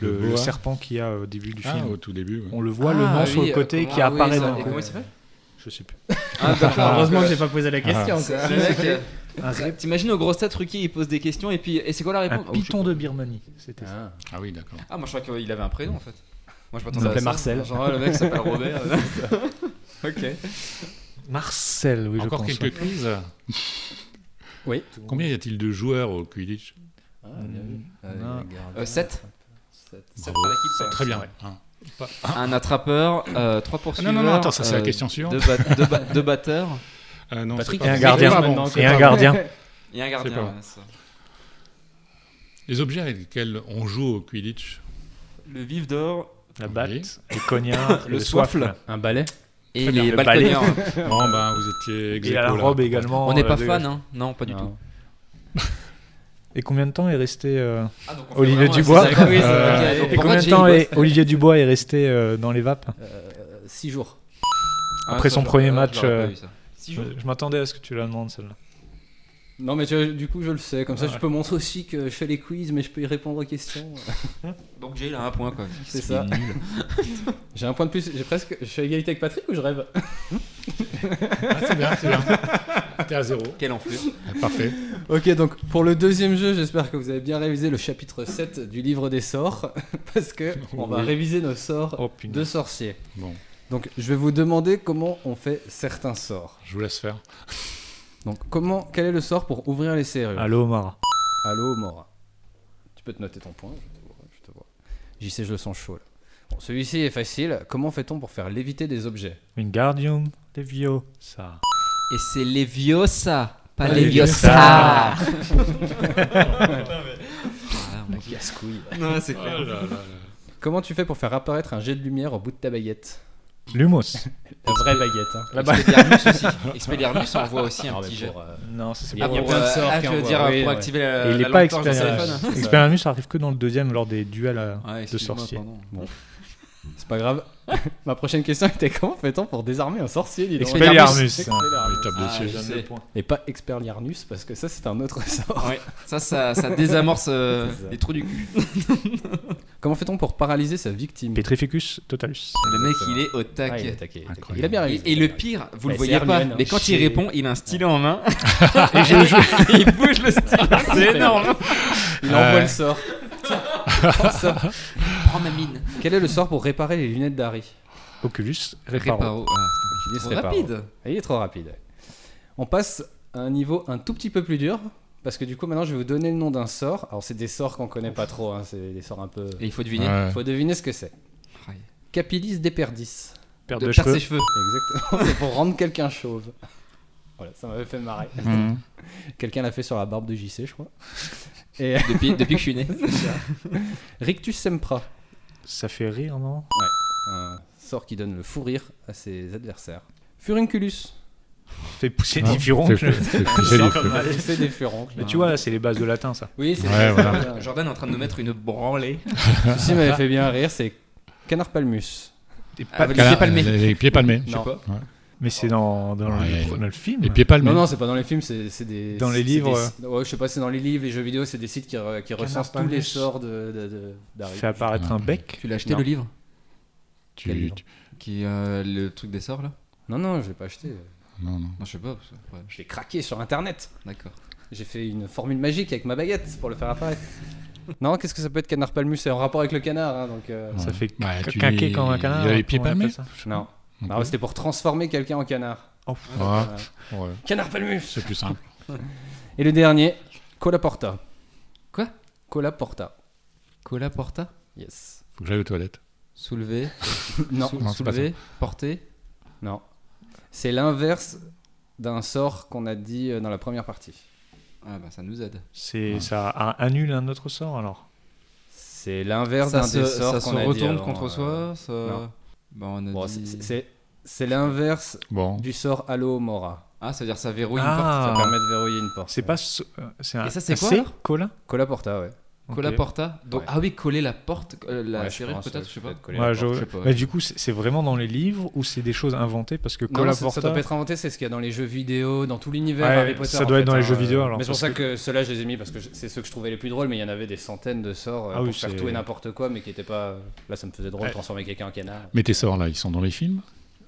[SPEAKER 7] Le
[SPEAKER 8] le, le
[SPEAKER 7] boa.
[SPEAKER 8] serpent qu'il y a au début du
[SPEAKER 7] Ah,
[SPEAKER 8] film.
[SPEAKER 7] au tout début. ouais.
[SPEAKER 8] On le voit,
[SPEAKER 6] Ah,
[SPEAKER 8] le nom
[SPEAKER 6] oui,
[SPEAKER 8] sur le
[SPEAKER 6] euh,
[SPEAKER 8] côté
[SPEAKER 6] comment-
[SPEAKER 8] qui
[SPEAKER 6] ah oui,
[SPEAKER 8] apparaît
[SPEAKER 6] ça-
[SPEAKER 8] d'un
[SPEAKER 6] et
[SPEAKER 8] coup.
[SPEAKER 6] comment il s'appelle
[SPEAKER 8] Je sais plus.
[SPEAKER 6] Ah, d'accord.
[SPEAKER 9] Heureusement que
[SPEAKER 6] j'ai
[SPEAKER 9] j'ai pas posé la question. quoi.
[SPEAKER 6] euh, T'imagines aux grosses têtes, Ruki, il pose des questions et puis. Et c'est quoi la
[SPEAKER 8] Un
[SPEAKER 6] réponse Oh, je-
[SPEAKER 8] python de Birmanie, c'était ça.
[SPEAKER 9] Ah.
[SPEAKER 7] Ah oui, d'accord.
[SPEAKER 6] Ah, moi je crois qu'il avait un prénom en fait. Moi je
[SPEAKER 9] Il
[SPEAKER 6] m'attendais à
[SPEAKER 9] s'appelait
[SPEAKER 6] ça.
[SPEAKER 9] Marcel.
[SPEAKER 6] Genre, ouais, le mec s'appelle Robert. ok. Euh,
[SPEAKER 8] Marcel, oui,
[SPEAKER 7] Encore
[SPEAKER 8] je pense.
[SPEAKER 7] quelques quiz.
[SPEAKER 9] Oui.
[SPEAKER 7] Combien y a-t-il de joueurs au Quidditch
[SPEAKER 9] Ah, bien vu. Allez,
[SPEAKER 8] Non.
[SPEAKER 9] regarde.
[SPEAKER 6] 7
[SPEAKER 9] Sept.
[SPEAKER 6] Ça
[SPEAKER 7] Bravo.
[SPEAKER 6] par équipe, ça.
[SPEAKER 7] Très bien.
[SPEAKER 6] Ouais.
[SPEAKER 7] hein.
[SPEAKER 6] Un attrapeur, euh, 3
[SPEAKER 7] Ah,
[SPEAKER 6] poursuivants.
[SPEAKER 7] non, non, non, attends, ça c'est la question suivante.
[SPEAKER 6] euh, Deux, bat- deux ba- deux batteurs
[SPEAKER 7] Euh, non,
[SPEAKER 9] Patrick,
[SPEAKER 7] c'est pas
[SPEAKER 8] Et un
[SPEAKER 7] bon.
[SPEAKER 8] gardien.
[SPEAKER 7] C'est pas bon,
[SPEAKER 9] Et
[SPEAKER 7] c'est
[SPEAKER 8] Et un
[SPEAKER 7] pas
[SPEAKER 8] gardien.
[SPEAKER 6] et un
[SPEAKER 7] C'est pas
[SPEAKER 6] gardien.
[SPEAKER 7] bon.
[SPEAKER 6] ouais, ça.
[SPEAKER 7] bon. Les objets avec lesquels on joue au Quidditch.
[SPEAKER 6] Le vif d'or
[SPEAKER 8] La batte,
[SPEAKER 7] Oui.
[SPEAKER 8] les cognards,
[SPEAKER 6] Le soifle.
[SPEAKER 9] Un balai
[SPEAKER 6] et
[SPEAKER 7] Très bien.
[SPEAKER 6] les
[SPEAKER 8] Le
[SPEAKER 6] balconnières.
[SPEAKER 7] Bon, ben, vous étiez
[SPEAKER 8] Et la
[SPEAKER 7] ex-aequo, là.
[SPEAKER 8] robe également.
[SPEAKER 6] On n'est pas
[SPEAKER 8] euh, de-
[SPEAKER 6] fan, hein Non, pas du tout.
[SPEAKER 9] Non.
[SPEAKER 8] Et combien de temps est resté euh,
[SPEAKER 6] Ah, donc on fait
[SPEAKER 8] Olivier
[SPEAKER 6] vraiment un
[SPEAKER 8] Dubois
[SPEAKER 6] sacré quiz,
[SPEAKER 7] Euh,
[SPEAKER 6] ok, donc
[SPEAKER 8] Et
[SPEAKER 6] pour
[SPEAKER 8] combien
[SPEAKER 6] moi,
[SPEAKER 8] de
[SPEAKER 6] j'ai
[SPEAKER 8] temps
[SPEAKER 6] une
[SPEAKER 8] est Olivier Dubois est resté euh, dans les vapes
[SPEAKER 9] Euh, Six jours.
[SPEAKER 6] Ah,
[SPEAKER 8] Après
[SPEAKER 6] ça,
[SPEAKER 8] son
[SPEAKER 6] je-
[SPEAKER 8] premier
[SPEAKER 6] je
[SPEAKER 8] match,
[SPEAKER 6] l'aurais pas
[SPEAKER 8] euh,
[SPEAKER 6] eu, ça. Six
[SPEAKER 8] Je,
[SPEAKER 6] jours.
[SPEAKER 8] je m'attendais à ce que tu la demandes celle-là.
[SPEAKER 9] Non, mais tu vois, du coup, je le sais. Comme ça,
[SPEAKER 8] Ah Ouais.
[SPEAKER 9] je peux montrer aussi que je fais les quiz, mais je peux y répondre aux questions.
[SPEAKER 6] Donc Jay il a un point quoi.
[SPEAKER 9] C'est ça. J'ai un point de plus. J'ai presque. Je suis à égalité avec Patrick ou je rêve
[SPEAKER 7] Ah, c'est bien, c'est bien. T'es à zéro.
[SPEAKER 6] Quel enflure.
[SPEAKER 7] Ah, Parfait.
[SPEAKER 9] Ok, donc pour le deuxième jeu, j'espère que vous avez bien révisé le chapitre 7 du livre des sorts, parce que on va
[SPEAKER 7] Oui.
[SPEAKER 9] réviser nos sorts
[SPEAKER 8] Oh putain.
[SPEAKER 9] de sorciers.
[SPEAKER 7] Bon,
[SPEAKER 9] Donc je vais vous demander comment on fait certains sorts.
[SPEAKER 7] je vous laisse faire.
[SPEAKER 9] Donc comment, quel est le sort pour ouvrir les serrures
[SPEAKER 8] Allô Omar.
[SPEAKER 9] Allô, Mora. Tu peux te noter ton point, je te vois. Je te vois. J'y sais, je le sens chaud là. Bon, celui-ci est facile. Comment fait-on pour faire léviter des objets
[SPEAKER 8] Wingardium Levio. Ça.
[SPEAKER 6] Et c'est Leviosa, pas
[SPEAKER 8] Ah,
[SPEAKER 6] Leviosa.
[SPEAKER 8] Leviosa.
[SPEAKER 6] Ah, mon Dieu.
[SPEAKER 9] Casse-couille.
[SPEAKER 6] Non, c'est
[SPEAKER 7] Oh là
[SPEAKER 6] clair.
[SPEAKER 7] là là.
[SPEAKER 9] Comment tu fais pour faire apparaître un jet de lumière au bout de ta baguette
[SPEAKER 8] Lumos.
[SPEAKER 9] La vraie baguette, hein.
[SPEAKER 6] Expelliarmus aussi. Expelliarmus envoie aussi un petit jet.
[SPEAKER 9] pour, euh,
[SPEAKER 8] non, ça c'est
[SPEAKER 9] Ah,
[SPEAKER 8] pas
[SPEAKER 9] il y a
[SPEAKER 8] bon.
[SPEAKER 9] plein de
[SPEAKER 6] euh,
[SPEAKER 9] sorts
[SPEAKER 6] ah,
[SPEAKER 9] qui
[SPEAKER 6] je veux
[SPEAKER 9] envoient,
[SPEAKER 6] dire,
[SPEAKER 9] oui,
[SPEAKER 6] pour
[SPEAKER 9] ouais.
[SPEAKER 6] activer la,
[SPEAKER 8] Et il
[SPEAKER 6] la
[SPEAKER 8] est pas
[SPEAKER 6] lampe torche dans son
[SPEAKER 8] Expelliarmus.
[SPEAKER 6] téléphone.
[SPEAKER 8] Expelliarmus ça arrive que dans le deuxième lors des duels à-
[SPEAKER 6] Ouais,
[SPEAKER 8] euh, de
[SPEAKER 6] excuse-moi,
[SPEAKER 8] sorciers.
[SPEAKER 6] pardon.
[SPEAKER 9] C'est pas grave. Ma prochaine question était comment fait-on pour désarmer un sorcier dis donc
[SPEAKER 8] Expelliarmus.
[SPEAKER 7] Les tables de
[SPEAKER 6] Ah,
[SPEAKER 7] siège.
[SPEAKER 6] je sais.
[SPEAKER 9] Et pas Expelliarnus parce que ça c'est un autre sort.
[SPEAKER 6] Ouais, ça, ça, ça désamorce euh,
[SPEAKER 9] C'est ça.
[SPEAKER 6] les trous du cul.
[SPEAKER 9] Comment fait-on pour paralyser sa victime
[SPEAKER 8] Petrificus totalus.
[SPEAKER 6] Le mec,
[SPEAKER 9] Exactement.
[SPEAKER 6] il est au
[SPEAKER 9] Ah, il est
[SPEAKER 6] taquet.
[SPEAKER 9] attaqué, il est attaqué.
[SPEAKER 7] Incroyable.
[SPEAKER 9] Il a bien réussi.
[SPEAKER 6] Et, et le pire, vous le
[SPEAKER 9] Bah,
[SPEAKER 6] voyez
[SPEAKER 9] c'est
[SPEAKER 6] pas,
[SPEAKER 9] Hermione, hein.
[SPEAKER 6] mais quand il
[SPEAKER 9] Chez-
[SPEAKER 6] répond, il a un stylo en main. Et je- je- il bouge le stylo, c'est énorme.
[SPEAKER 9] Il envoie
[SPEAKER 7] Ouais.
[SPEAKER 9] le sort. Prends ça.
[SPEAKER 6] Prends ma mine.
[SPEAKER 9] Quel est le sort pour réparer les lunettes d'Harry
[SPEAKER 8] Oculus. Reparo.
[SPEAKER 6] Réparo. Ah,
[SPEAKER 9] Utilise
[SPEAKER 6] trop
[SPEAKER 9] Reparo.
[SPEAKER 6] rapide.
[SPEAKER 9] hein. Il est trop rapide. On passe à un niveau un tout petit peu plus dur. Parce que du coup, maintenant, je vais vous donner le nom d'un sort. Alors, c'est des sorts qu'on connaît pas trop. hein, C'est des sorts un peu.
[SPEAKER 6] Et il faut deviner.
[SPEAKER 7] Ouais.
[SPEAKER 9] Faut deviner ce que c'est.
[SPEAKER 6] Aïe.
[SPEAKER 9] Capilis déperdis.
[SPEAKER 8] Perte
[SPEAKER 6] De
[SPEAKER 8] de
[SPEAKER 6] perdre
[SPEAKER 8] cheveux.
[SPEAKER 6] ses cheveux.
[SPEAKER 9] Exactement, c'est pour rendre quelqu'un chauve. Voilà, ça m'avait fait marrer.
[SPEAKER 6] Hmm.
[SPEAKER 9] Quelqu'un l'a fait sur la barbe de JC, je crois. Et euh,
[SPEAKER 6] Depuis, depuis que je suis né.
[SPEAKER 9] Rictus Sempra,
[SPEAKER 8] Ça fait rire, non
[SPEAKER 9] un sort qui donne le fou rire à ses adversaires. Furunculus,
[SPEAKER 8] Fait pousser
[SPEAKER 7] Non,
[SPEAKER 8] des
[SPEAKER 7] c'est-
[SPEAKER 8] furoncles.
[SPEAKER 7] c'est- c'est- c'est-
[SPEAKER 9] c'est des furoncles.
[SPEAKER 8] Mais tu vois, là, c'est les bases de latin, ça.
[SPEAKER 9] Oui, c'est
[SPEAKER 7] Ouais, voilà.
[SPEAKER 6] Ah, Jordan est en train de nous mettre une branlée.
[SPEAKER 9] Celui-ci m'avait fait bien rire, c'est Canard Palmus.
[SPEAKER 8] Des
[SPEAKER 6] Ah,
[SPEAKER 8] pattes-
[SPEAKER 6] Les pieds
[SPEAKER 7] Canard-
[SPEAKER 6] palmés.
[SPEAKER 7] Les les pieds palmés.
[SPEAKER 9] Non.
[SPEAKER 8] Mais c'est dans, dans,
[SPEAKER 7] Ouais.
[SPEAKER 8] le, dans le film.
[SPEAKER 7] Les pieds palmés.
[SPEAKER 9] Non, non, c'est pas dans les films, c'est c'est des.
[SPEAKER 8] Dans les
[SPEAKER 9] c'est
[SPEAKER 8] livres,
[SPEAKER 9] des- ouais, je sais pas, c'est dans les livres, les jeux vidéo, c'est des sites qui, re- qui recensent tous
[SPEAKER 8] Palmus.
[SPEAKER 9] les sorts de- de- de- d'Harry.
[SPEAKER 8] fait apparaître un bec.
[SPEAKER 6] Tu l'as acheté
[SPEAKER 9] Non.
[SPEAKER 6] le livre
[SPEAKER 7] Tu-
[SPEAKER 9] Quel livre
[SPEAKER 7] tu-
[SPEAKER 6] Qui euh, le truc des sorts là
[SPEAKER 9] Non, non, je l'ai pas acheté.
[SPEAKER 7] Non, non.
[SPEAKER 6] Non, je sais pas. parce que- ouais,
[SPEAKER 9] Je l'ai craqué sur internet.
[SPEAKER 6] D'accord.
[SPEAKER 9] J'ai fait une formule magique avec ma baguette pour le faire apparaître. non, qu'est-ce que ça peut être canard palmus C'est en rapport avec le canard, hein, donc. euh,
[SPEAKER 8] Ça
[SPEAKER 7] Ouais.
[SPEAKER 8] fait
[SPEAKER 7] Bah, tu-
[SPEAKER 8] quinquer comme un canard.
[SPEAKER 7] Il a les
[SPEAKER 8] comment
[SPEAKER 7] pieds
[SPEAKER 8] on appelle
[SPEAKER 7] palmés.
[SPEAKER 8] ça
[SPEAKER 9] Non.
[SPEAKER 7] Non
[SPEAKER 9] Ah,
[SPEAKER 7] plus.
[SPEAKER 9] C'était pour transformer quelqu'un en canard.
[SPEAKER 8] Oh,
[SPEAKER 7] Ouais,
[SPEAKER 9] Voilà.
[SPEAKER 7] ouais,
[SPEAKER 9] Canard palmus
[SPEAKER 7] C'est plus simple.
[SPEAKER 9] Et le dernier, Colaporta.
[SPEAKER 6] Quoi
[SPEAKER 9] Colaporta.
[SPEAKER 6] Cola porta
[SPEAKER 9] Yes.
[SPEAKER 7] Faut que j'aille aux toilettes.
[SPEAKER 6] Soulever.
[SPEAKER 9] Non,
[SPEAKER 6] sou-
[SPEAKER 7] non, c'est pas
[SPEAKER 6] soulever. Porter.
[SPEAKER 9] non. C'est l'inverse d'un sort qu'on a dit euh, dans la première partie.
[SPEAKER 6] Ah bah ça nous aide.
[SPEAKER 8] C'est ça a- annule un autre sort alors.
[SPEAKER 9] C'est l'inverse
[SPEAKER 6] Ça
[SPEAKER 9] d'un
[SPEAKER 6] se,
[SPEAKER 9] des
[SPEAKER 6] ça
[SPEAKER 9] sorts
[SPEAKER 6] se
[SPEAKER 9] qu'on a dit
[SPEAKER 6] retourne
[SPEAKER 9] avant,
[SPEAKER 6] contre
[SPEAKER 9] euh,
[SPEAKER 6] soi. Ça...
[SPEAKER 9] non.
[SPEAKER 6] Bon, on a
[SPEAKER 9] Bon,
[SPEAKER 6] dit-
[SPEAKER 9] c'est- c'est- c'est- C'est l'inverse
[SPEAKER 7] Bon.
[SPEAKER 9] du sort Allo Mora.
[SPEAKER 6] Ah, ça veut dire ça verrouille
[SPEAKER 8] une Ah. porte.
[SPEAKER 9] Ça permet de verrouiller une porte.
[SPEAKER 8] C'est pas. so- euh, C'est un.
[SPEAKER 6] Et ça, c'est
[SPEAKER 8] un
[SPEAKER 6] quoi,
[SPEAKER 8] C,
[SPEAKER 6] alors
[SPEAKER 8] Cola
[SPEAKER 9] Cola Porta, ouais.
[SPEAKER 8] Ok.
[SPEAKER 6] Cola porta. Donc,
[SPEAKER 9] Ouais.
[SPEAKER 6] Ah oui, coller la porte, euh, la
[SPEAKER 9] Ouais, je
[SPEAKER 6] serrure
[SPEAKER 9] pense,
[SPEAKER 6] peut-être,
[SPEAKER 9] ouais,
[SPEAKER 6] je sais pas.
[SPEAKER 9] peut-être coller
[SPEAKER 8] Ouais,
[SPEAKER 9] la porte.
[SPEAKER 8] je-
[SPEAKER 6] je sais pas, ouais.
[SPEAKER 8] Mais du coup, c'est c'est vraiment dans les livres ou c'est des choses inventées Parce que
[SPEAKER 9] Non,
[SPEAKER 8] Cola
[SPEAKER 9] non, ça, ça
[SPEAKER 8] Porta.
[SPEAKER 9] doit pas être inventé, c'est ce qu'il y a dans les jeux vidéo, dans tout l'univers
[SPEAKER 8] Ouais,
[SPEAKER 9] Harry Potter.
[SPEAKER 8] ça
[SPEAKER 9] en
[SPEAKER 8] doit être
[SPEAKER 9] fait,
[SPEAKER 8] dans les
[SPEAKER 9] hein,
[SPEAKER 8] jeux
[SPEAKER 9] euh,
[SPEAKER 8] vidéo, alors,
[SPEAKER 9] Mais c'est
[SPEAKER 8] parce
[SPEAKER 9] pour ça
[SPEAKER 8] que-
[SPEAKER 9] que, ceux-là, je les ai mis parce que je- c'est ceux que je trouvais les plus drôles, mais il y en avait des centaines de sorts euh,
[SPEAKER 8] Ah
[SPEAKER 9] pour
[SPEAKER 8] oui,
[SPEAKER 9] faire
[SPEAKER 8] c'est-
[SPEAKER 9] tout et n'importe quoi, mais qui n'étaient pas. Là, ça me faisait drôle
[SPEAKER 8] Ouais.
[SPEAKER 9] de transformer quelqu'un en canard.
[SPEAKER 7] Mais tes sorts là, ils sont dans les films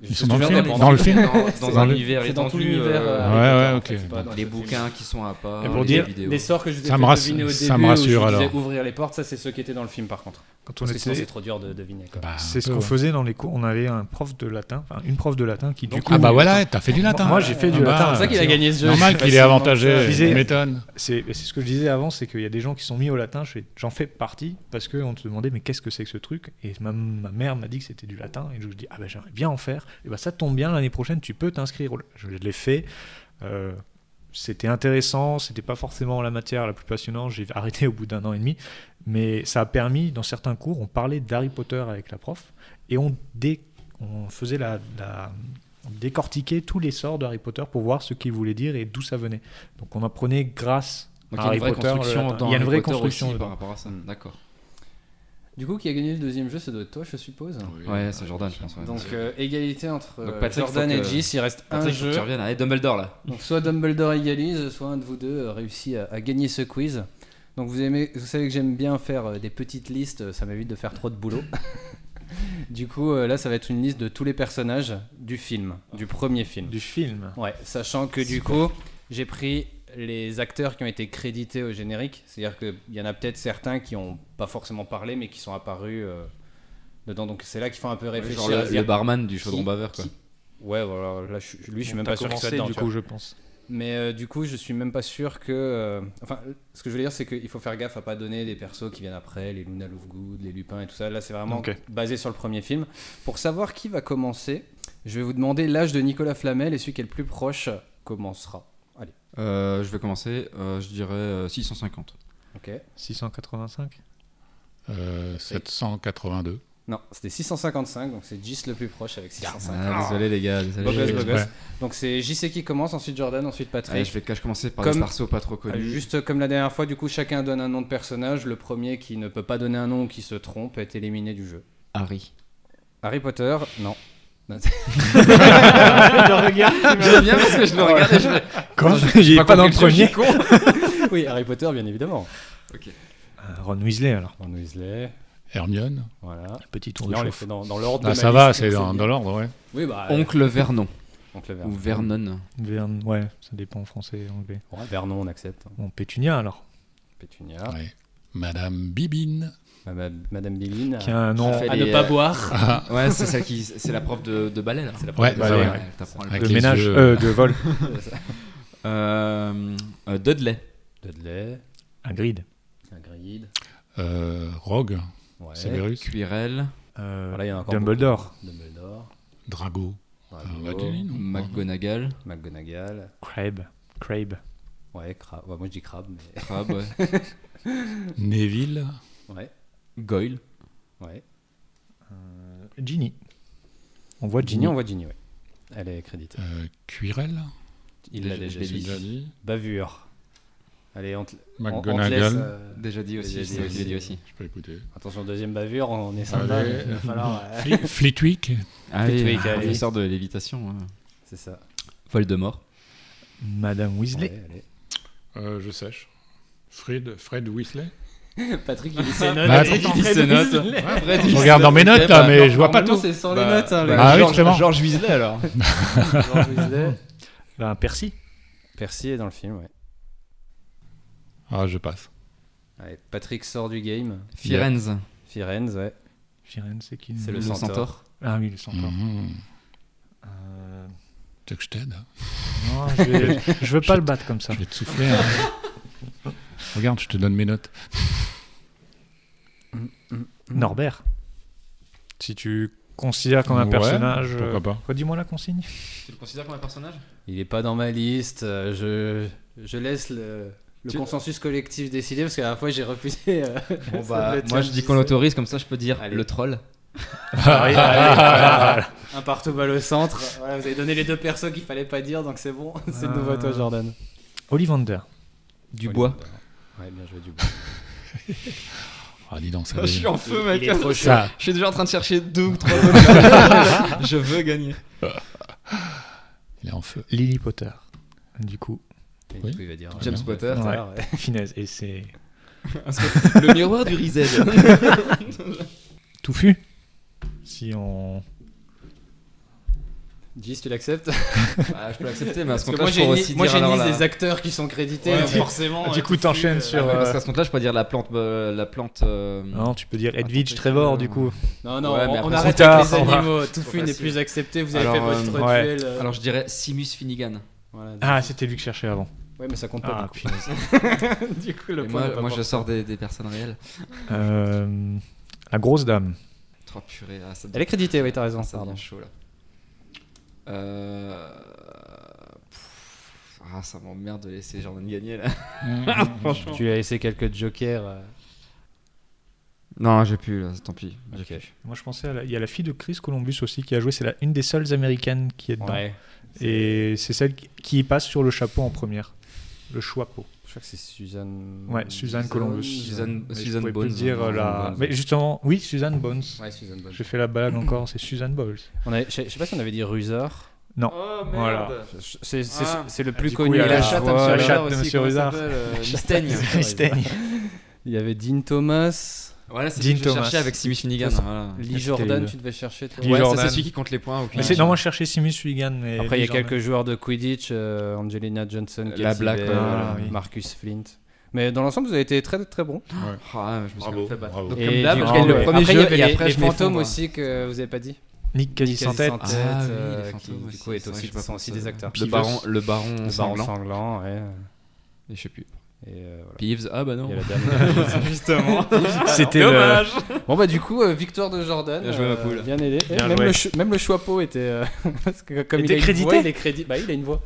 [SPEAKER 7] Ils sont
[SPEAKER 9] Je
[SPEAKER 7] dans le
[SPEAKER 9] viens de
[SPEAKER 7] film
[SPEAKER 9] répondre.
[SPEAKER 7] Dans le film
[SPEAKER 6] Dans, dans
[SPEAKER 7] Dans
[SPEAKER 6] un
[SPEAKER 7] le-
[SPEAKER 6] univers
[SPEAKER 9] C'est dans tout
[SPEAKER 6] étendu,
[SPEAKER 9] l'univers.
[SPEAKER 6] euh,
[SPEAKER 9] euh,
[SPEAKER 7] Ouais,
[SPEAKER 9] Harry
[SPEAKER 7] ouais,
[SPEAKER 9] Potter, en
[SPEAKER 7] ok.
[SPEAKER 9] fait, c'est pas
[SPEAKER 6] les
[SPEAKER 9] dans ce film.
[SPEAKER 6] bouquins qui sont à part,
[SPEAKER 8] Et pour
[SPEAKER 6] les
[SPEAKER 8] dire-
[SPEAKER 6] vidéos.
[SPEAKER 9] Des sorts que je vous ai
[SPEAKER 7] Ça
[SPEAKER 9] fait
[SPEAKER 7] me rass-
[SPEAKER 9] deviner au
[SPEAKER 7] ça
[SPEAKER 9] début,
[SPEAKER 7] me rassure,
[SPEAKER 9] où je vous disais
[SPEAKER 7] alors.
[SPEAKER 9] ouvrir les portes, ça c'est ceux qui étaient dans le film par contre.
[SPEAKER 8] Quand on
[SPEAKER 9] Parce que sinon c'est
[SPEAKER 8] était.
[SPEAKER 9] trop dur de deviner. Quoi.
[SPEAKER 7] Bah,
[SPEAKER 8] C'est
[SPEAKER 7] un
[SPEAKER 8] ce
[SPEAKER 7] peu,
[SPEAKER 8] qu'on
[SPEAKER 7] ouais.
[SPEAKER 8] faisait dans les cours. On avait un prof de latin, enfin une prof de latin qui du coup.
[SPEAKER 7] Ah bah voilà, t'as fait du latin.
[SPEAKER 8] Moi, j'ai fait du
[SPEAKER 7] Ah bah,
[SPEAKER 8] latin.
[SPEAKER 9] C'est pour ça qu'il a
[SPEAKER 8] c'est
[SPEAKER 9] gagné ce jeu.
[SPEAKER 7] Normal qu'il est avantagé,
[SPEAKER 8] Visé.
[SPEAKER 7] tu m'étonnes.
[SPEAKER 8] C'est c'est ce que je disais avant, c'est qu'il y a des gens qui sont mis au latin, je fais- j'en fais partie, parce qu'on te demandait mais qu'est-ce que c'est que ce truc Et ma, ma mère m'a dit que c'était du latin, et je me dis ah ben j'aimerais bien en faire, et ben ça tombe bien, l'année prochaine tu peux t'inscrire. au- Je l'ai fait, euh, c'était intéressant, c'était pas forcément la matière la plus passionnante, j'ai arrêté au bout d'un an et demi, mais ça a permis, dans certains cours, on parlait d'Harry Potter avec la prof, et on, dé- on faisait la... la on décortiquait tous les sorts de Harry Potter pour voir ce qu'ils voulaient dire et d'où ça venait. Donc on apprenait grâce
[SPEAKER 6] Donc,
[SPEAKER 8] à
[SPEAKER 6] il y a
[SPEAKER 8] Harry
[SPEAKER 6] une vraie
[SPEAKER 8] Potter, le
[SPEAKER 6] construction
[SPEAKER 8] latin.
[SPEAKER 6] dans
[SPEAKER 8] Il y a une
[SPEAKER 6] Harry
[SPEAKER 8] vraie
[SPEAKER 6] Potter
[SPEAKER 8] construction
[SPEAKER 6] aussi
[SPEAKER 8] dedans.
[SPEAKER 6] par rapport à ça. D'accord.
[SPEAKER 9] Du coup, qui a gagné le deuxième jeu, ça doit être toi, je suppose.
[SPEAKER 6] Ouais, c'est Jordan, je pense. ouais.
[SPEAKER 9] Donc euh, égalité entre
[SPEAKER 6] Donc,
[SPEAKER 9] euh,
[SPEAKER 6] Patrick,
[SPEAKER 9] Jordan
[SPEAKER 6] faut
[SPEAKER 9] et
[SPEAKER 6] que-
[SPEAKER 9] Gis, il reste un
[SPEAKER 6] Patrick, faut que
[SPEAKER 9] jeu.
[SPEAKER 6] tu reviennes. Allez, Dumbledore là.
[SPEAKER 9] Donc soit Dumbledore égalise, soit un de vous deux euh, réussit à, à gagner ce quiz. Donc vous aimez, vous savez que j'aime bien faire euh, des petites listes, euh, ça m'évite de faire trop de boulot. du coup, euh, là, ça va être une liste de tous les personnages du film, du premier film.
[SPEAKER 8] Du film.
[SPEAKER 9] Ouais, sachant que du coup, j'ai pris les acteurs qui ont été crédités au générique. C'est-à-dire qu'il y en a peut-être certains qui n'ont pas forcément parlé, mais qui sont apparus euh, dedans. Donc c'est là qu'il faut un peu réfléchir.
[SPEAKER 6] Genre
[SPEAKER 9] à
[SPEAKER 6] le,
[SPEAKER 9] se
[SPEAKER 6] le
[SPEAKER 9] dire-
[SPEAKER 6] barman du chaudron
[SPEAKER 9] qui-
[SPEAKER 6] baveur quoi.
[SPEAKER 9] qui- Ouais, voilà, là, je- lui, je suis même
[SPEAKER 8] T'as
[SPEAKER 9] pas sûr qu'il soit
[SPEAKER 8] commencé,
[SPEAKER 9] dedans.
[SPEAKER 8] du
[SPEAKER 9] tu vois.
[SPEAKER 8] coup, je pense.
[SPEAKER 9] Mais euh, du coup, je suis même pas sûr que. euh, Enfin, ce que je veux dire, c'est qu'il faut faire gaffe à pas donner des persos qui viennent après, les Luna Lovegood, les Lupin et tout ça. Là, c'est vraiment
[SPEAKER 8] Ok.
[SPEAKER 9] basé sur le premier film. Pour savoir qui va commencer, je vais vous demander l'âge de Nicolas Flamel et celui qui est le plus proche commencera.
[SPEAKER 6] Euh, je vais commencer, euh, je dirais euh, 650.
[SPEAKER 9] Ok
[SPEAKER 8] 685
[SPEAKER 7] Euh, 782.
[SPEAKER 9] Non, c'était 655, donc c'est Gis le plus proche avec 655.
[SPEAKER 6] Ah, désolé les gars, désolé.
[SPEAKER 9] Beau gosse,
[SPEAKER 6] Je-
[SPEAKER 9] beau gosse.
[SPEAKER 7] Ouais.
[SPEAKER 9] Donc c'est JC qui commence, ensuite Jordan, ensuite Patrick.
[SPEAKER 6] Allez, Ah, je vais je vais commencer par
[SPEAKER 9] Comme-
[SPEAKER 6] des persos pas trop
[SPEAKER 9] Euh,
[SPEAKER 6] connus.
[SPEAKER 9] Juste comme la dernière fois, du coup, chacun donne un nom de personnage. Le premier qui ne peut pas donner un nom ou qui se trompe est éliminé du jeu.
[SPEAKER 6] Harry.
[SPEAKER 9] Harry Potter, non.
[SPEAKER 6] J'aime bien parce que je le regarde et je fais,
[SPEAKER 8] Quoi
[SPEAKER 6] Je-
[SPEAKER 8] Il est
[SPEAKER 6] par
[SPEAKER 8] pas dans le
[SPEAKER 6] contre, quel jeu,
[SPEAKER 8] premier
[SPEAKER 6] je suis con.
[SPEAKER 9] oui, Harry Potter, bien évidemment.
[SPEAKER 8] Euh, Ron Weasley, alors.
[SPEAKER 9] Ron Weasley,
[SPEAKER 7] Hermione.
[SPEAKER 9] voilà.
[SPEAKER 8] Petit tour de
[SPEAKER 9] Là, on les
[SPEAKER 8] chauffe.
[SPEAKER 9] fait dans, dans l'ordre. de
[SPEAKER 7] Ah,
[SPEAKER 9] ma
[SPEAKER 7] ça va,
[SPEAKER 9] liste,
[SPEAKER 7] c'est
[SPEAKER 9] donc
[SPEAKER 7] dans,
[SPEAKER 9] bien.
[SPEAKER 7] dans l'ordre, ouais.
[SPEAKER 9] Oui, bah, euh,
[SPEAKER 6] Oncle Vernon
[SPEAKER 9] oncle
[SPEAKER 6] ou
[SPEAKER 9] Vernon.
[SPEAKER 6] Vernon.
[SPEAKER 8] Verne- Ouais, ça dépend en français, anglais.
[SPEAKER 9] Ouais, Vernon, on accepte.
[SPEAKER 8] Bon, Pétunia, alors.
[SPEAKER 9] Pétunia,
[SPEAKER 8] Ah.
[SPEAKER 7] Ouais. Madame Bibine.
[SPEAKER 9] Madame, Madame Béline.
[SPEAKER 8] Qui a un nom.
[SPEAKER 6] fait
[SPEAKER 9] Ah, À
[SPEAKER 6] les,
[SPEAKER 9] ne pas
[SPEAKER 6] euh,
[SPEAKER 9] boire.
[SPEAKER 6] Ouais, c'est celle qui c'est la prof de, de ballet là. C'est la
[SPEAKER 7] prof Ouais, de ballet, ballet,
[SPEAKER 8] ouais.
[SPEAKER 6] t'apprends à le-
[SPEAKER 7] Avec
[SPEAKER 8] De
[SPEAKER 7] les
[SPEAKER 8] ménage,
[SPEAKER 7] yeux.
[SPEAKER 8] euh, de vol.
[SPEAKER 6] Euh, euh, Dudley.
[SPEAKER 9] Dudley,
[SPEAKER 8] Un grid.
[SPEAKER 9] Hagrid.
[SPEAKER 7] Euh, Rogue.
[SPEAKER 9] Ouais.
[SPEAKER 7] Severus.
[SPEAKER 6] Quirrell,
[SPEAKER 8] Euh,
[SPEAKER 9] Voilà, il y en a encore
[SPEAKER 8] Dumbledore.
[SPEAKER 9] beaucoup. Dumbledore.
[SPEAKER 7] Drago.
[SPEAKER 9] Drago,
[SPEAKER 7] bah, dis-lui, non.
[SPEAKER 6] McGonagall,
[SPEAKER 9] McGonagall.
[SPEAKER 8] Crabbe. Crabbe.
[SPEAKER 9] Ouais, Crab. Ouais, moi, je dis Crab, mais...
[SPEAKER 6] Crabbe, ouais.
[SPEAKER 7] Neville.
[SPEAKER 9] Ouais,
[SPEAKER 6] Goyle.
[SPEAKER 9] ouais.
[SPEAKER 8] Ginny. On voit
[SPEAKER 9] Ginny,
[SPEAKER 8] Ginny.
[SPEAKER 9] on voit Ginny, ouais. Elle est créditée.
[SPEAKER 7] Euh, Quirrell.
[SPEAKER 9] Il l'a déjà
[SPEAKER 6] Bélis.
[SPEAKER 9] dit.
[SPEAKER 7] Déjà dit.
[SPEAKER 9] Bavure. Allez, on te, on- on te laisse,
[SPEAKER 7] McGonagall.
[SPEAKER 9] euh,
[SPEAKER 6] Déjà dit aussi.
[SPEAKER 9] Déjà dit
[SPEAKER 6] c'est vrai que je l'ai dit
[SPEAKER 9] aussi.
[SPEAKER 6] aussi.
[SPEAKER 7] Je peux écouter.
[SPEAKER 9] Attention, deuxième bavure, on est sympa.
[SPEAKER 7] Allez.
[SPEAKER 9] mais Il va falloir. euh,
[SPEAKER 7] Fli- Flitwick.
[SPEAKER 6] Allez,
[SPEAKER 9] Flitwick, allez.
[SPEAKER 6] professeur de lévitation. hein.
[SPEAKER 9] C'est ça.
[SPEAKER 6] Voldemort.
[SPEAKER 8] Madame Weasley.
[SPEAKER 9] Allez,
[SPEAKER 7] Euh, je sèche. Fred, Fred Weasley.
[SPEAKER 9] allez. Patrick, il lit ses notes.
[SPEAKER 7] Bah,
[SPEAKER 9] Patrick,
[SPEAKER 7] attends,
[SPEAKER 9] il lit ses notes.
[SPEAKER 7] Je regarde dans mes notes, là, Ah, mais je vois pas
[SPEAKER 9] bah, Normalement,
[SPEAKER 7] tout.
[SPEAKER 9] c'est sans les
[SPEAKER 6] Bah,
[SPEAKER 9] notes.
[SPEAKER 6] bah,
[SPEAKER 9] Hein, le
[SPEAKER 7] Ah oui,
[SPEAKER 6] Georges-
[SPEAKER 7] justement.
[SPEAKER 6] Georges Weasley alors.
[SPEAKER 9] gars. George Weasley.
[SPEAKER 8] Ben, Percy.
[SPEAKER 9] Percy est dans le film, ouais.
[SPEAKER 7] Ah, je passe.
[SPEAKER 9] Allez, Patrick sort du game.
[SPEAKER 6] Firenze.
[SPEAKER 9] Firenze, ouais.
[SPEAKER 8] Firenze, c'est qui
[SPEAKER 9] C'est le,
[SPEAKER 6] Le
[SPEAKER 9] centaure.
[SPEAKER 6] centaure.
[SPEAKER 8] Ah oui, le centaure.
[SPEAKER 7] Mhm.
[SPEAKER 8] Euh,
[SPEAKER 7] Tu veux que je t'aide
[SPEAKER 8] Non, je, vais- je veux pas le battre comme ça.
[SPEAKER 7] Je vais te souffler. hein. Regarde, je te donne mes notes.
[SPEAKER 8] Norbert. Si tu considères comme un
[SPEAKER 7] Ouais,
[SPEAKER 8] personnage. euh,
[SPEAKER 7] Pourquoi pas
[SPEAKER 8] Redis-moi la consigne.
[SPEAKER 6] Tu le considères comme un personnage
[SPEAKER 9] Il est pas dans ma liste. euh, Je, je laisse le, le
[SPEAKER 6] Tu-
[SPEAKER 9] consensus collectif décider parce qu'à la fois j'ai refusé. euh,
[SPEAKER 6] Bon
[SPEAKER 9] ça
[SPEAKER 6] bah,
[SPEAKER 9] doit être
[SPEAKER 6] moi
[SPEAKER 9] un
[SPEAKER 6] je dis qu'on l'autorise, comme ça je peux dire
[SPEAKER 9] Allez.
[SPEAKER 6] le troll.
[SPEAKER 9] Allez, allez,
[SPEAKER 8] Ah,
[SPEAKER 9] voilà. Un partout balle au centre. Voilà, vous avez donné les deux persos qu'il fallait pas dire, donc c'est bon. C'est de nouveau
[SPEAKER 4] Euh,
[SPEAKER 9] à toi, Jordan.
[SPEAKER 8] Ollivander.
[SPEAKER 6] Dubois.
[SPEAKER 9] Ouais, bien joué, Dubois.
[SPEAKER 7] Ah, dis donc, ça
[SPEAKER 10] Je suis en feu, mec.
[SPEAKER 9] Il est trop
[SPEAKER 10] Je-
[SPEAKER 9] chaud.
[SPEAKER 10] Je suis déjà en train de chercher deux ou trois autres. Je veux gagner.
[SPEAKER 7] Il est en feu.
[SPEAKER 8] Lily Potter. Du coup,
[SPEAKER 9] Et
[SPEAKER 7] Oui.
[SPEAKER 9] du coup, il va dire.
[SPEAKER 6] James
[SPEAKER 9] euh,
[SPEAKER 6] Potter.
[SPEAKER 9] tout à
[SPEAKER 8] Ouais.
[SPEAKER 9] l'heure, ouais.
[SPEAKER 8] finesse. Et c'est.
[SPEAKER 6] Le miroir du Rizel.
[SPEAKER 8] Touffu Si on.
[SPEAKER 9] Gis, tu l'acceptes Bah,
[SPEAKER 6] Ah, je peux l'accepter, mais à ce
[SPEAKER 9] Parce que
[SPEAKER 6] compte-là,
[SPEAKER 9] moi
[SPEAKER 6] je
[SPEAKER 9] j'ai
[SPEAKER 6] pourrais
[SPEAKER 9] une,
[SPEAKER 6] aussi
[SPEAKER 9] moi,
[SPEAKER 6] dire
[SPEAKER 9] j'ai une
[SPEAKER 6] alors
[SPEAKER 9] liste
[SPEAKER 6] la-
[SPEAKER 9] des acteurs qui sont crédités,
[SPEAKER 8] Ouais,
[SPEAKER 9] donc
[SPEAKER 8] du-
[SPEAKER 9] forcément.
[SPEAKER 8] du
[SPEAKER 9] euh,
[SPEAKER 8] coup, t'enchaînes
[SPEAKER 9] tout de suite,
[SPEAKER 8] sur,
[SPEAKER 9] euh,
[SPEAKER 8] euh,
[SPEAKER 6] Parce qu'à ce compte-là, je pourrais dire la plante. euh, la plante euh,
[SPEAKER 8] Non, tu peux dire
[SPEAKER 6] Attends,
[SPEAKER 8] Edwidge
[SPEAKER 6] peut-être
[SPEAKER 8] Trevor,
[SPEAKER 6] que-
[SPEAKER 8] du coup.
[SPEAKER 9] Non, non,
[SPEAKER 6] Ouais, mais
[SPEAKER 9] on- on,
[SPEAKER 6] après,
[SPEAKER 9] arrête
[SPEAKER 8] trop
[SPEAKER 9] avec les
[SPEAKER 8] tard, on va-
[SPEAKER 9] animaux. Touffu n'est
[SPEAKER 6] facile.
[SPEAKER 9] plus accepté, vous avez
[SPEAKER 6] Alors,
[SPEAKER 9] fait votre
[SPEAKER 8] euh, ouais.
[SPEAKER 9] duel. euh,
[SPEAKER 6] Alors, je dirais Simus Finnegan.
[SPEAKER 9] voilà, donc-
[SPEAKER 8] Ah, c'était lui que je cherchais avant.
[SPEAKER 9] Ouais, mais ça compte pas
[SPEAKER 8] Ah,
[SPEAKER 9] du
[SPEAKER 8] punaise. Ah.
[SPEAKER 9] coup. du coup, le
[SPEAKER 6] Et
[SPEAKER 9] point
[SPEAKER 6] moi,
[SPEAKER 9] n'est pas
[SPEAKER 6] moi, je
[SPEAKER 9] pour-
[SPEAKER 6] sors des, des personnes réelles.
[SPEAKER 8] Euh, La grosse dame.
[SPEAKER 6] Oh purée, ah, ça
[SPEAKER 9] Elle est créditée, oui, t'as raison.
[SPEAKER 6] Ça devient
[SPEAKER 9] pardon.
[SPEAKER 6] chaud là. Euh... pff, Ah, ça m'emmerde de laisser Jordan gagner là. Franchement.
[SPEAKER 9] Tu as laissé quelques jokers. euh,
[SPEAKER 6] Non, j'ai plus là, tant pis. J'ai
[SPEAKER 9] Ok.
[SPEAKER 6] plus.
[SPEAKER 8] Moi, je pensais à la... Il y a la fille de Chris Columbus aussi qui a joué. C'est la... une des seules américaines qui est dedans.
[SPEAKER 9] Ouais.
[SPEAKER 8] Et c'est celle qui- qui passe sur le chapeau en première. Le chapeau.
[SPEAKER 9] Je crois que c'est Suzanne.
[SPEAKER 8] Ouais, Suzanne Columbus.
[SPEAKER 6] Suzanne-
[SPEAKER 8] Mais je
[SPEAKER 6] Suzanne
[SPEAKER 8] pouvais plus
[SPEAKER 6] Bones,
[SPEAKER 8] dire
[SPEAKER 6] hein,
[SPEAKER 8] euh, la-
[SPEAKER 6] Bones.
[SPEAKER 8] Mais justement, oui, Suzanne Bones.
[SPEAKER 9] Ouais, Suzanne Bonne.
[SPEAKER 8] J'ai fait la balade encore, c'est Suzanne Bones.
[SPEAKER 9] On avait- Je je sais pas si on avait dit Rusard.
[SPEAKER 10] Oh merde.
[SPEAKER 8] Voilà.
[SPEAKER 9] C'est c'est-
[SPEAKER 10] Ah.
[SPEAKER 9] c'est le plus
[SPEAKER 8] Du coup,
[SPEAKER 9] connu.
[SPEAKER 8] il y a
[SPEAKER 10] Et
[SPEAKER 8] la
[SPEAKER 10] la
[SPEAKER 9] à
[SPEAKER 10] chatte à
[SPEAKER 9] voix.
[SPEAKER 8] la
[SPEAKER 10] Monsieur
[SPEAKER 8] chatte
[SPEAKER 10] Lézard
[SPEAKER 8] de
[SPEAKER 10] aussi,
[SPEAKER 8] Monsieur
[SPEAKER 10] comment
[SPEAKER 8] Lézard.
[SPEAKER 10] elle s'appelle, euh, Mistaigne.
[SPEAKER 9] Il y avait Dean Thomas.
[SPEAKER 6] Voilà, c'est
[SPEAKER 8] Dean
[SPEAKER 6] ce que je
[SPEAKER 8] Thomas.
[SPEAKER 6] cherchais avec Simus Finnegan.
[SPEAKER 9] Ça,
[SPEAKER 6] voilà.
[SPEAKER 9] Lee
[SPEAKER 8] Est-ce
[SPEAKER 9] Jordan,
[SPEAKER 8] que-
[SPEAKER 9] tu devais chercher toi.
[SPEAKER 8] Lee
[SPEAKER 6] Ouais, ça
[SPEAKER 8] Jordan.
[SPEAKER 6] c'est celui qui compte les points. ou qui-
[SPEAKER 8] Mais c'est- non, moi je cherchais Simus Wigan. mais
[SPEAKER 9] Après, il y
[SPEAKER 8] Lee
[SPEAKER 9] a
[SPEAKER 8] Jordan.
[SPEAKER 9] quelques joueurs de Quidditch, euh, Angelina Johnson,
[SPEAKER 6] La
[SPEAKER 9] Katie
[SPEAKER 6] Black, Ah,
[SPEAKER 9] Bell,
[SPEAKER 6] ouais,
[SPEAKER 8] voilà, oui.
[SPEAKER 9] Marcus Flint. Mais dans l'ensemble, vous avez été très très bon.
[SPEAKER 6] Ah, je me suis quand même fait battre.
[SPEAKER 7] bravo.
[SPEAKER 6] Donc,
[SPEAKER 9] Et
[SPEAKER 6] comme d'hab,
[SPEAKER 9] du
[SPEAKER 6] je
[SPEAKER 9] coup,
[SPEAKER 6] gagne le
[SPEAKER 9] ouais.
[SPEAKER 6] premier
[SPEAKER 9] après, il
[SPEAKER 6] jeu,
[SPEAKER 9] y avait
[SPEAKER 6] et
[SPEAKER 9] les,
[SPEAKER 6] après,
[SPEAKER 9] les
[SPEAKER 6] je m'effondre. hein.
[SPEAKER 9] fantômes aussi que vous avez pas dit.
[SPEAKER 8] Nick quasi sans tête.
[SPEAKER 9] Quasi
[SPEAKER 6] Ah oui,
[SPEAKER 9] euh,
[SPEAKER 6] les
[SPEAKER 9] qui,
[SPEAKER 6] fantômes
[SPEAKER 9] du coup, est
[SPEAKER 6] c'est vrai
[SPEAKER 9] aussi,
[SPEAKER 6] que j'ai pas
[SPEAKER 9] sont aussi
[SPEAKER 6] pensé.
[SPEAKER 9] des acteurs.
[SPEAKER 6] Le baron, le baron,
[SPEAKER 9] Le baron
[SPEAKER 6] sanglant.
[SPEAKER 9] sanglant, ouais.
[SPEAKER 6] Et je sais plus.
[SPEAKER 9] Et euh, voilà.
[SPEAKER 6] Peeves, ah bah non.
[SPEAKER 9] Il y a la dernière.
[SPEAKER 6] Justement.
[SPEAKER 8] C'était
[SPEAKER 6] Dommage.
[SPEAKER 9] bon, bah, du coup, euh, victoire de Jordan. euh,
[SPEAKER 6] Bien joué, ma poule.
[SPEAKER 9] Bien aidé. Et
[SPEAKER 8] Bien
[SPEAKER 9] même,
[SPEAKER 8] joué.
[SPEAKER 9] le chou- même le chapeau était. euh, parce que comme il,
[SPEAKER 8] Était
[SPEAKER 9] a une
[SPEAKER 8] crédité
[SPEAKER 9] voix, il est crédit. Bah, il a une voix.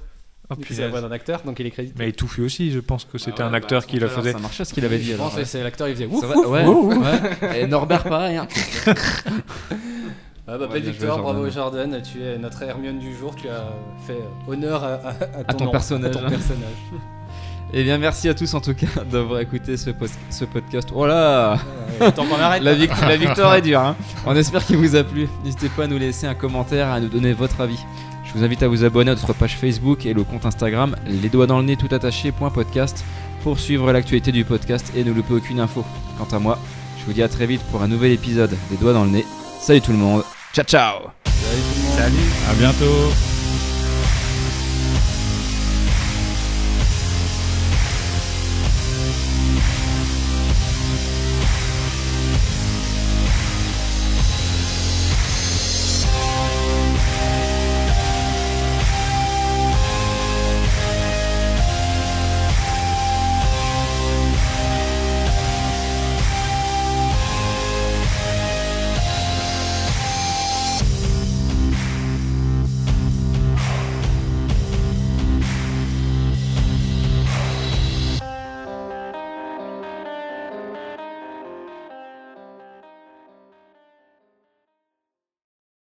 [SPEAKER 8] Oh,
[SPEAKER 9] Vu que c'est la
[SPEAKER 8] punaise.
[SPEAKER 9] voix d'un acteur, donc il est crédité.
[SPEAKER 8] Mais Touffu aussi, je pense que c'était un acteur qui la faisait.
[SPEAKER 6] Ça marchait ce qu'il avait dit
[SPEAKER 9] Je
[SPEAKER 6] alors.
[SPEAKER 9] pense que c'est l'acteur, il faisait
[SPEAKER 6] C'est
[SPEAKER 9] ouf,
[SPEAKER 6] vrai,
[SPEAKER 9] ouf,
[SPEAKER 6] ouais,
[SPEAKER 9] ouf,
[SPEAKER 6] ouais. Et Norbert pareil. hein.
[SPEAKER 9] Ah bah,
[SPEAKER 6] Ouais,
[SPEAKER 9] belle
[SPEAKER 6] bien joué,
[SPEAKER 9] victoire, bravo
[SPEAKER 6] Jordan.
[SPEAKER 9] Jordan, tu es notre Hermione du jour, tu as fait euh, honneur à, à- à
[SPEAKER 6] ton
[SPEAKER 9] nom,
[SPEAKER 6] personnage.
[SPEAKER 9] à ton personnage. hein.
[SPEAKER 6] Eh bien, merci à tous en tout cas d'avoir écouté ce, pos- ce podcast. Oh là
[SPEAKER 9] Attends qu'on arrête.
[SPEAKER 6] la, vic- la victoire est dure. hein. On espère qu'il vous a plu. N'hésitez pas à nous laisser un commentaire, à nous donner votre avis. Je vous invite à vous abonner à notre page Facebook et le compte Instagram les doigts dans le nez tout attaché point podcast pour suivre l'actualité du podcast et ne louper aucune info. Quant à moi, je vous dis à très vite pour un nouvel épisode des doigts dans le nez. Salut tout le monde. Ciao ciao
[SPEAKER 7] À bientôt.